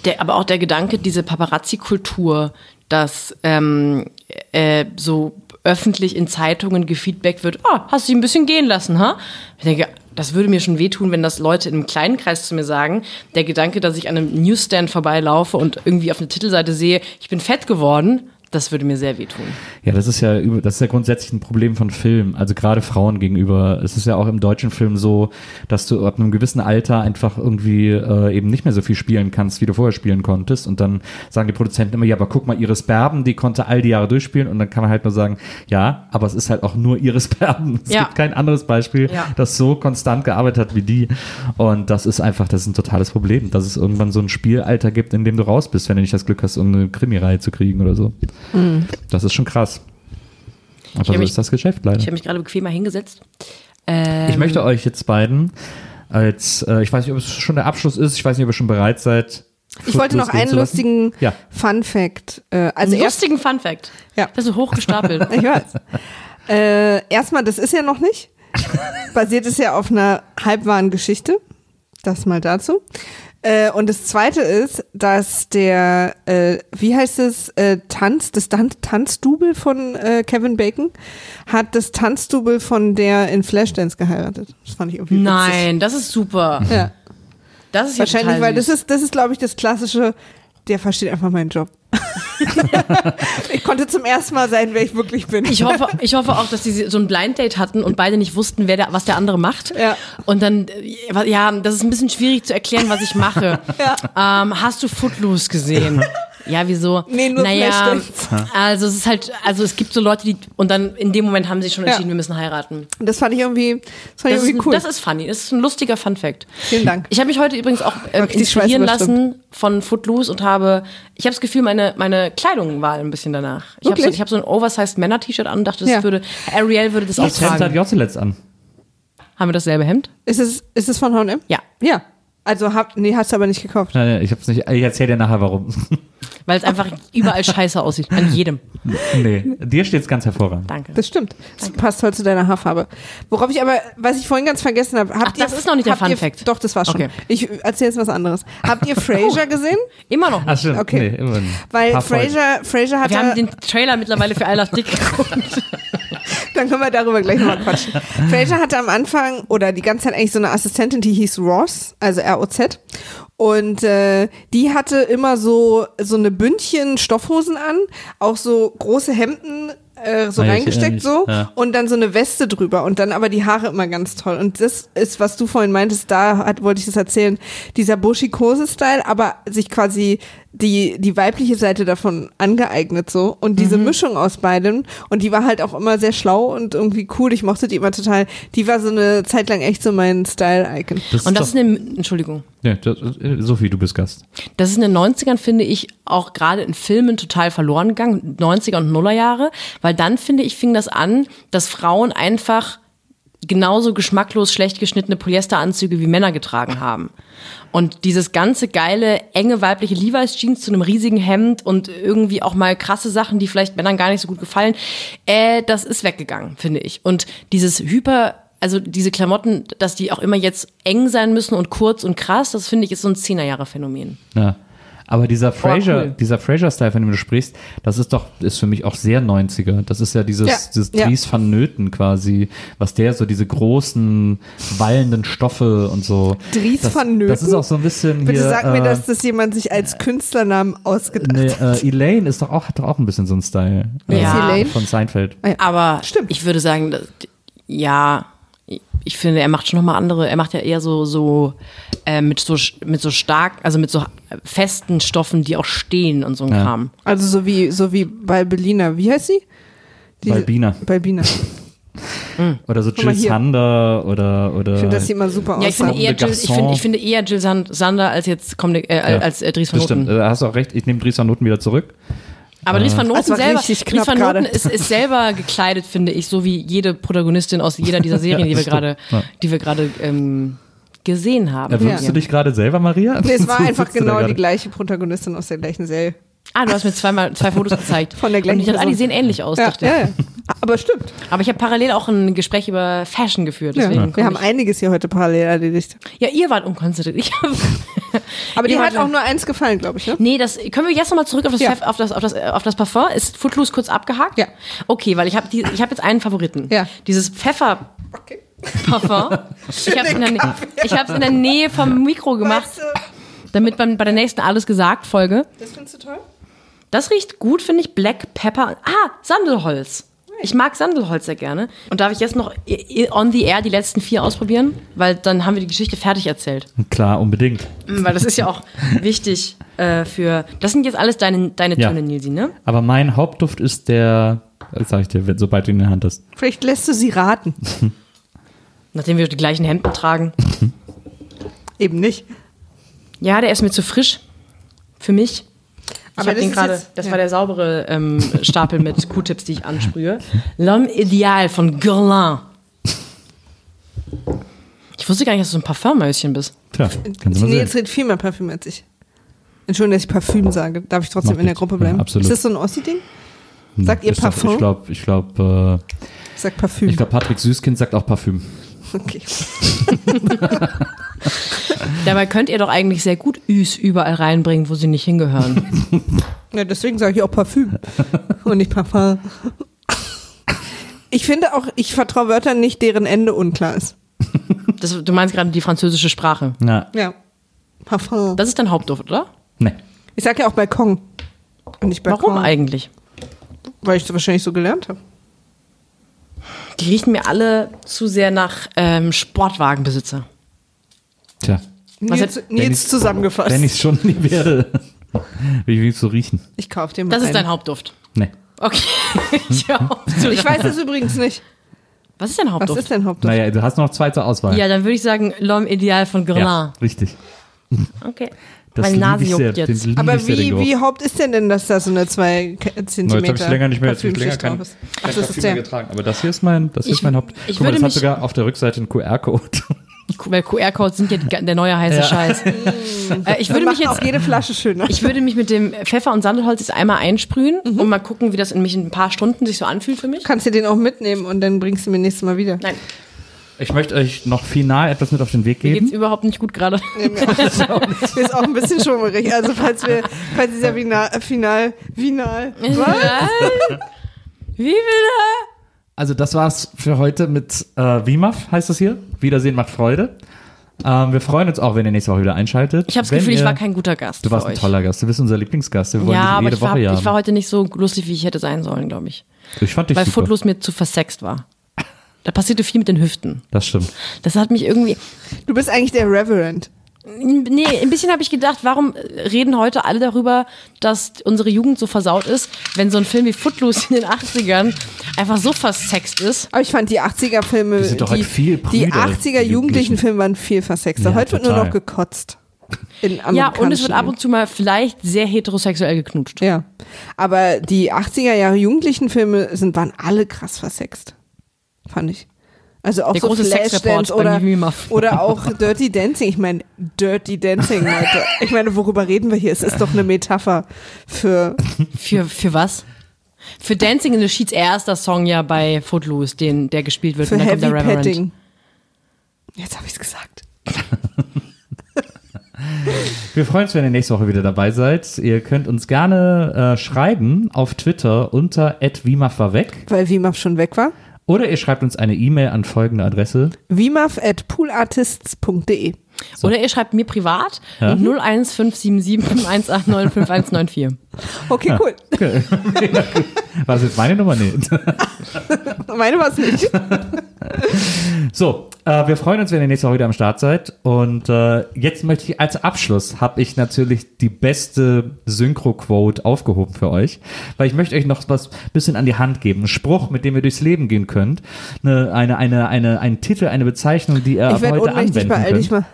Der, aber auch der Gedanke, diese Paparazzi-Kultur, dass ähm, äh, so öffentlich in Zeitungen gefeedbackt wird, oh, hast du dich ein bisschen gehen lassen, ha? Ich denke, das würde mir schon wehtun, wenn das Leute in einem kleinen Kreis zu mir sagen. Der Gedanke, dass ich an einem Newsstand vorbeilaufe und irgendwie auf eine Titelseite sehe, ich bin fett geworden, das würde mir sehr wehtun. Ja, das ist ja über- das ist ja grundsätzlich ein Problem von Film, also gerade Frauen gegenüber. Es ist ja auch im deutschen Film so, dass du ab einem gewissen Alter einfach irgendwie äh, eben nicht mehr so viel spielen kannst, wie du vorher spielen konntest. Und dann sagen die Produzenten immer, ja, aber guck mal, Iris Berben, die konnte all die Jahre durchspielen. Und dann kann man halt nur sagen, ja, aber es ist halt auch nur Iris *laughs* Berben. Es Ja. gibt kein anderes Beispiel, Ja. das so konstant gearbeitet hat wie die. Und das ist einfach, das ist ein totales Problem, dass es irgendwann so ein Spielalter gibt, in dem du raus bist, wenn du nicht das Glück hast, um eine Krimireihe zu kriegen oder so. Das ist schon krass. Aber so mich- ist das Geschäft leider. Ich Ich, habe mich gerade bequemer hingesetzt. Äh, Ähm, möchte euch jetzt beiden als, äh, ich weiß nicht, ob es schon der Abschluss ist, ich weiß nicht, ob ihr schon bereit seid. Ich wollte noch Footloose gehen einen zu lassen. lustigen Ja. Fun Fact. Äh, also Einen erst lustigen Fun-Fact. Ja. Das ist so hochgestapelt. *laughs* Ich weiß. Äh, erstmal, das ist ja noch nicht. Basiert es ja auf einer halbwahren Geschichte. Das mal dazu. Äh, und das zweite ist, dass der, äh, wie heißt es, äh, Tanz, das Tan Tanzdubel von äh, Kevin Bacon hat das Tanzdubel von der in Flashdance geheiratet. Das fand ich irgendwie witzig. Nein, das ist super. Ja. Das ist ja Wahrscheinlich, total weil das süß. ist, das ist, glaube ich, das klassische, der versteht einfach meinen Job. *laughs* ich konnte zum ersten Mal sein, wer ich wirklich bin. Ich hoffe, ich hoffe auch, dass sie so ein Blind Date hatten und beide nicht wussten, wer der, was der andere macht. Ja. Und dann, äh, ja, das ist ein bisschen schwierig zu erklären, was *laughs* ich mache. Ähm, hast du Footloose gesehen? Ja, wieso? Nee, nur naja, Flashdance. also es ist halt, also es gibt so Leute, die und dann in dem Moment haben sie schon Ja. entschieden, wir müssen heiraten. Und Das fand ich irgendwie, das fand Das ich ist, irgendwie cool. das ist funny, das ist ein lustiger Fun Fact. Vielen Dank. Ich habe mich heute übrigens auch ähm, Wirklich die Schweiß inspirieren überstimmt. lassen von Footloose und habe, ich habe das Gefühl, meine, meine Kleidung war ein bisschen danach. Ich habe so, Wirklich? ich hab so ein oversized Männer-T-Shirt an und dachte, das Ja. würde, Ariel würde das auch Das Hemd hat tragen. Josse letzt an. Haben wir dasselbe Hemd? ist, es, ist es von H&M? Ja. Ja. Also, hab, nee, hast du aber nicht gekauft. Nein, nein, ich hab's nicht, ich erzähl dir nachher warum. *laughs* weil *laughs* es einfach überall scheiße aussieht. An jedem. Nee, dir steht es ganz hervorragend. Danke. Das stimmt. Das passt toll zu deiner Haarfarbe. Worauf ich aber, was ich vorhin ganz vergessen habe, habt Ach, ihr, das ist noch nicht der habt ihr- Fun-Fact. Doch, das war schon. Okay. Oh. Ich erzähle jetzt was anderes. Habt *laughs* ihr Frasier gesehen? Immer noch. Also, Ach stimmt, Okay. nee, immer ein Weil paar Folgen. Frasier, Frasier hat Wir ja, haben den Trailer mittlerweile für I Love Dick *laughs* geguckt. dann können wir darüber gleich nochmal quatschen. *laughs* Frasier hatte am Anfang oder die ganze Zeit eigentlich so eine Assistentin, die hieß Ross, also R-O-Z. Und äh, die hatte immer so, so eine Bündchen Stoffhosen an, auch so große Hemden äh, so Ah, ich erinnere reingesteckt mich, so ja. und dann so eine Weste drüber und dann aber die Haare immer ganz toll. Und das ist, was du vorhin meintest, da hat, wollte ich das erzählen, dieser Bushikose-Style, aber sich quasi die, die weibliche Seite davon angeeignet so und diese Mhm. Mischung aus beidem und die war halt auch immer sehr schlau und irgendwie cool, ich mochte die immer total, die war so eine Zeit lang echt so mein Style-Icon. Das Und das ist ist eine, Entschuldigung, doch, nee, das, äh, Sophie, du bist Gast. das ist in den 90ern, finde ich, auch gerade in Filmen total verloren gegangen, 90er und Nullerjahre, weil dann, finde ich, fing das an, dass Frauen einfach genauso geschmacklos schlecht geschnittene Polyesteranzüge wie Männer getragen haben. Und dieses ganze geile, enge weibliche Levi's-Jeans zu einem riesigen Hemd und irgendwie auch mal krasse Sachen, die vielleicht Männern gar nicht so gut gefallen, äh, das ist weggegangen, finde ich. Und dieses hyper, also diese Klamotten, dass die auch immer jetzt eng sein müssen und kurz und krass, das finde ich ist so ein 10er-Jahre-Phänomen. Ja. Aber Oh, dieser Frasier, cool. dieser Frasier-Style, von dem du sprichst, das ist doch, ist für mich auch sehr 90er. Das ist ja dieses, Ja, dieses ja. Dries van Nöten quasi, was der so diese großen, wallenden Stoffe und so. Dries das, van Nöten? Das ist auch so ein bisschen Bitte hier, sag äh, mir, dass das jemand sich als Künstlernamen ausgedacht Nee, hat. äh, Elaine ist doch auch, hat doch auch ein bisschen so einen Style. Äh, Ja. Elaine? Ah, Von Seinfeld. Aber Stimmt. ich würde sagen, dass, ja, ich finde, er macht schon nochmal andere, er macht ja eher so, so, äh, mit so mit so stark, also mit so festen Stoffen, die auch stehen und so ein Kram. Also so wie, so wie bei Berliner, wie heißt sie? Diese- Balbina. Balbina. Oder so Guck mal Jill hier. Sander oder, oder. Ich finde, das sieht immer super aus. Ja, ich finde, eher Jill, ich, finde, ich finde eher Jill Sand, Sander als jetzt Comedy, äh, Ja, als äh, Dries van das stimmt. Noten. Da hast du auch recht. Ich nehme Dries van Noten wieder zurück. Aber Dries van Noten Das war selber, richtig Dries knapp van Noten gerade. ist, ist selber gekleidet, finde ich, so wie jede Protagonistin aus *laughs* jeder dieser Serien, die das wir stimmt. gerade, Ja. die wir gerade ähm, gesehen haben. Erwirbst du dich gerade selber, Maria? Nee, es war So einfach sitzt *laughs* du da genau gerade. die gleiche Protagonistin aus der gleichen Serie. Ah, du hast mir zweimal zwei Fotos gezeigt. Von der gleichen Und ich dachte, ah, die Person. sehen ähnlich aus, Ja, dachte ich. ja, ja. Aber stimmt. Aber ich habe parallel auch ein Gespräch über Fashion geführt. Ja. *laughs* Deswegen Wir ja. haben einiges hier heute parallel erledigt. ja, ihr wart unkonzentriert. Ich hab- *laughs* Aber Ihr dir wart- hat auch nur eins gefallen, glaube ich, ne? Nee, das können wir jetzt nochmal zurück auf das, Ja. Pfeff- auf, das, auf, das, äh, auf das Parfum. Ist Footloose kurz abgehakt? Ja. Okay, weil ich habe ich hab jetzt einen Favoriten. Ja. Dieses Pfeffer. Okay. *laughs* Parfum. Ich habe es in, der Nä- ich hab's in der Nähe vom Mikro gemacht, Weißt du, damit man bei der nächsten Alles gesagt Folge. das findest du toll? Das riecht gut, finde ich. Black Pepper. Ah, Sandelholz. Ich mag Sandelholz sehr gerne. Und darf ich jetzt noch i- i- on the air die letzten vier ausprobieren? Weil dann haben wir die Geschichte fertig erzählt. Klar, unbedingt. Mm, Weil das ist ja *laughs* auch wichtig äh, für. Das sind jetzt alles deine, deine Ja. Töne, Nilsi, ne? Aber mein Hauptduft ist der, das sag ich dir, wenn- sobald du ihn in der Hand hast. Vielleicht lässt du sie raten. Nachdem wir die gleichen Hemden tragen. Eben nicht. Ja, der ist mir zu frisch. Für mich. Ich Aber habe das den ist gerade. jetzt- Das ja. war der saubere ähm, Stapel mit Q-Tips, die ich ansprühe. L'homme ideal von Guerlain. Ich wusste gar nicht, dass du ein Parfümmäuschen bist. Tja, kannst du mal Äh, Nils sehen. redet viel mehr Parfüm als ich. Entschuldigung, dass ich Parfüm sage. Darf ich trotzdem Macht in der nichts. Gruppe bleiben? Ja, absolut. Ist das so ein Ossi-Ding? Sagt ihr Ist doch- Parfum? Ich glaube, ich glaube, Ich sag äh, Parfüm. ich glaub, Patrick Süßkind sagt auch Parfüm. *laughs* okay. Dabei könnt ihr doch eigentlich sehr gut Üs überall reinbringen, wo sie nicht hingehören. *laughs* Ja, deswegen sage ich auch Parfüm und nicht Parfum. Ich finde auch, ich vertraue Wörtern nicht, deren Ende unklar ist. Das, du meinst gerade die französische Sprache. Na, Ja. Parfum. Das ist dein Hauptduft, oder? ne. Ich sage ja auch Balkon. Und nicht Balkon. Warum eigentlich? Weil ich das wahrscheinlich so gelernt habe. Die riechen mir alle zu sehr nach ähm, Sportwagenbesitzer. Tja, Was Nils, hat- Wenn Nils ich's- zusammengefasst. wenn ich es schon nie werde, will ich wenigstens so riechen. ich kaufe dir mal Das ist dein einen. Hauptduft. Ne. Okay. *laughs* ich hoffe, Ich weiß es übrigens nicht. Was ist dein Was Hauptduft? ist dein Hauptduft? Naja, du hast noch zwei zur Auswahl. Ja, dann würde ich sagen L'homme ideal von Guerlain. Ja, richtig. Okay. Das Meine lieb Nase ich juckt sehr, jetzt. Den lieb Aber ich sehr, den wie, Geruch. wie Haupt ist denn denn, dass da so eine 2 Na, jetzt Zentimeter habe ich länger nicht mehr, jetzt hab ich länger Parfümschicht kein, drauf ist? kein Ach, das Parfüm ist mehr der. getragen. Aber das hier ist mein, das hier Ich- ist mein Haupt. ich Guck mal, würde das hat mich- sogar auf der Rückseite einen QR-Code. Weil QR-Codes sind ja die, der neue heiße Ja. *laughs* Scheiß. äh, ich Wir würde mich machen jetzt auch jede Flasche schöner. Ich würde mich mit dem Pfeffer und Sandelholz jetzt einmal einsprühen Mhm. und mal gucken, wie das in mich in ein paar Stunden sich so anfühlt für mich. Kannst du den auch mitnehmen und dann bringst du mir nächstes Mal wieder. Nein, Ich möchte euch noch final etwas mit auf den Weg mir geht's geben. überhaupt nicht gut gerade. Mir ist auch ein bisschen schummerig. Also falls wir, falls dieser Vina, äh, Final, Final, Was? Wie bitte? Also das war's für heute mit äh, WIMAF, heißt es hier. Wiedersehen macht Freude. Ähm, wir freuen uns auch, wenn ihr nächste Woche wieder einschaltet. Ich habe das Wenn Gefühl, ich ihr- war kein guter Gast. Du warst für ein euch. toller Gast. Du bist unser Lieblingsgast. Wir wollen Ja, dich aber jede ich Woche war, hier ich war haben. heute nicht so lustig, wie ich hätte sein sollen, glaube ich. Ich fand dich Weil super. Footloose mir zu versext war. Da passierte viel mit den Hüften. Das stimmt. Das hat mich irgendwie. du bist eigentlich der Reverend. Nee, ein bisschen habe ich gedacht, warum reden heute alle darüber, dass unsere Jugend so versaut ist, wenn so ein Film wie Footloose in den 80ern einfach so versext ist. Aber ich fand die 80er-Filme, Die sind doch heute viel die prüder, 80er-Jugendlichen-Filme waren viel versexter. Ja, Heute wird nur total. *laughs* noch gekotzt. In Ja, und es wird ab amerikanischen- und zu mal vielleicht sehr heterosexuell geknutscht. Ja, aber die 80er-Jahre-Jugendlichen-Filme sind, waren alle krass versext. Fand ich. Also auch Der so große Sexreport Flashdance bei oder, Mimi *laughs* Muff. oder auch Dirty Dancing. Ich meine, Dirty Dancing, Leute. Ich meine, worüber reden wir hier? Es ist doch eine Metapher für Für, für was? Für Dancing in the Sheets, er ist der Song ja bei Footloose, den, der gespielt wird. Für und dann Heavy kommt der Reverend. Petting. Jetzt habe ich es gesagt. Wir freuen uns, wenn ihr nächste Woche wieder dabei seid. Ihr könnt uns gerne äh, schreiben auf Twitter unter @wimaf war weg Weil WIMAF schon weg war. oder ihr schreibt uns eine E-Mail an folgende Adresse. WIMAF at poolartists.de. Oder ihr schreibt mir privat 0157718959194. Okay, cool. *laughs* War das jetzt meine Nummer? Nee. Meine war es nicht. *laughs* So, äh, wir freuen uns, wenn ihr nächste Woche wieder am Start seid. Und äh, jetzt möchte ich als Abschluss habe ich natürlich die beste Synchro-Quote aufgehoben für euch, weil ich möchte euch noch was bisschen an die Hand geben. Einen Spruch, mit dem ihr durchs Leben gehen könnt. Eine, eine, eine, eine, ein Titel, eine Bezeichnung, die ihr Ich ab werde heute ohnmächtig, anwenden beeil könnt. dich mal.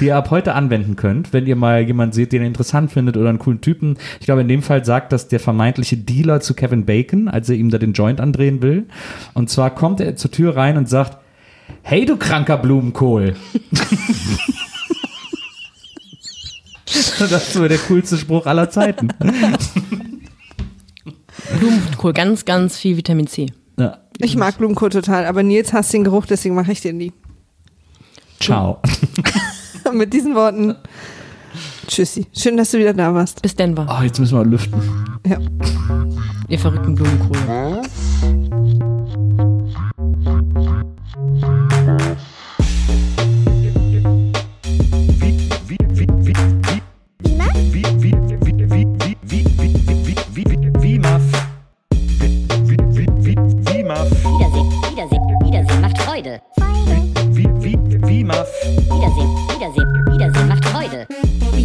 die ihr ab heute anwenden könnt, wenn ihr mal jemanden seht, den ihr interessant findet oder einen coolen Typen. Ich glaube, in dem Fall sagt das der vermeintliche Dealer zu Kevin Bacon, als er ihm da den Joint andrehen will. Und zwar kommt er zur Tür rein und sagt, hey du kranker Blumenkohl. *laughs* das ist wohl der coolste Spruch aller Zeiten. Blumenkohl, ganz, ganz viel Vitamin C. Ja, Ich mag Blumenkohl total, aber Nils hasst den Geruch, deswegen mache ich den nie. *laughs* ciao. Mit diesen Worten. Tschüssi. Schön, dass du wieder da warst. Bis Denver, Oh, jetzt müssen wir lüften. Ja. ihr verrückten Blumenkohl. Wiedersehen, Wiedersehen, Wiedersehen macht Freude. Wiedersehen, Wiedersehen, Wiedersehen macht Freude.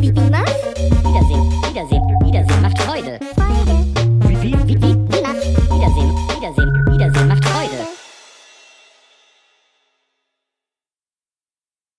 Beamer?